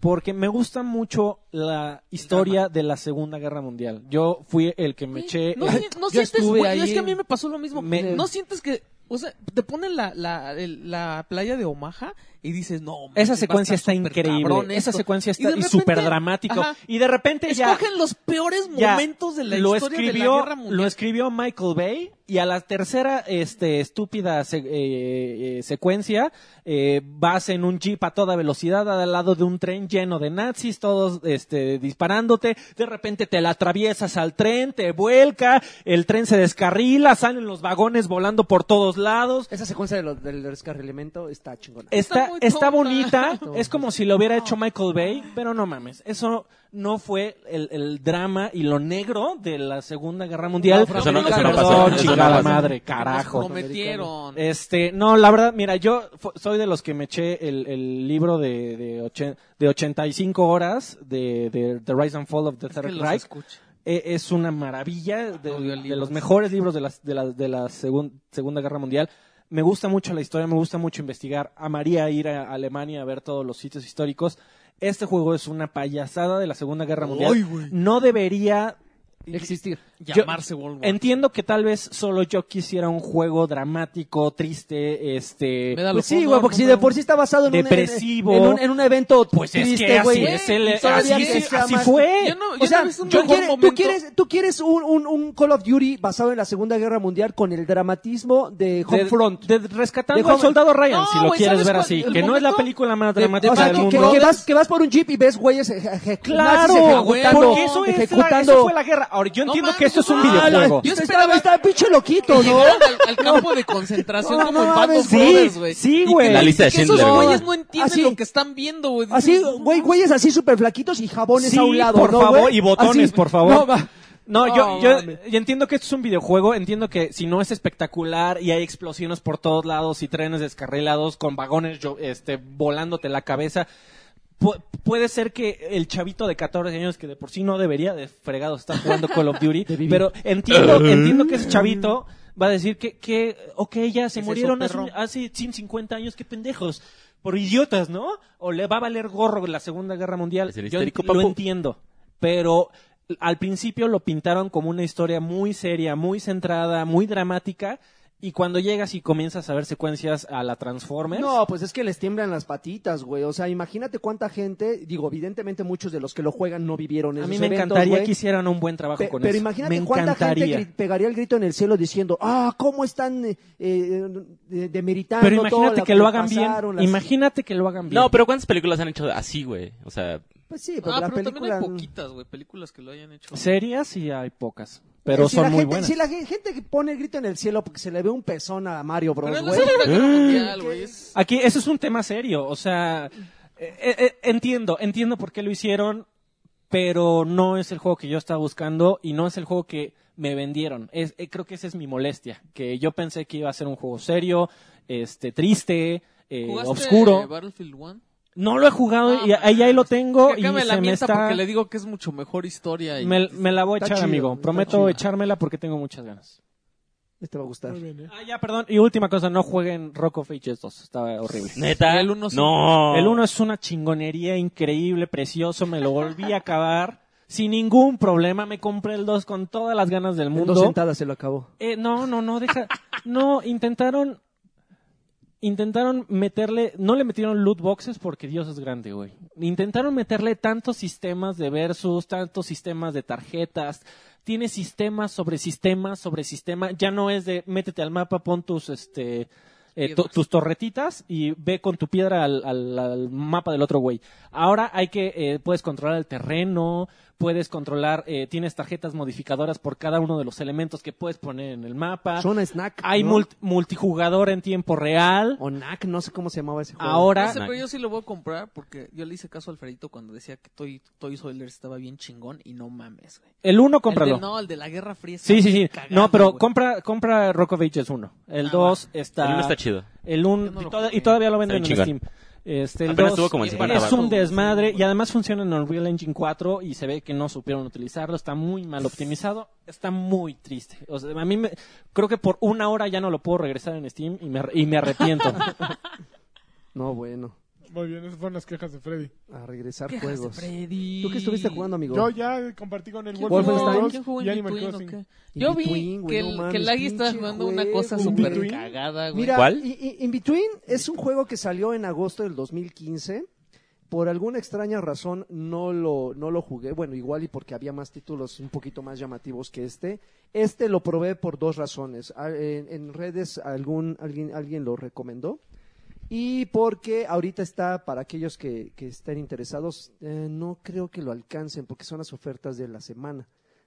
Speaker 6: porque me gusta mucho la historia de la Segunda Guerra Mundial. Yo fui el que me
Speaker 3: Güey,
Speaker 6: eché... eh,
Speaker 3: No, si- no
Speaker 1: yo
Speaker 3: sientes,
Speaker 1: estuve
Speaker 3: güey,
Speaker 1: ahí
Speaker 3: es que a
Speaker 1: en-
Speaker 3: mí me pasó lo mismo.
Speaker 6: Me-
Speaker 3: No sientes que, o sea, te ponen la, la, el- la playa de Omaha y dices, no, manches, va
Speaker 6: Esa
Speaker 3: a
Speaker 6: secuencia está
Speaker 3: estar súper
Speaker 6: increíble.
Speaker 3: cabrón
Speaker 6: Esa
Speaker 3: esto".
Speaker 6: secuencia
Speaker 3: Y de
Speaker 6: está y
Speaker 3: repente-
Speaker 6: súper dramático.
Speaker 3: Ajá.
Speaker 6: Y de repente ya...
Speaker 3: Escogen los peores
Speaker 6: ya
Speaker 3: momentos de la
Speaker 6: lo
Speaker 3: historia
Speaker 6: escribió,
Speaker 3: de la guerra
Speaker 6: Lo
Speaker 3: mundial.
Speaker 6: escribió Michael Bay y a la tercera este, estúpida se- eh, eh, secuencia eh, vas en un jeep a toda velocidad al lado de un tren lleno de nazis, todos este, disparándote, de repente te la atraviesas al tren, te vuelca, el tren se descarrila, salen los vagones volando por todos lados.
Speaker 1: Esa secuencia de lo- del descarrilamiento está chingona.
Speaker 6: Está,
Speaker 3: Está muy
Speaker 6: está
Speaker 3: tonta.
Speaker 6: bonita, es como si lo hubiera hecho Michael Bay, pero no mames, eso no fue el, el drama y lo negro de la Segunda Guerra Mundial.
Speaker 1: Eso no- eso no
Speaker 6: Perdón,
Speaker 1: pasó, eso no
Speaker 6: chingada
Speaker 1: pasó.
Speaker 6: madre,
Speaker 3: Nos
Speaker 6: carajo.
Speaker 3: prometieron.
Speaker 6: Este, no, la verdad, mira, yo fu- soy de los que me eché el, el libro de, de, ochen- de 85 horas de, de The Rise and Fall of the
Speaker 3: Es que
Speaker 6: Third
Speaker 3: los
Speaker 6: Reich.
Speaker 3: escucho.
Speaker 6: Eh, es una maravilla de,
Speaker 3: Audiolibros.
Speaker 6: de los mejores libros de la, de la, de la segun- Segunda Guerra Mundial. Me gusta mucho la historia, me gusta mucho investigar. Amaría ir a Alemania a ver todos los sitios históricos. Este juego es una payasada de la Segunda Guerra Mundial. no debería
Speaker 1: Existir.
Speaker 6: yo-
Speaker 3: Llamarse World War.
Speaker 6: Entiendo que tal vez solo yo quisiera un juego dramático, triste, este...
Speaker 3: Me da
Speaker 1: Pues
Speaker 3: lo
Speaker 1: sí,
Speaker 3: fondo,
Speaker 1: güey, porque si
Speaker 3: no,
Speaker 1: de
Speaker 3: no.
Speaker 1: por sí está basado en un- en-
Speaker 6: Depresivo.
Speaker 1: en un, en, un, evento
Speaker 6: Pues es que
Speaker 1: triste,
Speaker 6: así
Speaker 1: güey.
Speaker 6: es el-
Speaker 1: Todavía
Speaker 3: así
Speaker 1: que
Speaker 3: es,
Speaker 1: sea
Speaker 6: así
Speaker 1: más-
Speaker 6: fue.
Speaker 3: Yo no, yo
Speaker 1: O sea,
Speaker 3: no he visto un
Speaker 1: yo
Speaker 3: mejor
Speaker 1: quiere-
Speaker 3: momento.
Speaker 1: tú quieres, tú quieres un, un- un Call of Duty basado en la Segunda Guerra Mundial con el dramatismo de
Speaker 6: de-
Speaker 1: Homefront.
Speaker 6: de rescatando
Speaker 1: De Home-
Speaker 6: al soldado Ryan,
Speaker 3: No,
Speaker 6: si lo
Speaker 3: güey,
Speaker 6: quieres
Speaker 3: ¿sabes
Speaker 6: ver
Speaker 3: cuál?
Speaker 6: así.
Speaker 3: El
Speaker 6: Que no es la
Speaker 3: momento
Speaker 6: película más
Speaker 3: de-
Speaker 6: dramática
Speaker 1: o sea,
Speaker 6: del
Speaker 1: que, que-
Speaker 6: mundo.
Speaker 1: que vas, que vas por un jeep y ves güeyes eje- eje-
Speaker 6: Claro,
Speaker 1: nazis
Speaker 6: porque eso, es la, eso fue la guerra. Ahora, yo
Speaker 3: No
Speaker 6: ejentiendo
Speaker 3: mames,
Speaker 6: que esto es un
Speaker 3: no mames. Yo
Speaker 6: videojuego.
Speaker 1: Yo
Speaker 3: esperaba-
Speaker 1: esperaba, está pinche loquito,
Speaker 3: Que
Speaker 1: ¿no?
Speaker 3: llegaran al, al campo de concentración
Speaker 1: No,
Speaker 3: como
Speaker 1: no
Speaker 3: en Band of
Speaker 1: mames, sí,
Speaker 3: Brothers, güey.
Speaker 6: sí,
Speaker 3: Y que
Speaker 6: güey.
Speaker 4: La lista de
Speaker 3: que
Speaker 4: Schindler,
Speaker 3: Esos
Speaker 4: güey.
Speaker 3: güeyes no entienden
Speaker 1: Así-
Speaker 3: lo que están viendo, güey. Dices,
Speaker 1: Así,
Speaker 3: "No
Speaker 1: güey, güeyes así súper flaquitos y jabones
Speaker 6: Sí,
Speaker 1: a un lado,
Speaker 6: por
Speaker 1: ¿no,
Speaker 6: favor,
Speaker 1: güey?
Speaker 6: y botones,
Speaker 1: Así.
Speaker 6: por favor.
Speaker 3: "Ah,
Speaker 1: No, va.
Speaker 6: No, yo,
Speaker 3: No,
Speaker 6: yo,
Speaker 3: mames.
Speaker 6: yo entiendo que esto es un videojuego, entiendo que si no es espectacular y hay explosiones por todos lados y trenes descarrilados con vagones yo, este, volándote la cabeza, pu- puede ser que el chavito de 14 años que de por sí no debería de fregado estar jugando Call of Duty, pero entiendo, entiendo que ese chavito va a decir que, que ok, ya se
Speaker 3: es
Speaker 6: murieron
Speaker 3: eso,
Speaker 6: hace,
Speaker 3: perro?
Speaker 6: hace 150 años, qué pendejos, por idiotas, ¿no? O le va a valer gorro la Segunda Guerra Mundial.
Speaker 4: Es el
Speaker 6: Yo
Speaker 4: histérico,
Speaker 6: lo
Speaker 4: papu.
Speaker 6: entiendo, pero al principio lo pintaron como una historia muy seria, muy centrada, muy dramática, y cuando llegas y comienzas a ver secuencias a la Transformers...
Speaker 1: No, pues es que les tiemblan las patitas, güey. O sea, imagínate cuánta gente, digo, evidentemente muchos de los que lo juegan no vivieron
Speaker 6: A
Speaker 1: esos
Speaker 6: mí me
Speaker 1: eventos,
Speaker 6: encantaría
Speaker 1: güey.
Speaker 6: que hicieran un buen trabajo
Speaker 1: Pe-
Speaker 6: con
Speaker 1: pero
Speaker 6: eso.
Speaker 1: imagínate
Speaker 6: me
Speaker 1: cuánta
Speaker 6: encantaría.
Speaker 1: gente gri- pegaría el grito en el cielo diciendo, ah, ¿cómo están eh, eh, de- demeritando
Speaker 6: pero
Speaker 1: todo
Speaker 6: imagínate
Speaker 1: lo
Speaker 6: que lo hagan bien.
Speaker 1: pasaron, las-
Speaker 6: Imagínate que lo hagan bien.
Speaker 4: No, pero ¿cuántas películas han hecho así, güey? O sea,
Speaker 1: Pues sí, pero
Speaker 3: ah,
Speaker 1: la
Speaker 3: pero
Speaker 1: película...
Speaker 3: también hay poquitas, güey, películas que lo hayan hecho.
Speaker 6: Serias y hay pocas, pero
Speaker 1: si
Speaker 6: son
Speaker 1: la
Speaker 6: muy
Speaker 1: gente,
Speaker 6: buenas.
Speaker 1: Si la ge- gente que pone el grito en el cielo porque se le ve un pezón a Mario Bros,
Speaker 3: Pero es la
Speaker 1: güey.
Speaker 3: Segunda Guerra
Speaker 6: Mm.
Speaker 3: Mundial, güey. es-
Speaker 6: Aquí, eso es un tema serio, o sea, eh, eh, entiendo, entiendo por qué lo hicieron, pero no es el juego que yo estaba buscando y no es el juego que me vendieron. Es, eh, creo que esa es mi molestia, que yo pensé que iba a ser un juego serio, este, triste, eh,
Speaker 3: ¿Jugaste
Speaker 6: oscuro.
Speaker 3: Battlefield 1?
Speaker 6: No lo he jugado
Speaker 3: Ah,
Speaker 6: y ahí, ahí lo tengo
Speaker 3: Que
Speaker 6: y
Speaker 3: acá me
Speaker 6: se me
Speaker 3: lamenta
Speaker 6: está...
Speaker 3: porque le digo que es mucho mejor historia. Y...
Speaker 6: Me, me la voy a
Speaker 1: Está
Speaker 6: echar,
Speaker 1: chido,
Speaker 6: amigo.
Speaker 1: está
Speaker 6: Prometo
Speaker 1: chido.
Speaker 6: echármela porque tengo muchas ganas.
Speaker 1: Este va a gustar.
Speaker 2: Muy bien, ¿eh?
Speaker 6: Ah, ya, perdón. Y última cosa, no jueguen Rock of Ages 2. Estaba horrible.
Speaker 4: Neta.
Speaker 3: El uno sí.
Speaker 4: No.
Speaker 6: El 1 es una chingonería increíble, precioso. Me lo volví a acabar sin ningún problema. Me compré el 2 con todas las ganas del
Speaker 1: En dos
Speaker 6: mundo.
Speaker 1: sentadas se lo acabó.
Speaker 6: Eh, no, no, no, deja. No, intentaron. Intentaron meterle. No le metieron loot boxes porque Dios es grande, güey. Intentaron meterle tantos sistemas de versus, tantos sistemas de tarjetas. Tiene sistemas sobre sistemas sobre sistema. Ya no es de métete al mapa, pon tus este. eh, to-
Speaker 3: Piedras.
Speaker 6: tus torretitas y ve con tu piedra al, al- al mapa del otro güey. Ahora hay que, eh, puedes controlar el terreno, puedes controlar, eh, tienes tarjetas modificadoras por cada uno de los elementos que puedes poner en el mapa.
Speaker 1: Son snack.
Speaker 6: Ah, Hay
Speaker 1: ¿no? Oh,
Speaker 6: mult- multijugador en tiempo real.
Speaker 1: O knack, no sé cómo se llamaba ese juego.
Speaker 6: Ahora,
Speaker 3: No sé, pero yo sí lo voy a comprar porque yo le hice caso al Alfredito cuando decía que Toy, Toy Soldier estaba bien chingón y no mames, güey.
Speaker 6: el 1
Speaker 3: El de-
Speaker 6: cómpralo.
Speaker 3: no, el de la Guerra Fría. está
Speaker 6: sí, sí, sí.
Speaker 3: bien cagado,
Speaker 6: no, pero
Speaker 3: güey.
Speaker 6: compra, compra Rock of Ages 1. El
Speaker 3: Ah,
Speaker 6: 2
Speaker 4: El uno
Speaker 6: está...
Speaker 4: está chido.
Speaker 6: El
Speaker 3: Yo
Speaker 6: un,
Speaker 3: no lo
Speaker 6: y, toda-
Speaker 3: jugué.
Speaker 6: y todavía lo venden en
Speaker 4: Está bien
Speaker 6: Steam. Este, el
Speaker 4: Apenas
Speaker 6: dos
Speaker 4: estuvo como en
Speaker 6: es-
Speaker 4: 50
Speaker 6: Es un
Speaker 3: varos.
Speaker 6: desmadre y además funciona en Unreal Engine 4 y se ve que no supieron utilizarlo. Está muy mal optimizado. Está muy triste. O sea, a mí me, creo que por una hora ya no lo puedo regresar en Steam y me, ar- y me arrepiento.
Speaker 1: No, bueno.
Speaker 2: Muy bien, esas fueron las quejas de Freddy.
Speaker 1: A regresar
Speaker 3: ¿Qué haces,
Speaker 1: juegos.
Speaker 3: Freddy?
Speaker 1: ¿Tú qué estuviste jugando, amigo?
Speaker 2: Yo ya compartí con el
Speaker 3: ¿Quién
Speaker 1: Wolfenstein
Speaker 3: jugó-
Speaker 2: Wolfenstein
Speaker 3: ¿Quién jugó
Speaker 2: 2
Speaker 3: en
Speaker 2: y Animal
Speaker 3: Between o
Speaker 2: Crossing.
Speaker 3: qué?
Speaker 1: In
Speaker 3: Yo vi
Speaker 1: Between, güey,
Speaker 3: que,
Speaker 1: no
Speaker 3: el,
Speaker 1: mames,
Speaker 3: que el Lagui estaba
Speaker 1: pinche
Speaker 3: jugando una
Speaker 1: juego.
Speaker 3: cosa
Speaker 1: In
Speaker 3: súper
Speaker 2: Between.
Speaker 3: cagada, Ah, güey.
Speaker 1: Mira,
Speaker 4: ¿Cuál?
Speaker 1: I- I- In Between es un juego que salió en agosto del 2015. Por alguna extraña razón no lo, no lo jugué. Bueno, igual y porque había más títulos un poquito más llamativos que este. Este lo probé por dos razones. A- En, en redes algún, alguien, alguien lo recomendó. Y porque ahorita está, para aquellos que, que estén interesados, eh, no creo que lo alcancen porque son las ofertas de la semana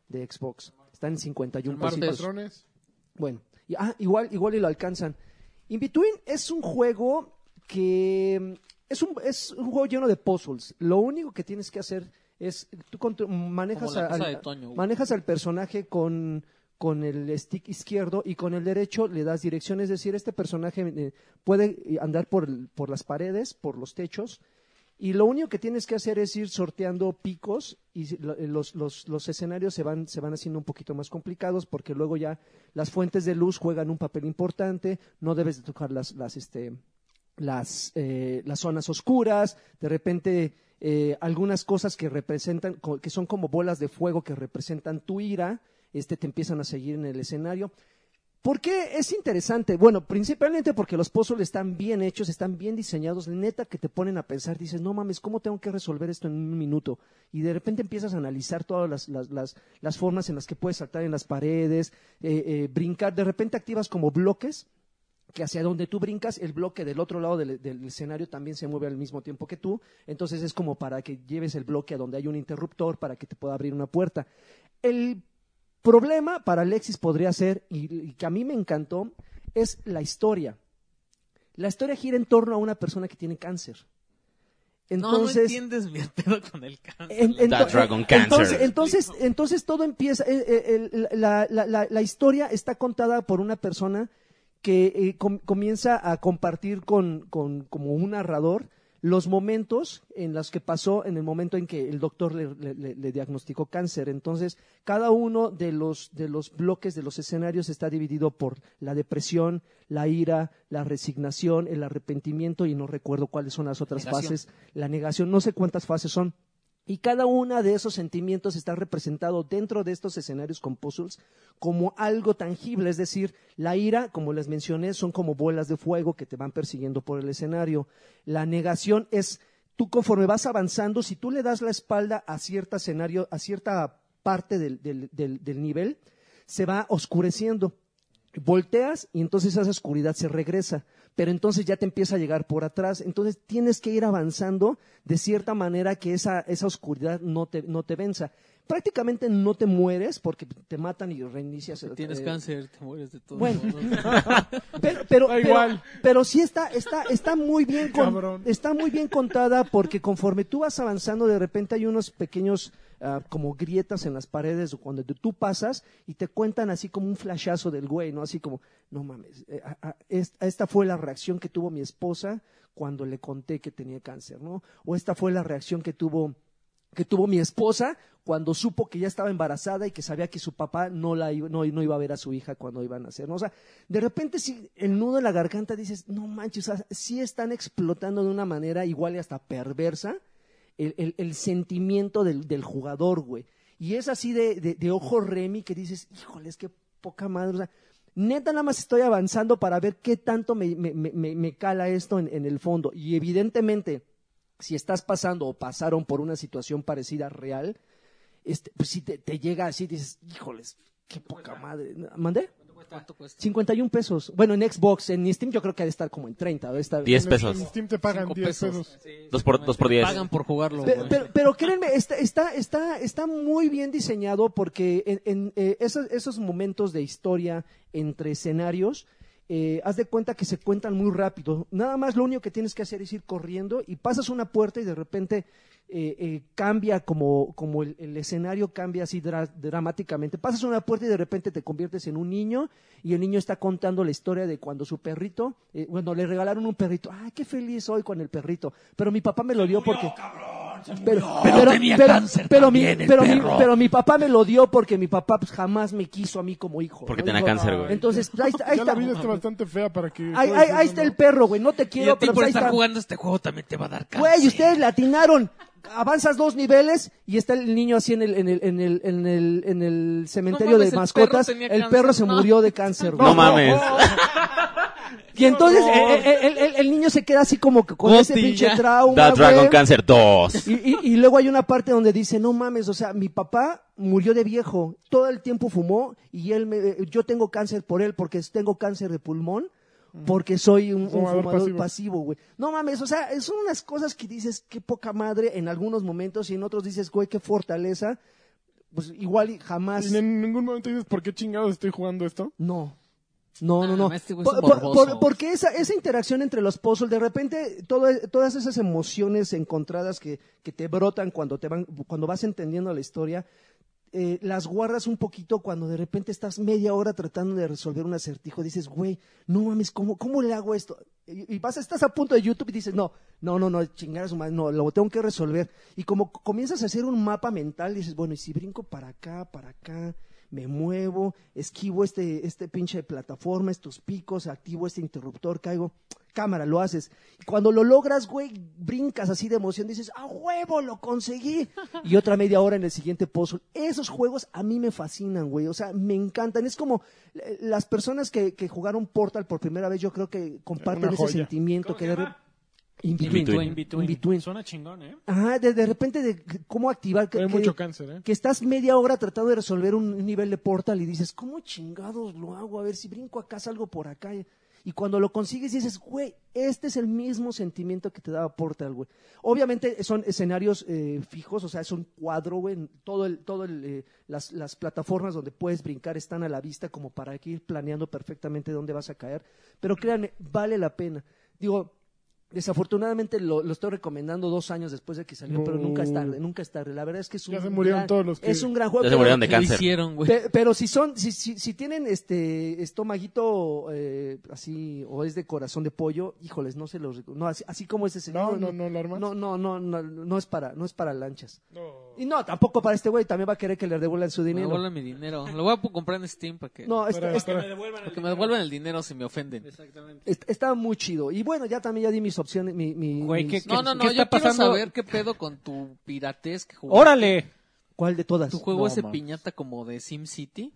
Speaker 1: de Xbox. Están en 51
Speaker 3: El martes.
Speaker 1: pesitos.
Speaker 2: Patrones.
Speaker 1: Bueno, y- ah, igual, igual y lo alcanzan. In Between es un juego que mm, es un, es un juego lleno de puzzles. Lo único que tienes que hacer es tú contro- manejas,
Speaker 3: Como la
Speaker 1: a-
Speaker 3: casa
Speaker 1: al,
Speaker 3: de Toño, güey.
Speaker 1: manejas al personaje con con el stick izquierdo y con el derecho le das dirección, es decir, este personaje eh, puede eh, andar por, el- por las paredes, por los techos, y lo único que tienes que hacer es ir sorteando picos y si- lo- eh, los, los- los escenarios se van, se van haciendo un poquito más complicados porque luego ya las fuentes de luz juegan un papel importante, no debes de tocar las, las, este, las, eh, las zonas oscuras, de repente eh, algunas cosas que representan, co- que son como bolas de fuego que representan tu ira, este, te empiezan a seguir en el escenario. ¿Por qué es interesante? Bueno, principalmente porque los puzzles están bien hechos, están bien diseñados, neta que te ponen a pensar, dices, no mames, ¿cómo tengo que resolver esto en un minuto? Y de repente empiezas a analizar todas las, las, las- las formas en las que puedes saltar en las paredes, eh, eh, brincar, de repente activas como bloques que hacia donde tú brincas, el bloque del otro lado del, del escenario también se mueve al mismo tiempo que tú. Entonces es como para que lleves el bloque a donde hay un interruptor para que te pueda abrir una puerta. El problema para Alexis podría ser, y, y que a mí me encantó, es la historia. La historia gira en torno a una persona que tiene cáncer.
Speaker 3: no, no
Speaker 1: Entonces,
Speaker 3: entiendes mi pedo con el cáncer.
Speaker 1: en- ento-
Speaker 4: That Dragon Cancer.
Speaker 1: Entonces, entonces, entonces todo empieza. eh, eh, el- la, la- la- la historia está contada por una persona que eh, com- comienza a compartir con, con- como un narrador los momentos en los que pasó en el momento en que el doctor le, le- le- le diagnosticó cáncer. Entonces, cada uno de los, de los bloques de los escenarios está dividido por la depresión, la ira, la resignación, el arrepentimiento y no recuerdo cuáles son las otras
Speaker 3: Negación.
Speaker 1: fases, la negación, no sé cuántas fases son. Y cada uno de esos sentimientos está representado dentro de estos escenarios con puzzles como algo tangible, es decir, la ira, como les mencioné, son como bolas de fuego que te van persiguiendo por el escenario. La negación es tú conforme vas avanzando, si tú le das la espalda a cierto escenario, a cierta parte del, del- del- del nivel, se va oscureciendo. Volteas y entonces esa oscuridad se regresa. pero entonces ya te empieza a llegar por atrás. Entonces tienes que ir avanzando de cierta manera que esa, esa oscuridad no te, no te venza. Prácticamente no te mueres porque te matan y reinicias. el-
Speaker 3: Tienes
Speaker 1: eh,
Speaker 3: cáncer, te mueres de todo.
Speaker 1: Bueno. Pero, pero,
Speaker 2: Da
Speaker 1: pero-
Speaker 2: igual.
Speaker 1: pero sí está, está, está muy bien con-
Speaker 2: Cabrón.
Speaker 1: está muy bien contada porque conforme tú vas avanzando, de repente hay unos pequeños ah, como grietas en las paredes o cuando tú pasas y te cuentan así como un flashazo del güey, ¿no? Así como, no mames, eh, a- a- es- esta fue la reacción que tuvo mi esposa cuando le conté que tenía cáncer, ¿no? O esta fue la reacción que tuvo que tuvo mi esposa cuando supo que ya estaba embarazada y que sabía que su papá no la iba, no, no iba a ver a su hija cuando iban a nacer. ¿no? O sea, de repente si el nudo en la garganta dices, no manches, o sea, sí están explotando de una manera igual y hasta perversa el, el- el sentimiento del, del jugador, güey. Y es así de, de, de ojo Remy que dices, híjoles, qué poca madre. O sea, neta, nada más estoy avanzando para ver qué tanto me, me- me- me- me cala esto en, en el fondo. Y evidentemente, si estás pasando o pasaron por una situación parecida real, este, pues si te, te llega así, dices, híjoles, qué poca madre. ¿Mandé?
Speaker 3: ¿Cuánto cuesta?
Speaker 1: 51 pesos. Bueno, en Xbox, en Steam yo creo que ha de estar como en 30. debe estar-
Speaker 4: 10
Speaker 2: En-
Speaker 4: pesos.
Speaker 2: En Steam te pagan
Speaker 6: Cinco
Speaker 2: 10 pesos.
Speaker 6: pesos.
Speaker 4: Dos por, dos por diez.
Speaker 3: Pagan por jugarlo,
Speaker 1: Pe-
Speaker 3: güey.
Speaker 1: Pero, pero créanme, está, está, está, está muy bien diseñado porque en, en, eh, esos, esos momentos de historia entre escenarios, eh, haz de cuenta que se cuentan muy rápido. Nada más lo único que tienes que hacer es ir corriendo y pasas una puerta y de repente eh, eh, cambia como, como el, el escenario cambia así dra- dramáticamente. Pasas una puerta y de repente te conviertes en un niño y el niño está contando la historia de cuando su perrito, eh, bueno, le regalaron un perrito. ¡Ay, qué feliz soy con el perrito! Pero mi papá me lo dio porque... Pero, pero, pero- pero mi, pero, mi, pero mi papá me lo dio porque mi papá pues, jamás me quiso a mí como hijo.
Speaker 4: Porque
Speaker 1: ¿no?
Speaker 4: tenía
Speaker 1: Digo,
Speaker 4: cáncer, güey.
Speaker 1: Entonces, ahí está, ahí
Speaker 2: ya
Speaker 1: está,
Speaker 2: la vida está bastante fea para que...
Speaker 1: ahí, ahí- ahí está el perro, güey. No te
Speaker 3: Y a
Speaker 1: quiero,
Speaker 3: ti
Speaker 1: pero
Speaker 3: por
Speaker 1: pues, ahí
Speaker 3: estar
Speaker 1: está.
Speaker 3: jugando este juego también te va a dar cáncer.
Speaker 1: Güey, ustedes le atinaron. Avanzas dos niveles y está el niño así en el, en el, en el, en el, en el cementerio
Speaker 3: No mames, el
Speaker 1: de
Speaker 3: perro
Speaker 1: mascotas. El
Speaker 3: tenía
Speaker 1: perro,
Speaker 3: cáncer,
Speaker 1: se
Speaker 3: no.
Speaker 1: murió de cáncer, güey.
Speaker 4: No mames.
Speaker 1: Y entonces eh, eh, el, el- el niño se queda así como que con ese
Speaker 3: Gotti,
Speaker 1: pinche
Speaker 3: ya.
Speaker 1: trauma.
Speaker 4: Da Dragon
Speaker 1: güey.
Speaker 4: Cancer 2.
Speaker 1: Y, y- y luego hay una parte donde dice, no mames, o sea, mi papá murió de viejo, todo el tiempo fumó y él me- eh, yo tengo cáncer por él porque tengo cáncer de pulmón, porque soy un, un
Speaker 2: Fumador
Speaker 1: fumador
Speaker 2: pasivo.
Speaker 1: pasivo. güey. No mames, o sea, son unas cosas que dices, qué poca madre en algunos momentos y en otros dices, güey, qué fortaleza. Pues igual y jamás...
Speaker 2: Y en ningún momento dices, ¿por qué chingados estoy jugando esto?
Speaker 1: No. No, no, no.
Speaker 3: Ah, este güey es un
Speaker 1: Por- por-
Speaker 3: morboso.
Speaker 1: por- porque esa, esa interacción entre los puzzles, de repente, todo- e, todas esas emociones encontradas que, que te brotan cuando, te van, cuando vas entendiendo la historia, eh, las guardas un poquito cuando de repente estás media hora tratando de resolver un acertijo. Dices, güey, no mames, ¿cómo, cómo le hago esto? Y, y vas, estás a punto de YouTube y dices, no, no, no, no, chingar a su madre, no, lo tengo que resolver. Y como c- comienzas a hacer un mapa mental, dices, bueno, y si brinco para acá, para acá, me muevo, esquivo este, este pinche plataforma, estos picos, activo este interruptor, caigo. Cámara, lo haces. Y Cuando lo logras, güey, brincas así de emoción, dices, ¡a huevo, lo conseguí! Y otra media hora en el siguiente puzzle. Esos juegos a mí me fascinan, güey. O sea, me encantan. Es como eh, las personas que, que jugaron Portal por primera vez, yo creo que comparten
Speaker 2: Una
Speaker 1: ese
Speaker 2: joya.
Speaker 1: sentimiento que de re- In
Speaker 6: In
Speaker 1: Between.
Speaker 6: between.
Speaker 4: In
Speaker 1: In between.
Speaker 6: Suena chingón, ¿eh?
Speaker 1: Ajá, de, de repente de cómo activar. que-
Speaker 2: Hay
Speaker 1: que-
Speaker 2: mucho cáncer, ¿eh?
Speaker 1: que estás media hora tratando de resolver un un nivel de portal y dices, ¿cómo chingados lo hago? A ver si brinco acá, salgo por acá. Y cuando lo consigues dices, güey, este es el mismo sentimiento que te daba Portal, güey. Obviamente son escenarios eh, fijos, o sea, es un cuadro, güey. Todo el, todo el, eh, las, las plataformas donde puedes brincar están a la vista como para que ir planeando perfectamente dónde vas a caer. Pero créanme, vale la pena. Digo, desafortunadamente lo, lo estoy recomendando dos años después de que salió, pero nunca es tarde, nunca es tarde. La verdad es que es un
Speaker 2: Ya se murieron
Speaker 1: gran-
Speaker 2: todos los que-
Speaker 1: Es un gran juego.
Speaker 4: Ya se
Speaker 1: pero-
Speaker 4: murieron de
Speaker 3: ¿Qué le
Speaker 4: cáncer.
Speaker 3: hicieron, güey?
Speaker 1: Pe- Pero si son, si, si, si tienen este estomaguito eh, así o es de corazón de pollo, híjoles, no se los reco- no así, así como ese señor.
Speaker 2: No, no, no, lo armas.
Speaker 1: no, no, no, no, no es para, no es para lanchas. Y no, tampoco para este güey, también va a querer que le devuelvan su
Speaker 3: Me
Speaker 1: dinero.
Speaker 3: devuelvan mi dinero. Lo voy a po- comprar en Steam para que,
Speaker 1: No,
Speaker 2: Para-
Speaker 1: está, está-
Speaker 2: para-
Speaker 3: para que me devuelvan el dinero si me ofenden.
Speaker 1: est- está muy chido. Y bueno, ya también ya di mis opciones, mi, mi-
Speaker 6: Güey,
Speaker 1: mis-
Speaker 6: ¿qué-
Speaker 3: No, no,
Speaker 6: ¿Qué
Speaker 3: no,
Speaker 6: está
Speaker 3: yo quiero
Speaker 6: pasando?
Speaker 3: saber qué pedo con tu piratez que jugaste.
Speaker 6: ¡Órale!
Speaker 1: ¿cuál de todas?
Speaker 3: Tu juego
Speaker 6: No,
Speaker 3: ese
Speaker 6: mames.
Speaker 3: piñata como de Sim City.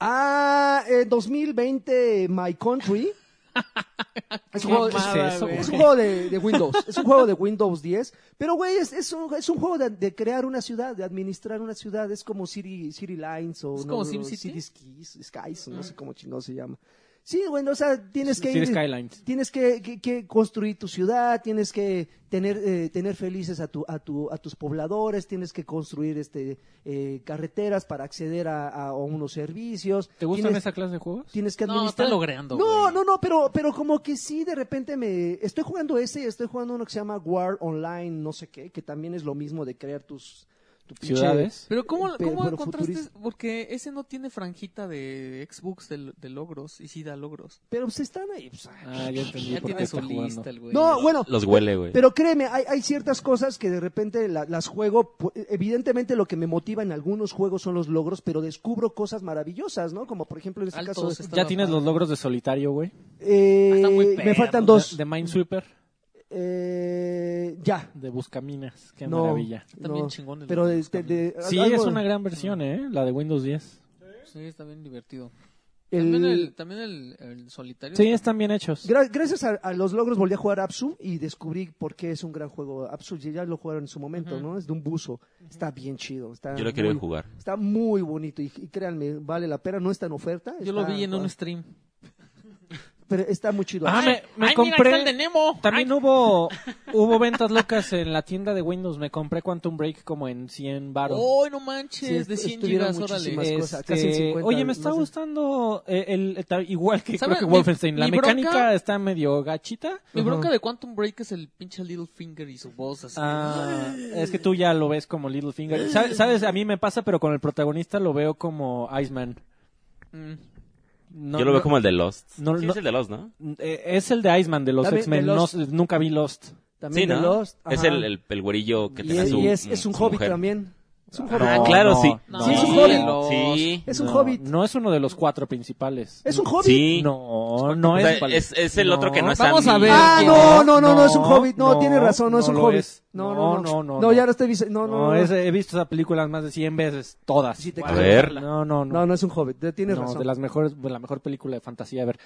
Speaker 1: Ah, eh, 2020 My Country. Es un, juego,
Speaker 6: mamada,
Speaker 1: es- es un
Speaker 6: güey.
Speaker 1: juego de, de Windows. Es un juego de Windows 10. Pero, güey, es, es un, es un juego de, de crear una ciudad, de administrar una ciudad. Es como City, City Lines o
Speaker 3: ¿Es
Speaker 1: no,
Speaker 3: como
Speaker 1: no,
Speaker 3: SimCity?
Speaker 1: City Skis- Skies, no sé cómo chingado se llama. Sí, bueno, o sea, tienes que
Speaker 6: Sí,
Speaker 1: ir-
Speaker 6: Skylines.
Speaker 1: Tienes que, que- que construir tu ciudad, tienes que tener, eh, tener felices a, tu, a, tu, a tus pobladores, tienes que construir este, eh, carreteras para acceder a, a- a unos servicios.
Speaker 6: ¿Te gustan
Speaker 1: tienes,
Speaker 6: esa clase de juegos?
Speaker 1: Tienes que
Speaker 3: No,
Speaker 1: administrar.
Speaker 3: está logrando,
Speaker 1: No,
Speaker 3: güey.
Speaker 1: no, no, pero, pero como que sí, de repente me. Estoy jugando ese, estoy jugando uno que se llama War Online, no sé qué, que también es lo mismo de crear tus. tu pinche-
Speaker 6: Ciudades.
Speaker 3: Pero ¿cómo,
Speaker 1: Pero-
Speaker 3: cómo
Speaker 1: pero
Speaker 3: encontraste?
Speaker 1: futurista.
Speaker 3: Porque ese no tiene franjita de Xbox de, de logros y sí da logros.
Speaker 1: Pero pues están ahí. pues, ay.
Speaker 6: Ah, ya entendí.
Speaker 3: Ya
Speaker 6: por qué
Speaker 3: tiene
Speaker 6: está
Speaker 3: su
Speaker 6: jugando.
Speaker 3: lista el güey.
Speaker 1: no, bueno,
Speaker 4: Los huele, güey.
Speaker 1: Pero créeme, hay, hay ciertas cosas que de repente la- las juego. pu- Evidentemente, lo que me motiva en algunos juegos son los logros, pero descubro cosas maravillosas, ¿no? Como por ejemplo en este
Speaker 3: Altos,
Speaker 1: caso.
Speaker 3: está
Speaker 6: Ya
Speaker 3: la
Speaker 6: tienes
Speaker 3: madre.
Speaker 6: los logros de solitario, güey.
Speaker 1: eh,
Speaker 3: están muy
Speaker 1: me
Speaker 3: perros,
Speaker 1: faltan dos.
Speaker 6: De, de Minesweeper,
Speaker 1: Eh, ya.
Speaker 6: de Buscaminas. Qué
Speaker 1: No.
Speaker 6: maravilla.
Speaker 3: Está
Speaker 1: no,
Speaker 3: bien chingón el
Speaker 1: Pero este, de,
Speaker 3: Buscaminas.
Speaker 1: de- de-
Speaker 6: Sí,
Speaker 1: algo-
Speaker 6: es una gran versión, ¿eh? La de Windows 10.
Speaker 3: Sí, está bien divertido.
Speaker 1: el-
Speaker 3: También el, también el, el solitario.
Speaker 6: Sí, están bien hechos.
Speaker 1: gra- gracias a, a los logros volví a jugar Absu y descubrí por qué es un gran juego. Absu ya ya lo jugaron en su momento,
Speaker 3: Ujú.
Speaker 1: ¿no? Es de un buzo. Está bien chido. Está
Speaker 4: Yo lo quería
Speaker 1: muy-
Speaker 4: jugar.
Speaker 1: Está muy bonito y, y créanme, vale la pena. No está en oferta.
Speaker 3: Yo lo
Speaker 1: está-
Speaker 3: vi en un stream.
Speaker 1: Pero está muy chido.
Speaker 6: Ah, me, me
Speaker 3: Ay,
Speaker 6: compré.
Speaker 3: mira, está el de Nemo.
Speaker 6: También hubo, hubo ventas locas en la tienda de Windows. Me compré Quantum Break como en 100
Speaker 3: ¡Ay,
Speaker 6: baros.
Speaker 3: no manches!
Speaker 1: Sí,
Speaker 3: de 100
Speaker 1: estuvieron
Speaker 3: gigas, órale.
Speaker 1: muchísimas- Oh, más cosas, casi en 50,
Speaker 6: Este, oye, me está
Speaker 1: más de-
Speaker 6: gustando eh, el, está igual que
Speaker 3: ¿Sabe?
Speaker 6: creo que
Speaker 3: Mi-
Speaker 6: Wolfenstein. La
Speaker 3: mi
Speaker 6: mecánica
Speaker 3: bronca-
Speaker 6: está medio gachita.
Speaker 3: Mi
Speaker 1: Ajá.
Speaker 3: bronca de Quantum Break es el pinche Littlefinger y su voz así.
Speaker 6: Ah, es que tú ya lo ves como Littlefinger. ¿Sabes? ¿Sabes? A mí me pasa, pero con el protagonista lo veo como Iceman.
Speaker 3: Mm.
Speaker 6: No,
Speaker 4: Yo lo veo
Speaker 6: no-
Speaker 4: como el de Lost.
Speaker 6: no,
Speaker 4: sí,
Speaker 6: no-
Speaker 4: es el de Lost, ¿no?
Speaker 6: eh, es el de Iceman de los
Speaker 1: También
Speaker 6: X-Men.
Speaker 1: de
Speaker 6: No
Speaker 1: Lost.
Speaker 6: sé, nunca vi Lost.
Speaker 1: También
Speaker 4: sí,
Speaker 1: de
Speaker 4: ¿no?
Speaker 1: Lost.
Speaker 4: Es
Speaker 1: ajá.
Speaker 4: el, el, el güerillo que
Speaker 1: Y
Speaker 4: tenía
Speaker 1: es,
Speaker 4: su
Speaker 1: y es, es un
Speaker 4: su
Speaker 1: hobby
Speaker 4: mujer.
Speaker 1: también. Es un hobby.
Speaker 4: Ah, claro, sí.
Speaker 6: no,
Speaker 1: Sí, es un
Speaker 4: Sí,
Speaker 1: hobby.
Speaker 4: Sí.
Speaker 1: Es un
Speaker 6: No,
Speaker 1: hobbit.
Speaker 6: No es uno de los cuatro principales.
Speaker 1: Es un hobby.
Speaker 4: Sí.
Speaker 6: No, no
Speaker 4: O sea, es,
Speaker 6: es.
Speaker 4: es el otro que no es
Speaker 3: Vamos
Speaker 4: Andy.
Speaker 6: Pues,
Speaker 3: a ver.
Speaker 1: Ah,
Speaker 3: ¿quién
Speaker 1: no, no, no, no es un hobbit. No, tiene razón, no, es un
Speaker 6: lo
Speaker 1: hobbit.
Speaker 6: es.
Speaker 1: No, no, no.
Speaker 6: no.
Speaker 1: ya lo estoy diciendo. No, no, no.
Speaker 6: es- he visto esa película más de 100 veces, todas.
Speaker 1: Sí, te
Speaker 4: A
Speaker 1: creo.
Speaker 4: ver.
Speaker 6: No, no, no.
Speaker 1: No, no es un hobbit. de- Tienes
Speaker 6: No,
Speaker 1: razón.
Speaker 6: de las mejores, de la mejor película de fantasía, a ver.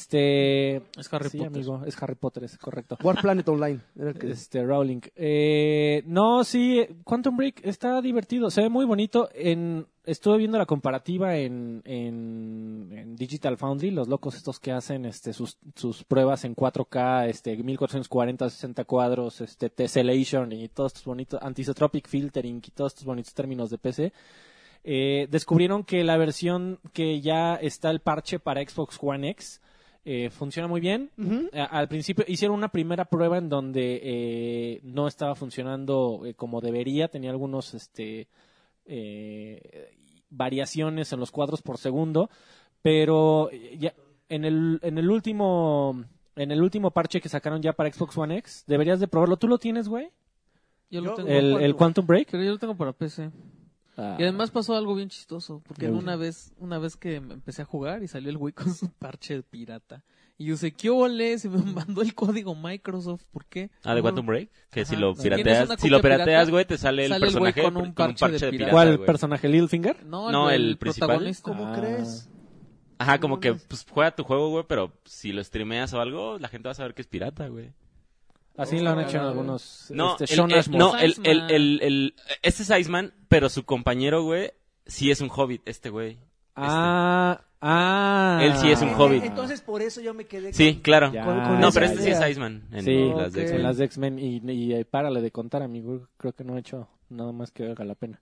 Speaker 6: Este,
Speaker 3: Es Harry
Speaker 6: sí,
Speaker 3: Potter.
Speaker 6: amigo, es Harry Potter, es correcto.
Speaker 1: War Planet Online. era el que-
Speaker 6: Este, Rowling. Eh, no, sí, Quantum Break está divertido, se ve muy bonito. En, estuve viendo la comparativa en, en, en Digital Foundry, los locos estos que hacen este, sus, sus pruebas en 4K, este, 1440, 60 cuadros, este, Tessellation y todos estos bonitos, Antisotropic Filtering y todos estos bonitos términos de PC. Eh, descubrieron que la versión que ya está el parche para Xbox One X eh, funciona muy bien.
Speaker 1: Ujú.
Speaker 6: A- Al principio hicieron una primera prueba en donde eh, no estaba funcionando eh, como debería, tenía algunos este, eh, variaciones en los cuadros por segundo, pero eh, ya en el, en el último en el último parche que sacaron ya para Xbox One X, deberías de probarlo. ¿Tú lo tienes, güey?
Speaker 3: Yo lo tengo
Speaker 6: El, el Quantum Break. Ah.
Speaker 3: Pero yo lo tengo para PC.
Speaker 4: Ah.
Speaker 3: Y además pasó algo bien chistoso, porque una vez, una vez que me empecé a jugar y salió el güey con su parche de pirata. Y yo sé, ¿qué ole? Se me mandó el código Microsoft, ¿por qué?
Speaker 4: Ah, de
Speaker 3: No,
Speaker 4: Quantum Break. Que si
Speaker 3: Ajá.
Speaker 4: lo
Speaker 3: Si tienes
Speaker 4: pirateas,
Speaker 3: una
Speaker 4: si lo
Speaker 3: copia pirata,
Speaker 4: pirateas, güey, te sale el
Speaker 3: sale el güey
Speaker 4: personaje
Speaker 3: con un parche de pirata.
Speaker 6: ¿Cuál
Speaker 4: güey.
Speaker 6: personaje? ¿Littlefinger?
Speaker 3: No,
Speaker 4: No,
Speaker 3: el,
Speaker 4: el
Speaker 3: el
Speaker 4: principal.
Speaker 3: protagonista.
Speaker 1: ¿Cómo
Speaker 6: Ah.
Speaker 1: crees?
Speaker 4: Ajá, como que pues, juega tu juego, güey, pero si lo streameas o algo, la gente va a saber que es pirata, güey.
Speaker 6: Así lo han hecho en algunos.
Speaker 4: No,
Speaker 6: este,
Speaker 4: el-
Speaker 6: Sean
Speaker 4: el-
Speaker 6: Ashmore.
Speaker 4: no, el, el,
Speaker 3: Iceman.
Speaker 4: el- el- este es Iceman, pero su compañero, güey, sí es un hobbit, este güey.
Speaker 6: Ah, ah.
Speaker 4: este. Él sí es un hobbit.
Speaker 1: Entonces por eso yo me quedé.
Speaker 4: Sí, claro.
Speaker 6: Ya.
Speaker 4: No,
Speaker 1: esa
Speaker 4: pero este sí
Speaker 1: idea.
Speaker 4: es Iceman. En
Speaker 6: Sí,
Speaker 4: las
Speaker 1: ok.
Speaker 4: de
Speaker 6: en
Speaker 4: X-Men.
Speaker 6: las de X-Men. Y, y, eh, párale de contar, amigo. Creo que no he hecho nada más que valga la pena.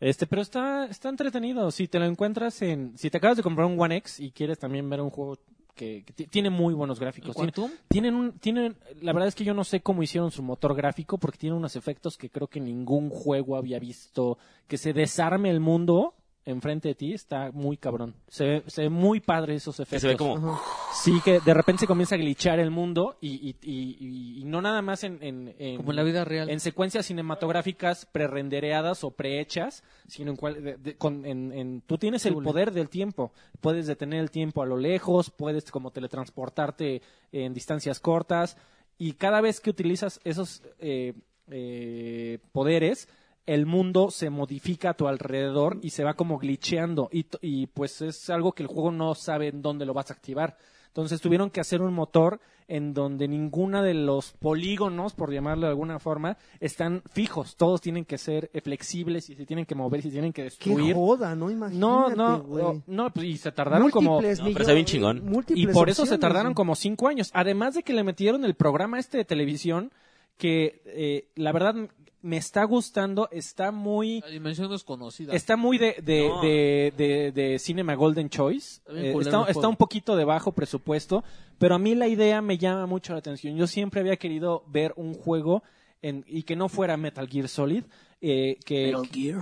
Speaker 6: Este, pero está, está entretenido. Si te lo encuentras en. Si te acabas de comprar un One X y quieres también ver un juego que, que ti- tiene muy buenos
Speaker 3: ¿El
Speaker 6: gráficos. Tiene,
Speaker 3: Quantum?
Speaker 6: tienen un. Tienen, la verdad es que yo no sé cómo hicieron su motor gráfico porque tiene unos efectos que creo que ningún juego había visto. Que se desarme el mundo enfrente de ti está muy cabrón. Se ve, se ve muy padre esos efectos.
Speaker 4: Que se ve como...
Speaker 6: Sí, que de repente se comienza a glitchar el mundo y, y- y- y- y no nada más en, en- en-
Speaker 3: Como en la vida real.
Speaker 6: en secuencias cinematográficas prerendereadas o prehechas, sino en cual, de- de- con- en- en- tú tienes el
Speaker 3: Chule.
Speaker 6: poder del tiempo, puedes detener el tiempo a lo lejos, puedes como teletransportarte en distancias cortas y cada vez que utilizas esos eh, eh, poderes el mundo se modifica a tu alrededor y se va como glitcheando y, t- y pues es algo que el juego no sabe en dónde lo vas a activar. Entonces tuvieron que hacer un motor en donde ninguna de los polígonos, por llamarlo de alguna forma, están fijos. Todos tienen que ser eh, flexibles y se tienen que mover y se tienen que
Speaker 1: Qué
Speaker 6: destruir.
Speaker 1: joda, ¿no?
Speaker 6: No,
Speaker 1: Imagínate,
Speaker 6: no,
Speaker 1: güey.
Speaker 6: no, no, pues, y se tardaron como
Speaker 1: Múltiples
Speaker 4: No, pero
Speaker 1: millo-
Speaker 4: está bien chingón.
Speaker 1: múltiples
Speaker 6: y por eso se
Speaker 1: opciones,
Speaker 6: tardaron
Speaker 1: güey.
Speaker 6: como cinco años. Además de que le metieron el programa este de televisión, que eh, la verdad m- me está gustando, está muy,
Speaker 3: La dimensión desconocida.
Speaker 6: está muy de, de,
Speaker 4: No.
Speaker 6: de, de- de Cinema Golden Choice.
Speaker 3: Está bien
Speaker 6: Eh,
Speaker 3: culero
Speaker 6: está,
Speaker 3: el
Speaker 6: está
Speaker 3: juego.
Speaker 6: un poquito de bajo presupuesto, pero a mí la idea me llama mucho la atención. Yo siempre había querido ver un juego en- y que no fuera Metal Gear Solid, eh, que,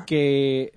Speaker 6: que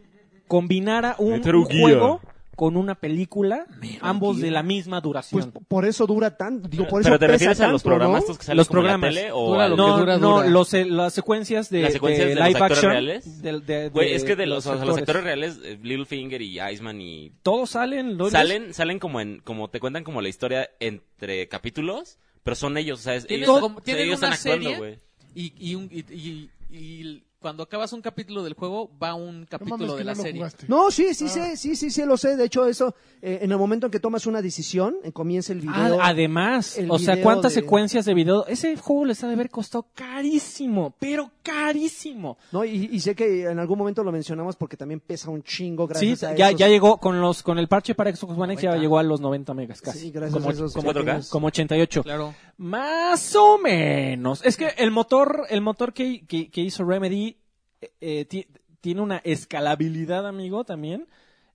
Speaker 6: combinara un,
Speaker 4: Metal
Speaker 6: un
Speaker 4: Gear.
Speaker 6: juego con una película, ambos de la misma
Speaker 1: Pues
Speaker 6: duración.
Speaker 1: por eso dura tanto. Digo, por eso
Speaker 4: Pero te
Speaker 1: pesa
Speaker 4: refieres a los
Speaker 1: tanto, ¿no?
Speaker 4: programas estos que salen
Speaker 6: Los
Speaker 4: como en la
Speaker 6: programas.
Speaker 4: tele o
Speaker 3: Dura
Speaker 4: a
Speaker 3: lo
Speaker 4: los-
Speaker 3: que
Speaker 6: no,
Speaker 3: dura,
Speaker 6: no,
Speaker 3: dura.
Speaker 6: Los, eh, las secuencias de,
Speaker 4: ¿Las secuencias
Speaker 6: de
Speaker 4: de los
Speaker 6: live
Speaker 4: actores
Speaker 6: action.
Speaker 4: reales?
Speaker 6: del- de-
Speaker 4: Güey,
Speaker 6: de
Speaker 4: es que de los, o sea, los
Speaker 6: actores.
Speaker 4: actores reales, eh, Littlefinger y Iceman y...
Speaker 6: Todos salen, los-
Speaker 4: Salen, salen como en, como te cuentan como la historia entre capítulos, pero son ellos, o sea, es-
Speaker 3: Tienen
Speaker 4: ellos,
Speaker 3: como- tienen
Speaker 4: ellos
Speaker 3: una
Speaker 4: están actuando,
Speaker 3: serie.
Speaker 4: güey.
Speaker 3: Y, y, un- y- y- y cuando acabas un capítulo del juego, va un
Speaker 2: No
Speaker 3: capítulo
Speaker 2: mames,
Speaker 3: de
Speaker 2: que
Speaker 3: la
Speaker 2: no lo
Speaker 3: serie.
Speaker 2: jugaste.
Speaker 1: No, sí, sí,
Speaker 2: Ah.
Speaker 1: sé, sí, sí, sí, lo sé. De hecho, eso, eh, en el momento en que tomas una decisión, eh, comienza el
Speaker 6: Ah,
Speaker 1: video.
Speaker 6: además,
Speaker 1: el
Speaker 6: o sea,
Speaker 1: video
Speaker 6: cuántas
Speaker 1: de-
Speaker 6: secuencias de video. Ese juego les ha de haber costado carísimo, pero carísimo.
Speaker 1: ¿no? Y, y sé que en algún momento lo mencionamos porque también pesa un chingo
Speaker 6: Sí,
Speaker 1: gracias a
Speaker 6: ya,
Speaker 1: esos-
Speaker 6: ya llegó con los con el parche para Xbox One X, ya
Speaker 3: 90.
Speaker 6: llegó a los 90 megas casi.
Speaker 1: Sí, gracias
Speaker 6: como,
Speaker 1: a esos
Speaker 6: como,
Speaker 1: pequeños-
Speaker 6: como 88.
Speaker 3: Claro.
Speaker 6: Más o menos. Es que el motor, el motor que, que- que hizo Remedy eh, eh, ti- tiene una escalabilidad, amigo, también,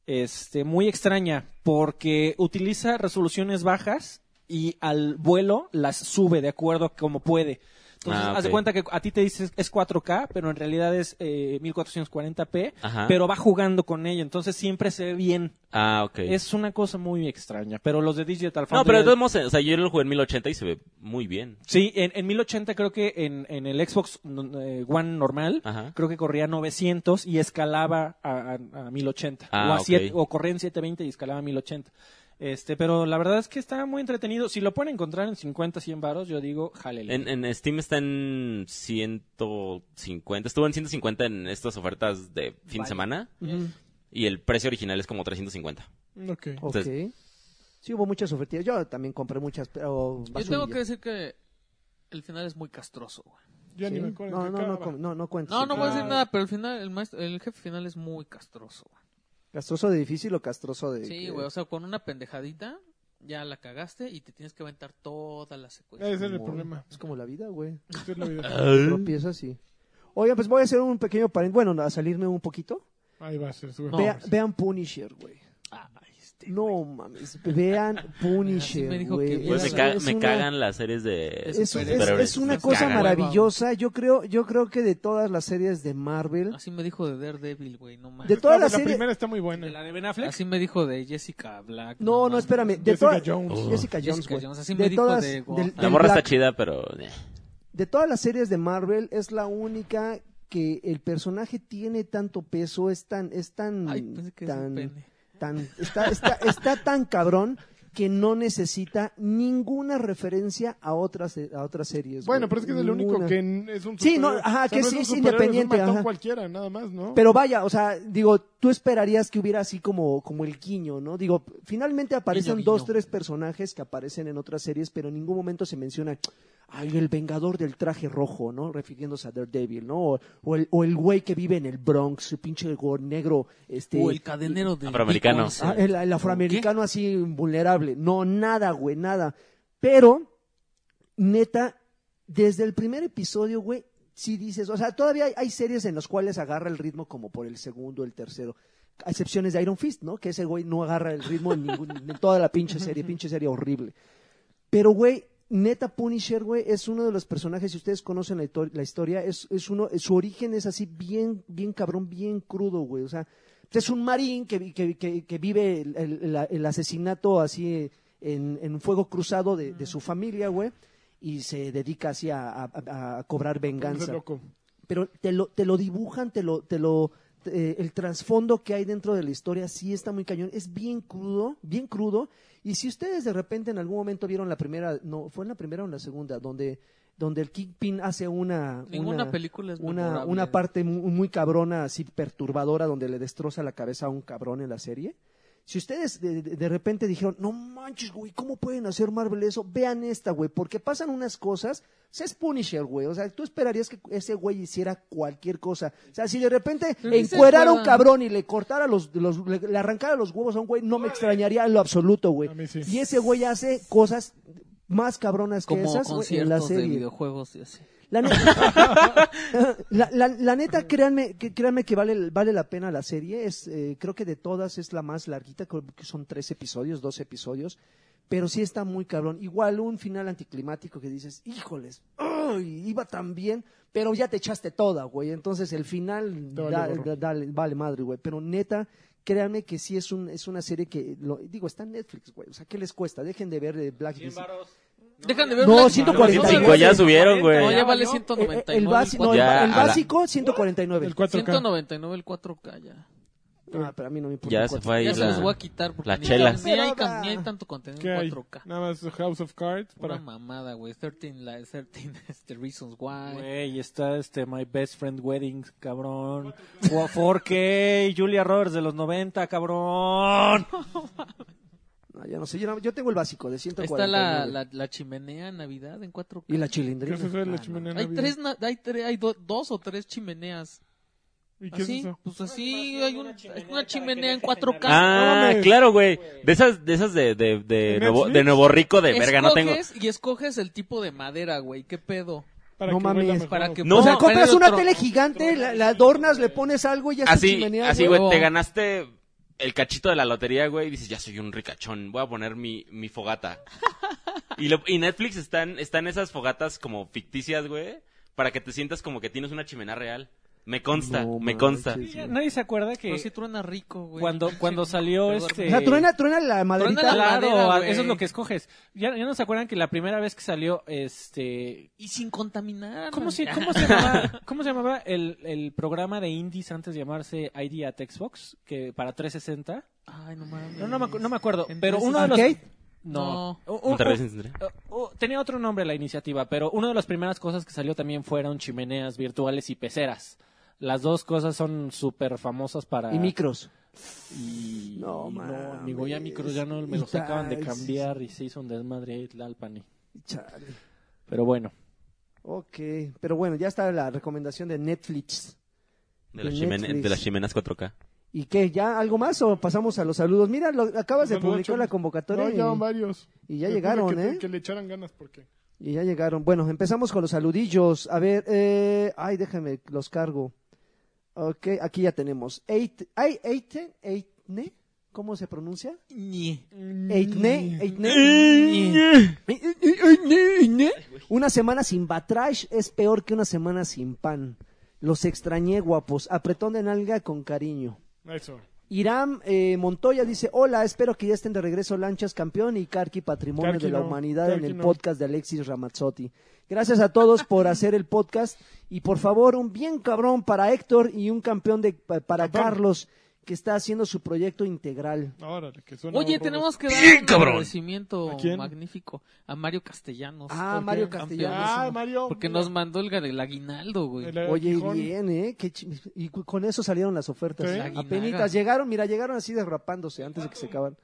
Speaker 6: este, muy extraña, porque utiliza resoluciones bajas y al vuelo las sube de acuerdo a como puede. Entonces,
Speaker 4: Ah,
Speaker 6: haz de
Speaker 4: ok.
Speaker 6: cuenta que a ti te dices es 4K, pero en realidad es eh, 1440p,
Speaker 4: Ajá.
Speaker 6: pero va jugando con ello, entonces siempre se ve bien.
Speaker 4: Ah, ok.
Speaker 6: Es una cosa muy extraña, pero los de Digital
Speaker 4: No,
Speaker 6: Foundry
Speaker 4: pero de todos modos, o sea, yo lo jugué en 1080 y se ve muy bien.
Speaker 6: Sí, en, en 1080 creo que en, en el Xbox mm, eh, One normal,
Speaker 4: Ajá.
Speaker 6: creo que corría 900 y escalaba a, a- a 1080.
Speaker 4: Ah,
Speaker 6: o, a
Speaker 4: ok.
Speaker 6: siete- o corría en 720 y escalaba a 1080. Este, pero la verdad es que está muy entretenido. Si lo pueden encontrar en 50, 100 varos, yo digo, jálele.
Speaker 4: En, en Steam está en 150. Estuvo en 150 en estas ofertas de fin de semana. Y el precio original es como 350.
Speaker 2: Ok.
Speaker 1: Ok.
Speaker 4: Entonces-
Speaker 1: Sí, hubo muchas ofertas. Yo también compré muchas, pero.
Speaker 3: Yo tengo que
Speaker 1: basurilla.
Speaker 3: decir que el final es muy castroso. güey.
Speaker 2: Ya ni
Speaker 1: Sí.
Speaker 2: me acuerdo.
Speaker 1: No,
Speaker 2: que
Speaker 1: no, no,
Speaker 2: acaba.
Speaker 1: com- no, no cuento.
Speaker 3: No, no voy a decir
Speaker 2: claro.
Speaker 3: nada, pero el final, el, maestro- el jefe final es muy castroso. güey.
Speaker 1: ¿Castroso de difícil o castroso de.?
Speaker 3: Sí,
Speaker 1: que-
Speaker 3: güey, o sea, con una pendejadita ya la cagaste y te tienes que aventar toda la secuencia.
Speaker 2: Ese es el
Speaker 1: Como-
Speaker 2: problema.
Speaker 1: Es como la vida, güey.
Speaker 2: Esa es la vida.
Speaker 4: ¿Eh?
Speaker 1: Tropieza así. Oiga, pues voy a hacer un pequeño paréntesis. Bueno, a salirme un poquito.
Speaker 2: Ahí va a ser. sube.
Speaker 3: No.
Speaker 1: Vea- vean Punisher, güey. No mames, vean Punisher.
Speaker 3: este Así me dijo
Speaker 1: güey.
Speaker 3: que viera,
Speaker 4: Pues
Speaker 1: Es-
Speaker 4: me,
Speaker 3: Eso
Speaker 4: ca-
Speaker 1: es
Speaker 4: me
Speaker 1: una-
Speaker 4: cagan las series de
Speaker 1: Es, es-
Speaker 4: superhéroes.
Speaker 1: es una
Speaker 4: Me
Speaker 1: cosa
Speaker 4: cagan.
Speaker 1: maravillosa. Yo creo, yo creo que de todas las series de Marvel,
Speaker 3: Así me dijo de Daredevil, güey, no mames.
Speaker 1: de todas
Speaker 2: la
Speaker 1: las series,
Speaker 2: primera está muy buena.
Speaker 6: ¿La de Ben
Speaker 4: Ah,
Speaker 6: Affleck?
Speaker 3: Así me dijo de Jessica Black.
Speaker 1: no, no,
Speaker 3: mames.
Speaker 1: espérame, de
Speaker 2: Jessica
Speaker 1: todas,
Speaker 2: Jones.
Speaker 1: Oh. Jessica Jones,
Speaker 3: Jessica
Speaker 1: güey.
Speaker 3: Jones, así me
Speaker 1: de
Speaker 3: dijo
Speaker 1: todas,
Speaker 3: de-
Speaker 1: del-
Speaker 4: La
Speaker 1: del
Speaker 4: morra está
Speaker 1: Black-
Speaker 4: chida, pero. eh.
Speaker 1: de todas las series de Marvel es la única que el personaje tiene tanto peso, es tan, es tan,
Speaker 3: Ay, pensé que es un
Speaker 1: tan,
Speaker 3: pene.
Speaker 1: tan- está, está, está tan cabrón que no necesita ninguna referencia a otras a otras series.
Speaker 2: Bueno,
Speaker 1: güey.
Speaker 2: pero es que es el único
Speaker 1: Ninguna.
Speaker 2: que n- es un
Speaker 1: Sí, no,
Speaker 2: superhéroe.
Speaker 1: ajá, que
Speaker 2: no
Speaker 1: sí
Speaker 2: un
Speaker 1: es
Speaker 2: superhéroe, un
Speaker 1: independiente,
Speaker 2: matón
Speaker 1: ajá.
Speaker 2: cualquiera, nada más, ¿no?
Speaker 1: Pero vaya, o sea, digo, tú esperarías que hubiera así como, como el guiño, ¿no? Digo, finalmente aparecen
Speaker 3: Guiño, guiño.
Speaker 1: dos, tres personajes que aparecen en otras series, pero en ningún momento se menciona, ay, el vengador del traje rojo, ¿no? Refiriéndose a Daredevil, ¿no? O, o el, o el güey que vive en el Bronx, el pinche go- negro, este...
Speaker 3: O el cadenero de...
Speaker 4: Afroamericano.
Speaker 1: Ah, el, el afroamericano así vulnerable. No, nada, güey, nada. Pero, neta, desde el primer episodio, güey, sí dices, o sea, todavía hay, hay series en las cuales agarra el ritmo como por el segundo, el tercero. A excepciones de Iron Fist, ¿no? Que ese güey no agarra el ritmo en, ningún- en toda la pinche serie, pinche serie horrible. Pero, güey, neta Punisher, güey, es uno de los personajes, si ustedes conocen la, hitor- la historia, es, es uno, su origen es así bien, bien cabrón, bien crudo, güey. O sea, es un marín que, vi- que, que- que vive el, el- la- el asesinato así eh, en, en un fuego cruzado de, de su familia, güey. Y se dedica así a, a- a cobrar
Speaker 2: Ese
Speaker 1: venganza
Speaker 2: loco.
Speaker 1: pero te lo, te lo dibujan, te lo, te lo, te- eh, el trasfondo que hay dentro de la historia sí está muy cañón, es bien crudo, bien crudo. Y si ustedes de repente en algún momento vieron la primera, no, fue en la primera o en la segunda, donde, donde el Kingpin hace una,
Speaker 3: Ninguna
Speaker 1: una,
Speaker 3: película es
Speaker 1: una,
Speaker 3: memorable.
Speaker 1: una parte mu- muy, cabrona, así perturbadora, donde le destroza la cabeza a un cabrón en la serie. Si ustedes de, de- de repente dijeron, no manches, güey, ¿cómo pueden hacer Marvel eso? Vean esta, güey, porque pasan unas cosas. O sea, es Punisher, güey. O sea, tú esperarías que ese güey hiciera cualquier cosa. O sea, si de repente
Speaker 3: Pero sí se
Speaker 1: encuerara a un
Speaker 3: acuerdan.
Speaker 1: cabrón y le cortara los, los- le, le arrancara los huevos a un güey, no me extrañaría en lo absoluto, güey.
Speaker 2: A mí sí.
Speaker 1: Y ese güey hace cosas más cabronas que
Speaker 3: Como
Speaker 1: esas güey, en la
Speaker 3: conciertos de
Speaker 1: serie.
Speaker 3: videojuegos y así.
Speaker 1: La neta, la, la- la neta, créanme que, créanme que vale, vale la pena la serie. Es, eh, creo que de todas es la más larguita, creo que son tres episodios, dos episodios. Pero sí está muy cabrón. Igual un final anticlimático que dices, híjoles, ¡ay! iba tan bien, pero ya te echaste toda, güey. Entonces el final
Speaker 2: Te vale
Speaker 1: da-
Speaker 2: gorro.
Speaker 1: da- dale, vale madre, güey. Pero neta, créanme que sí es, un, es una serie que, lo, digo, está en Netflix, güey. O sea, ¿qué les cuesta? Dejen de ver eh, Black Dis-
Speaker 3: Dejan de ver.
Speaker 1: No,
Speaker 3: Black-
Speaker 1: 145
Speaker 4: Cinco ya subieron,
Speaker 3: No,
Speaker 4: güey.
Speaker 3: ya vale
Speaker 1: Eh, eh,
Speaker 3: 199.
Speaker 1: el, basi- no, el
Speaker 4: Ya,
Speaker 1: ba- el
Speaker 4: a la-
Speaker 1: básico, 149.
Speaker 2: El 4K.
Speaker 3: 199 el 4K ya.
Speaker 1: Ah, pero a mí no me importa.
Speaker 4: Ya
Speaker 1: el
Speaker 4: se
Speaker 1: cuatro.
Speaker 4: fue ahí
Speaker 3: Ya se los voy
Speaker 4: la...
Speaker 3: a quitar porque
Speaker 4: la
Speaker 3: ni,
Speaker 4: chela.
Speaker 3: ni hay,
Speaker 1: Pero,
Speaker 3: can- ni hay tanto
Speaker 2: ¿Qué
Speaker 3: contenido en
Speaker 2: hay?
Speaker 3: 4K.
Speaker 2: Nada más House of Cards
Speaker 3: Una
Speaker 2: para
Speaker 3: mamada, güey. 13, la- 13 este, Reasons Why.
Speaker 6: Güey, está este My Best Friend Wedding, cabrón. O 4K, Julia Roberts de los 90, cabrón.
Speaker 1: No, yo no sé, yo, no- yo tengo el básico de
Speaker 3: Está
Speaker 1: 149.
Speaker 3: la, la, la chimenea Navidad en 4K.
Speaker 1: Y la
Speaker 2: ¿Qué
Speaker 1: chilindrina.
Speaker 2: es eso de
Speaker 1: Ah,
Speaker 2: la
Speaker 1: no.
Speaker 2: chimenea
Speaker 3: Hay
Speaker 2: navideña?
Speaker 3: tres, na- hay, tre- hay do- dos o tres chimeneas.
Speaker 2: ¿Y qué
Speaker 3: Así,
Speaker 2: es eso?
Speaker 3: pues así, hay, un- hay una chimenea en 4K.
Speaker 4: Ah,
Speaker 2: mames.
Speaker 4: claro, güey. De esas, de esas de, de, de,
Speaker 2: ¿En
Speaker 4: nuevo,
Speaker 2: Netflix?
Speaker 4: de Nuevo Rico Ah, de verga, no tengo.
Speaker 3: Escoges Y escoges el tipo de madera, güey. ¿Qué pedo?
Speaker 2: Para
Speaker 1: No
Speaker 2: que huela
Speaker 1: mames.
Speaker 2: mejor.
Speaker 3: Para que
Speaker 4: No,
Speaker 1: o sea,
Speaker 4: No,
Speaker 1: compras
Speaker 3: pero
Speaker 1: una
Speaker 3: otro-
Speaker 1: tele gigante, la, la adornas, le pones algo y ya es tu
Speaker 4: Así,
Speaker 1: chimenea.
Speaker 4: así, güey,
Speaker 3: huevo.
Speaker 4: te ganaste el cachito de la lotería, güey, y dices, ya soy un ricachón, voy a poner mi, mi fogata. y, lo- y Netflix están, están esas fogatas como ficticias, güey, para que te sientas como que tienes una chimenea real. Me consta,
Speaker 1: No
Speaker 4: me
Speaker 1: manches,
Speaker 4: consta.
Speaker 1: güey.
Speaker 6: Nadie se acuerda que
Speaker 3: Pero sí truena rico, güey.
Speaker 6: cuando, cuando salió
Speaker 3: Te
Speaker 6: este...
Speaker 1: O sea,
Speaker 3: duermes.
Speaker 1: truena, truena la maderita.
Speaker 3: Truena la-
Speaker 6: Claro,
Speaker 3: madera, güey.
Speaker 6: eso es lo que escoges. Ya, ya no se acuerdan que la primera vez que salió, este...
Speaker 3: Y sin contaminar.
Speaker 6: ¿Cómo se, cómo se llamaba, cómo se llamaba el, el programa de indies antes de llamarse ID at Xbox? Que para 360.
Speaker 3: Ay, no mames.
Speaker 6: No, no me, acu- no me acuerdo,
Speaker 3: Entonces,
Speaker 6: pero uno de los...
Speaker 1: ¿Arcade?
Speaker 6: No. Un- un-
Speaker 4: Monterrey
Speaker 6: un-
Speaker 4: sin centro.
Speaker 6: uh, uh, tenía otro nombre la iniciativa, pero una de las primeras cosas que salió también fueron chimeneas virtuales y peceras. Las dos cosas son súper famosas para...
Speaker 1: Y micros.
Speaker 6: Y,
Speaker 1: No,
Speaker 6: y
Speaker 1: mames.
Speaker 6: amigo, ya micros ya no me los
Speaker 1: Ay,
Speaker 6: acaban de
Speaker 1: sí.
Speaker 6: cambiar y se hizo un desmadre ahí, Tlalpan.
Speaker 1: Chale.
Speaker 6: Pero bueno.
Speaker 1: Ok, pero bueno, ya está la recomendación de Netflix.
Speaker 4: De, las
Speaker 1: de
Speaker 4: chimene-
Speaker 1: Netflix.
Speaker 4: de las chimeneas 4K.
Speaker 1: ¿Y qué? ¿Ya algo más o pasamos a los saludos? Mira, lo- acabas de
Speaker 2: Saludos,
Speaker 1: publicar la
Speaker 2: chavos.
Speaker 1: convocatoria.
Speaker 2: No,
Speaker 1: y-
Speaker 2: ya van varios.
Speaker 1: y ya
Speaker 2: Les puse
Speaker 1: llegaron,
Speaker 2: que-
Speaker 1: ¿eh?
Speaker 2: Que le echaran ganas porque...
Speaker 1: Y ya llegaron. Bueno, empezamos con los saludillos. A ver, eh, ay, déjame, los cargo. Ok, aquí ya tenemos. Eit- ay, Eiten, Eitne, ¿cómo se pronuncia?
Speaker 3: Ñe.
Speaker 2: Mm.
Speaker 1: Eitne, Eitne.
Speaker 3: Ñe.
Speaker 1: Una semana sin batrash es peor que una semana sin pan. Los extrañé guapos. Apretón de nalga con cariño.
Speaker 2: Eso.
Speaker 1: Iram eh, Montoya dice, hola, espero que ya estén de regreso Lanchas Campeón y Carqui Patrimonio
Speaker 2: Carqui
Speaker 1: de la
Speaker 2: no,
Speaker 1: Humanidad en
Speaker 2: Carqui
Speaker 1: el
Speaker 2: no.
Speaker 1: podcast de Alexis Ramazzotti. Gracias a todos por hacer el podcast y por favor un bien cabrón para Héctor y un campeón de, pa- para
Speaker 2: Campeón.
Speaker 1: Carlos que está haciendo su proyecto integral.
Speaker 2: Órale, que suena...
Speaker 3: Oye,
Speaker 2: otro-
Speaker 3: tenemos que dar un agradecimiento
Speaker 2: ¿A quién?
Speaker 3: magnífico a Mario Castellanos.
Speaker 1: Ah,
Speaker 2: ¿Por
Speaker 1: Mario
Speaker 2: qué?
Speaker 1: Castellanos.
Speaker 2: Ah, Mario.
Speaker 3: Porque
Speaker 2: mira,
Speaker 3: nos mandó el, ga- el aguinaldo, güey.
Speaker 2: el
Speaker 1: Oye,
Speaker 2: aguijón.
Speaker 1: bien, ¿eh? Qué chi- y cu- con eso salieron las ofertas.
Speaker 2: Sí.
Speaker 1: Apenitas llegaron, mira, llegaron así derrapándose antes de que se acaban.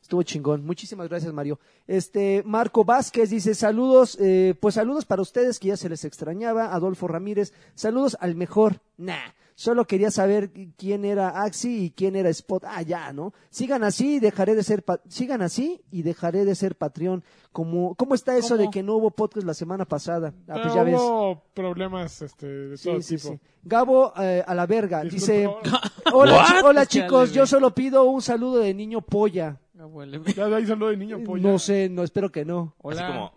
Speaker 1: Estuvo chingón. Muchísimas gracias, Mario. Este, Marco Vázquez dice, saludos, eh, pues saludos para ustedes que ya se les extrañaba. Adolfo Ramírez, saludos al mejor. Nah, solo quería saber quién era Axi y quién era Spot. Ah, ya, ¿no? Sigan así y dejaré de ser, pa- sigan así y dejaré de ser Patreon. Como, ¿Cómo está eso
Speaker 3: ¿Cómo?
Speaker 1: de que no hubo podcast la semana pasada? Ah,
Speaker 2: Pero
Speaker 1: pues ya ves.
Speaker 2: hubo problemas este, de todo tipo.
Speaker 1: Gabo eh, a la verga
Speaker 2: Disculpa,
Speaker 1: dice,
Speaker 2: ahora-
Speaker 1: hola, chi-
Speaker 4: What?
Speaker 1: hola
Speaker 3: Pues,
Speaker 1: chicos,
Speaker 3: chale,
Speaker 1: yo
Speaker 3: güey.
Speaker 1: solo pido un saludo de niño polla.
Speaker 3: Ah, huele.
Speaker 2: Ya de ahí saludo de niño pollo.
Speaker 1: No sé, no espero que no.
Speaker 3: Hola.
Speaker 4: Así como,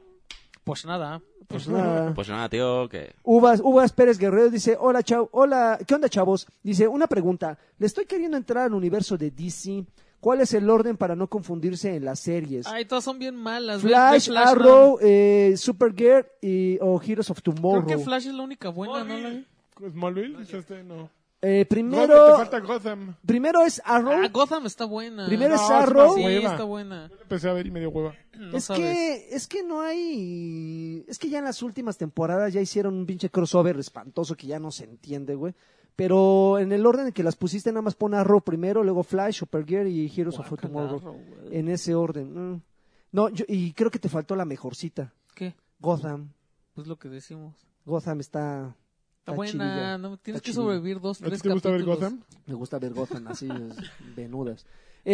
Speaker 3: Pues nada.
Speaker 1: Pues nada.
Speaker 4: pues nada, tío, que...
Speaker 1: Uvas, Uvas Pérez Guerrero dice, hola chao, hola, ¿qué onda chavos? Dice, una pregunta, le estoy queriendo entrar al universo de DC, ¿cuál es el orden para no confundirse en las series?
Speaker 3: Ay, todas son bien malas. Ve- ve
Speaker 1: Flash, Arrow, eh, Supergirl y, o Heroes of
Speaker 3: Man.
Speaker 1: Tomorrow.
Speaker 3: Creo que Flash es la única buena, ¿no?
Speaker 2: Smallville, este no.
Speaker 1: Eh,
Speaker 2: Gotham, te
Speaker 1: primero,
Speaker 2: falta Gotham.
Speaker 1: primero es Arrow.
Speaker 3: Ah, Gotham está buena.
Speaker 1: Primero
Speaker 2: No,
Speaker 1: es
Speaker 2: es una
Speaker 1: Arrow.
Speaker 3: Sí,
Speaker 2: Hueva.
Speaker 3: está buena.
Speaker 2: Empecé a ver y me dio hueva.
Speaker 3: No
Speaker 1: es
Speaker 3: sabes.
Speaker 1: que es que no hay es que ya en las últimas temporadas ya hicieron un pinche crossover espantoso que ya no se entiende, güey. Pero en el orden en que las pusiste nada más pon Arrow primero, luego Flash, Supergirl y Heroes of Tomorrow. En ese orden. mm. No, yo- y creo que te faltó la mejorcita.
Speaker 3: ¿Qué?
Speaker 1: Gotham.
Speaker 3: Pues lo que decimos.
Speaker 1: Gotham está
Speaker 3: Está,
Speaker 1: Está
Speaker 3: buena,
Speaker 1: chidilla.
Speaker 3: no, tienes
Speaker 1: Está
Speaker 3: que
Speaker 1: chidilla.
Speaker 3: sobrevivir dos,
Speaker 2: ¿A ti
Speaker 3: tres
Speaker 2: te gusta ver
Speaker 3: capítulos.
Speaker 2: Gotham?
Speaker 1: me gusta ver Gotham así es- venudas.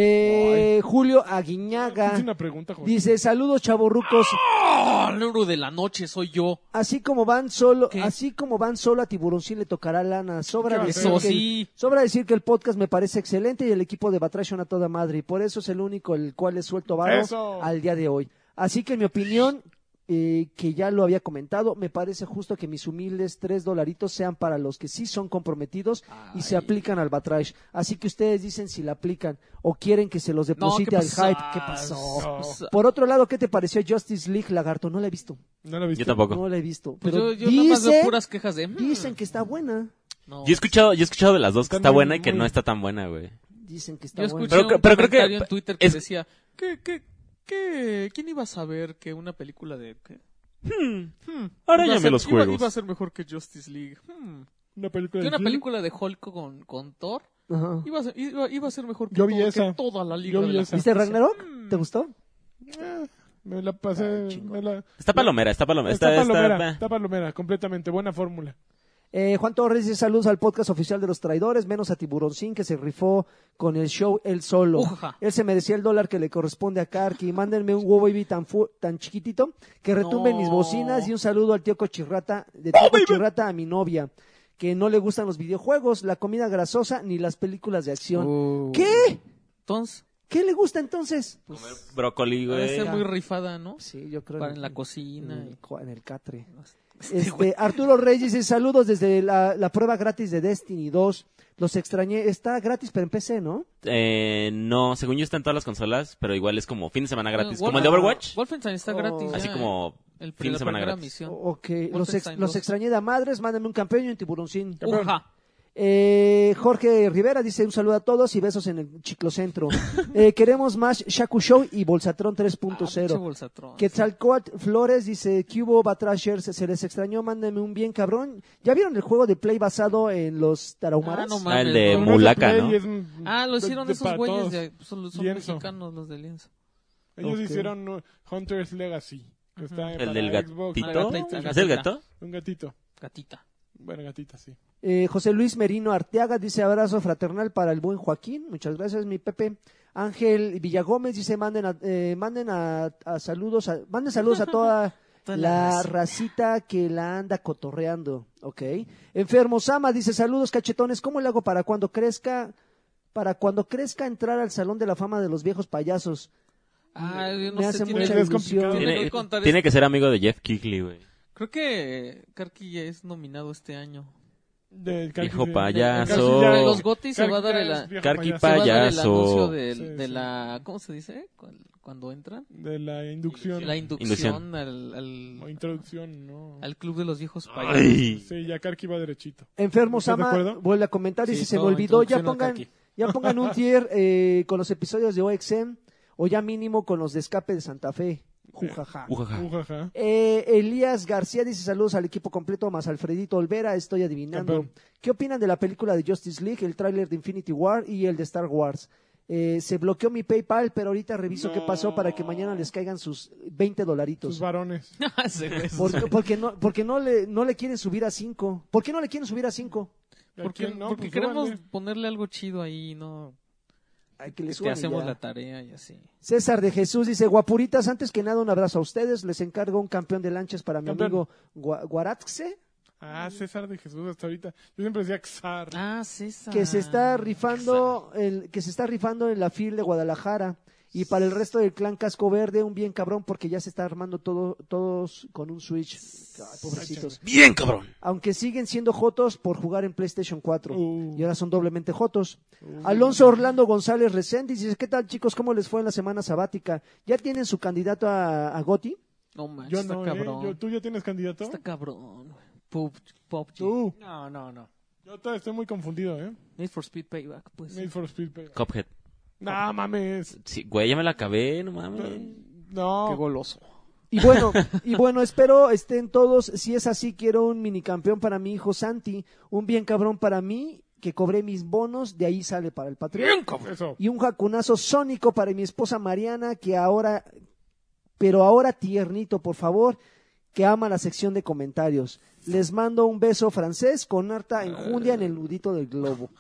Speaker 1: Eh, Julio
Speaker 2: Hice
Speaker 1: Aguiñaga
Speaker 2: una pregunta, Jorge.
Speaker 1: Ah. dice, "Saludos chavorrucos."
Speaker 3: ¡Oh, el euro de la noche soy yo!
Speaker 1: Así como van solo,
Speaker 3: ¿Qué?
Speaker 1: así como van solo a Tiburoncín le tocará lana. Sobra
Speaker 2: ¿Qué va a
Speaker 1: decir,
Speaker 2: hacer?
Speaker 3: Eso
Speaker 1: que,
Speaker 3: sí.
Speaker 1: sobra decir que el podcast me parece excelente y el equipo de Batraction a toda madre. Y por eso es el único el cual le suelto varo
Speaker 2: Eso.
Speaker 1: al día de hoy. Así que en mi opinión, eh, que ya lo había comentado, me parece justo que mis humildes tres dolaritos sean para los que sí son comprometidos y se aplican al Batrash. Así que ustedes dicen si la aplican o quieren que se los deposite al
Speaker 3: pasó?
Speaker 1: hype. ¿Qué pasó?
Speaker 2: No,
Speaker 3: Pues,
Speaker 1: Por otro lado, ¿qué te pareció Justice League, Lagarto? No la he visto.
Speaker 2: no lo viste.
Speaker 4: Yo tampoco.
Speaker 1: No la he visto.
Speaker 3: Pues
Speaker 1: pero
Speaker 3: yo, yo nada más veo
Speaker 1: dicen-
Speaker 3: puras quejas de... mm,
Speaker 1: Dicen que está buena.
Speaker 3: no.
Speaker 4: Yo he escuchado, yo he escuchado de las dos que
Speaker 2: Está
Speaker 4: está
Speaker 2: muy-
Speaker 4: buena y que
Speaker 2: muy-
Speaker 4: no está tan buena, güey.
Speaker 1: Dicen que está
Speaker 3: Yo
Speaker 1: buena.
Speaker 3: escuché
Speaker 4: Pero
Speaker 3: un
Speaker 4: cre- pero creo que-
Speaker 3: comentario en Twitter que
Speaker 4: es-
Speaker 3: decía... ¿Qué, qué, qué? ¿Quién iba a saber que una película de... qué? Hmm,
Speaker 4: Ahora
Speaker 3: iba a
Speaker 4: ya me
Speaker 3: ser-
Speaker 4: los
Speaker 3: iba-
Speaker 4: juegos.
Speaker 3: Iba, a ser mejor que Justice League. Hmm.
Speaker 2: Una película.
Speaker 3: Que
Speaker 2: de
Speaker 3: una
Speaker 2: Jim.
Speaker 3: película de Hulk con, con Thor
Speaker 1: Ajá.
Speaker 3: iba a ser, iba, iba a ser mejor que,
Speaker 2: Yo vi
Speaker 3: todo- que
Speaker 2: esa.
Speaker 3: toda la liga
Speaker 2: Yo
Speaker 3: de
Speaker 2: vi
Speaker 3: la
Speaker 2: esa.
Speaker 1: ¿Viste
Speaker 3: Justicia.
Speaker 1: Ragnarok?
Speaker 3: Mm.
Speaker 1: ¿Te gustó?
Speaker 2: Eh, me la pasé. me la-
Speaker 4: Está palomera, está palomera.
Speaker 2: Está,
Speaker 4: Está, está-
Speaker 2: palomera,
Speaker 4: bah.
Speaker 2: está palomera, completamente. Buena fórmula.
Speaker 1: Eh, Juan Torres dice saludos al podcast oficial de los traidores, menos a Tiburoncín que se rifó con el show él solo.
Speaker 3: Ujaja.
Speaker 1: Él se merecía el dólar que le corresponde a Karki. Mándenme un huevo baby tan, fu- tan chiquitito que retumbe en mis
Speaker 3: No. ¡Oh,
Speaker 1: bocinas y un saludo al tío Cochirrata, de tío Cochirrata a mi novia, que no le gustan los videojuegos, la comida grasosa ni las películas de acción.
Speaker 3: Uh.
Speaker 1: ¿Qué?
Speaker 3: Entonces,
Speaker 1: ¿Qué le gusta entonces?
Speaker 3: pues,
Speaker 4: Comer brócoli,
Speaker 3: ha de
Speaker 4: güey.
Speaker 3: ser muy rifada, ¿no?
Speaker 1: Sí, yo creo
Speaker 3: Para en la
Speaker 1: en
Speaker 3: cocina.
Speaker 1: el, co- en el catre.
Speaker 3: Este güey.
Speaker 1: Este, Arturo Reyes dice saludos desde la, la prueba gratis de Destiny 2. Los extrañé. Está gratis, pero en PC, ¿no?
Speaker 4: Eh, no, según yo está en todas las consolas, pero igual es como fin de semana gratis.
Speaker 3: Wolf-
Speaker 4: como el de Overwatch.
Speaker 3: Wolfenstein está
Speaker 1: Oh.
Speaker 3: gratis.
Speaker 4: Así
Speaker 3: ya,
Speaker 4: como
Speaker 3: el,
Speaker 4: fin de
Speaker 3: la
Speaker 4: semana
Speaker 3: primera
Speaker 4: gratis.
Speaker 3: misión.
Speaker 1: O- Ok. Los, ex-
Speaker 3: Wolfenstein
Speaker 1: los
Speaker 3: 2.
Speaker 1: extrañé de a madres. Mándame un campeón y un tiburoncín.
Speaker 2: Campeón.
Speaker 3: Ujaja.
Speaker 1: Eh, Jorge Rivera dice un saludo a todos y besos en el chiclocentro. Eh, queremos más Shaku Show y Bolsatron
Speaker 3: Ah, pinche
Speaker 1: 3.0.
Speaker 3: Bolsatrón.
Speaker 1: Quetzalcoatl Flores dice, ¿qué hubo, Batrashers? Se les extrañó, mándenme un bien cabrón. ¿Ya vieron el juego de Play basado en los tarahumaras?
Speaker 3: Ah, no
Speaker 4: Ah, el
Speaker 3: mames,
Speaker 4: de
Speaker 3: no.
Speaker 2: Pero no es
Speaker 4: Mulaca,
Speaker 2: de
Speaker 4: ¿no?
Speaker 2: Play, es un-
Speaker 3: Ah, lo hicieron
Speaker 2: de- de
Speaker 3: esos
Speaker 2: para
Speaker 3: güeyes.
Speaker 2: todos.
Speaker 3: de- son son
Speaker 2: Lienzo.
Speaker 3: mexicanos los de Lienzo.
Speaker 2: Ellos
Speaker 1: Ok.
Speaker 2: hicieron uh, Hunter's Legacy. que está para
Speaker 4: El del
Speaker 2: Xbox,
Speaker 3: Ah, la
Speaker 4: gatito.
Speaker 3: PlayStation.
Speaker 4: ¿Es el gato?
Speaker 2: Un gatito.
Speaker 3: Gatita.
Speaker 2: Bueno, gatita, sí.
Speaker 1: Eh, José Luis Merino Arteaga dice abrazo fraternal para el buen Joaquín. Muchas gracias, mi Pepe. Ángel Villagómez dice manden a, eh, manden a, a saludos, a- manden saludos a toda
Speaker 3: Toda
Speaker 1: la
Speaker 3: la
Speaker 1: racita. que la anda cotorreando. Ok. Enfermo Sama dice saludos cachetones. ¿Cómo le hago para cuando crezca? Para cuando crezca entrar al salón de la fama de los viejos payasos.
Speaker 3: Ah, yo no
Speaker 1: Me
Speaker 3: sé,
Speaker 1: hace
Speaker 3: tiene-
Speaker 1: mucha
Speaker 2: Es
Speaker 1: ilusión.
Speaker 2: complicado.
Speaker 3: Tiene que
Speaker 4: Tiene,
Speaker 3: contar
Speaker 4: tiene
Speaker 3: esto.
Speaker 4: que ser amigo de Jeff Kigley, güey.
Speaker 3: Creo que Karki ya es nominado este año.
Speaker 2: Del
Speaker 4: Viejo
Speaker 2: Karki-
Speaker 4: payaso.
Speaker 2: Karki ya-
Speaker 4: De
Speaker 3: Eh, los gotis se va a dar
Speaker 2: Karki
Speaker 3: el-
Speaker 2: ya es viejo
Speaker 4: Karki
Speaker 2: payaso.
Speaker 3: Se va a dar el
Speaker 4: Payaso.
Speaker 3: anuncio del-
Speaker 2: Sí,
Speaker 3: de
Speaker 2: sí.
Speaker 3: la... ¿Cómo se dice? Cuando, cuando entran.
Speaker 2: De la inducción.
Speaker 3: La inducción,
Speaker 4: Inducción.
Speaker 3: Al,
Speaker 2: O
Speaker 3: al,
Speaker 2: introducción, ¿no?
Speaker 3: al Club de los Viejos Payasos.
Speaker 4: Ay.
Speaker 2: Sí, ya Karki va derechito.
Speaker 1: Enfermo
Speaker 2: ¿Estás de
Speaker 1: Sama
Speaker 2: acuerdo?
Speaker 1: vuelve a comentar y
Speaker 6: Sí,
Speaker 1: si se me
Speaker 6: todo,
Speaker 1: olvidó, ya
Speaker 6: introducción a
Speaker 1: pongan,
Speaker 6: Kaki.
Speaker 1: ya pongan un tier eh, con los episodios de OXM o ya mínimo con los de Escape de Santa Fe. Jujaja.
Speaker 4: Ujaja.
Speaker 2: Ujaja.
Speaker 1: Eh, Elías García dice saludos al equipo completo más Alfredito Olvera, estoy adivinando.
Speaker 2: Campeón.
Speaker 1: ¿Qué opinan de la película de Justice League, el tráiler de Infinity War y el de Star Wars? Eh, se bloqueó mi PayPal, pero ahorita reviso qué pasó para que mañana les caigan sus 20 dolaritos.
Speaker 2: Sus varones.
Speaker 3: Ah, Ese güey.
Speaker 1: Porque, porque no, porque no, le, no le quieren subir a 5. ¿Por qué no le quieren subir a 5?
Speaker 2: ¿A
Speaker 3: Porque,
Speaker 2: quién no?
Speaker 3: porque
Speaker 2: Pues
Speaker 3: queremos
Speaker 2: súbanle.
Speaker 3: ponerle algo chido ahí, ¿no?
Speaker 1: Ay, que
Speaker 3: Que
Speaker 1: le
Speaker 3: te
Speaker 1: suban y
Speaker 3: hacemos
Speaker 1: ya.
Speaker 3: la tarea y así.
Speaker 1: César de Jesús dice, guapuritas, antes que nada un abrazo a ustedes, les encargo un campeón de lanchas para mi
Speaker 2: Campeón.
Speaker 1: amigo Gua- Guaraxe,
Speaker 2: Ah, César de Jesús hasta ahorita. Yo siempre decía Xar.
Speaker 3: Ah, César.
Speaker 1: que se está rifando, el, que se está rifando en la fil de Guadalajara. Y para el resto del clan Casco Verde, un bien cabrón, porque ya se está armando todo, todos con un Switch. Ay, pobrecitos.
Speaker 4: Bien, cabrón.
Speaker 1: Aunque siguen siendo jotos por jugar en PlayStation 4.
Speaker 2: Uh.
Speaker 1: Y ahora son doblemente jotos. Alonso Orlando González Reséndiz dice, ¿qué tal chicos? ¿Cómo les fue en la semana sabática? ¿Ya tienen su candidato a, a Goti?
Speaker 3: No manches,
Speaker 2: Yo
Speaker 3: está
Speaker 2: no, ¿eh?
Speaker 3: cabrón.
Speaker 2: Yo- ¿Tú ya tienes candidato?
Speaker 3: Está cabrón, güey. Pop, pop,
Speaker 2: Tú.
Speaker 6: No, no, no.
Speaker 2: Yo todavía estoy muy confundido, ¿eh?
Speaker 3: Need for Speed Payback, pues.
Speaker 2: Need for Speed. pero-
Speaker 4: Cuphead.
Speaker 2: Nah, mames.
Speaker 4: Sí, güey, ya me la acabé, no mames.
Speaker 2: No.
Speaker 3: Qué goloso.
Speaker 1: Y bueno, y bueno, espero estén todos. Si es así, quiero un minicampeón para mi hijo Santi, un bien cabrón para mí, que cobré mis bonos, de ahí sale para el Patreon.
Speaker 2: Eso.
Speaker 1: Y un jacunazo sónico para mi esposa Mariana, que ahora, pero ahora tiernito, por favor, que ama la sección de comentarios. Les mando un beso francés con harta enjundia en el nudito del globo.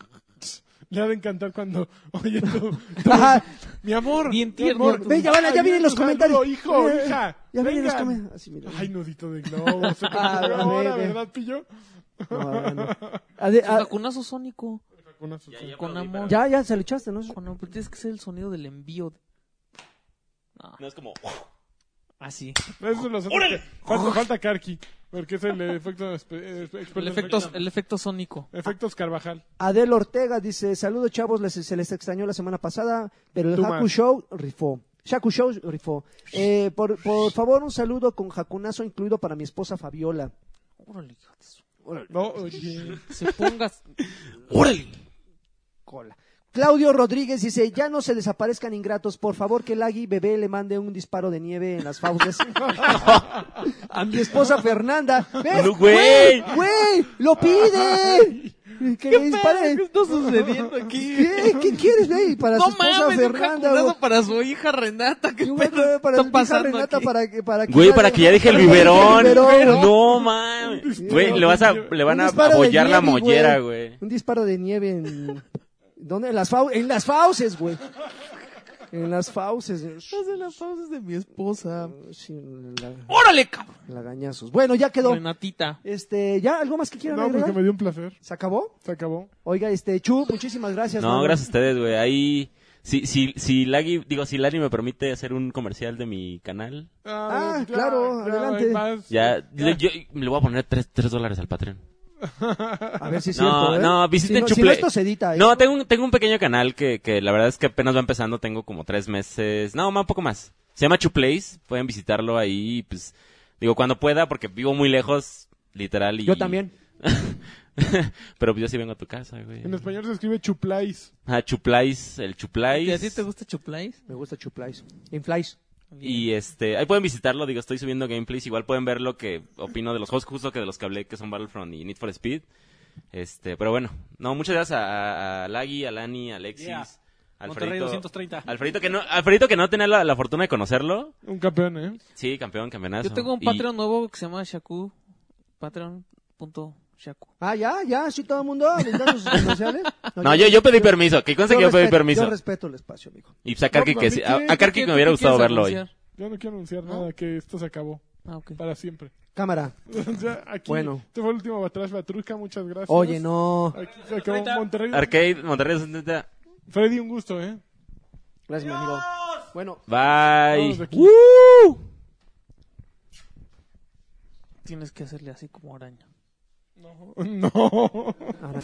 Speaker 2: Le ha de encantar cuando. Oye, tú. tú-
Speaker 1: Ajá.
Speaker 2: mi amor.
Speaker 3: Bien
Speaker 2: mi
Speaker 3: tierno.
Speaker 2: amor,
Speaker 1: Ve, ya van, ya
Speaker 2: ay,
Speaker 1: vienen los
Speaker 2: tu saludo,
Speaker 1: comentarios.
Speaker 2: hijo,
Speaker 1: Eh,
Speaker 2: hija.
Speaker 1: ya vienen los
Speaker 2: vengan.
Speaker 1: comentarios. Así, mira.
Speaker 2: Ay, nudito de globo. Se te
Speaker 1: Ah,
Speaker 2: ocurrió ahora,
Speaker 1: bebé.
Speaker 2: ¿verdad, pillo?
Speaker 1: No, bueno. A de-
Speaker 3: Es
Speaker 2: Ah.
Speaker 1: a-
Speaker 3: vacunazo sónico.
Speaker 2: Una su-
Speaker 3: Con amor.
Speaker 1: ya, ya se lo echaste, ¿no?
Speaker 3: Con amor, pero tienes que ser el sonido del envío.
Speaker 4: No es como.
Speaker 3: Así.
Speaker 2: Eso es eh, los otros
Speaker 4: ¡Órale!
Speaker 2: que- Falta, falta Karki. Porque es el efecto. espe- eh, experto
Speaker 3: El
Speaker 2: en
Speaker 3: efecto,
Speaker 2: efectos-
Speaker 3: el efecto sónico.
Speaker 2: Efectos Carvajal.
Speaker 1: Adel Ortega dice, saludos chavos, les- se les extrañó la semana pasada, pero el
Speaker 2: Tú
Speaker 1: Haku
Speaker 2: más.
Speaker 1: Show rifó. Shaku Show rifó. Eh, por, por favor, un saludo con jacunazo incluido para mi esposa Fabiola.
Speaker 3: Órale, hijo de su-
Speaker 2: No, oye.
Speaker 3: Se pongas.
Speaker 4: ¡Órale!
Speaker 1: Cola. Claudio Rodríguez dice, ya no se desaparezcan ingratos, por favor que el Agui bebé le mande un disparo de nieve en las fauces. A mi esposa Fernanda. ¿Ves?
Speaker 4: No, güey.
Speaker 1: ¡Güey! ¡Lo pide! ¡Que le disparen!
Speaker 3: ¿Qué está sucediendo aquí?
Speaker 1: ¿Qué? ¿Qué quieres, güey? Para su
Speaker 3: No
Speaker 1: esposa
Speaker 3: mames, un
Speaker 1: Fernanda. güey.
Speaker 3: jacunazo para su hija Renata. ¿Qué
Speaker 1: Y un
Speaker 3: pedo
Speaker 1: beso para
Speaker 3: está
Speaker 1: su hija
Speaker 3: pasando
Speaker 1: Renata
Speaker 3: aquí?
Speaker 1: para que para que
Speaker 4: Güey, para que ya deje el biberón.
Speaker 1: el biberón.
Speaker 4: No mames. Güey, le vas a, le van
Speaker 1: Un
Speaker 4: a
Speaker 1: disparo de
Speaker 4: abollar la
Speaker 1: nieve,
Speaker 4: mollera, güey.
Speaker 1: Un disparo de nieve en ¿Dónde? En las fau- en las fauces, güey. En las fauces.
Speaker 3: Estás en las pausas de mi esposa.
Speaker 1: Sí, en la,
Speaker 3: ¡Órale, cabrón!
Speaker 1: lagañazos. Bueno, ya quedó.
Speaker 3: Renatita.
Speaker 1: Este, ya algo más que quieran
Speaker 2: No, pues
Speaker 1: agregar?
Speaker 2: que me dio un placer.
Speaker 1: ¿Se acabó?
Speaker 2: Se acabó.
Speaker 1: Oiga, este Chu, muchísimas gracias.
Speaker 4: No,
Speaker 1: mano.
Speaker 4: gracias a ustedes, güey. Ahí. Si, si, si Lagui, digo, si Lari me permite hacer un comercial de mi canal,
Speaker 1: Ah, claro, adelante.
Speaker 2: hay más.
Speaker 4: ya, Le, yo le voy a poner 3, dólares al Patreon.
Speaker 1: A ver si es
Speaker 4: no,
Speaker 1: cierto, ¿eh?
Speaker 4: no, visiten
Speaker 1: si no, si
Speaker 4: Chuple-
Speaker 1: no, esto se edita. ¿eh?
Speaker 4: No, tengo un, tengo un pequeño canal que, que la verdad es que apenas va empezando, tengo como tres meses, no, más, un poco más. Se llama Chuplays, pueden visitarlo ahí, pues, digo, cuando pueda, porque vivo muy lejos, literal. Y...
Speaker 1: Yo también.
Speaker 4: Pero pues yo sí vengo a tu casa, güey.
Speaker 2: En español se escribe chuplais.
Speaker 4: Ah, Chuplais, el Chuplais.
Speaker 3: ¿Y a ti te gusta Chuplais?
Speaker 1: Me gusta Chuplais. Inflies.
Speaker 4: Y este, ahí pueden visitarlo, digo, estoy subiendo gameplays, igual pueden ver lo que opino de los juegos, justo que de los que hablé, que son Battlefront y Need for Speed. Este, pero bueno, no, muchas gracias a, a- a Lagui, a Lani, a Alexis,
Speaker 6: Yeah.
Speaker 4: a
Speaker 6: Monterrey
Speaker 4: Alfredito,
Speaker 6: 230.
Speaker 4: Alfredito que no, Alfredito que no tenía la, la fortuna de conocerlo.
Speaker 2: Un campeón, ¿eh?
Speaker 4: Sí, campeón, campeonazo.
Speaker 3: Yo tengo un
Speaker 4: Y-
Speaker 3: Patreon nuevo que se llama Shaku. Patreon.shaku.
Speaker 1: Ah, ya, ya, sí todo el mundo aventando sus comerciales.
Speaker 4: No, yo, yo pedí permiso, que conste que yo pedí
Speaker 1: respeto-
Speaker 4: permiso.
Speaker 1: Yo respeto el espacio, amigo.
Speaker 4: Y pues a Karki
Speaker 2: No,
Speaker 4: que
Speaker 2: mami,
Speaker 4: sí-
Speaker 2: ¿qué?
Speaker 4: a, a
Speaker 2: ¿Tú
Speaker 4: Karki
Speaker 3: ¿Qué-
Speaker 4: me hubiera
Speaker 3: qué
Speaker 4: gustado
Speaker 3: quieres
Speaker 4: verlo hoy.
Speaker 3: anunciar?
Speaker 2: Yo no quiero anunciar nada, que esto se acabó.
Speaker 3: Ah, ok.
Speaker 2: Para siempre.
Speaker 1: Cámara.
Speaker 2: Ya, aquí,
Speaker 1: Bueno.
Speaker 2: Este fue el último Batrash Batruca, muchas gracias.
Speaker 1: Oye, no.
Speaker 2: Aquí se acabó Monterrey.
Speaker 4: Arcade, Monterrey 270.
Speaker 2: Freddy, un gusto, ¿eh?
Speaker 1: Gracias, mi amigo. Bueno,
Speaker 2: Vámonos de
Speaker 4: Bye.
Speaker 2: aquí.
Speaker 3: Tienes que hacerle así como araña.
Speaker 2: No.
Speaker 1: ahora.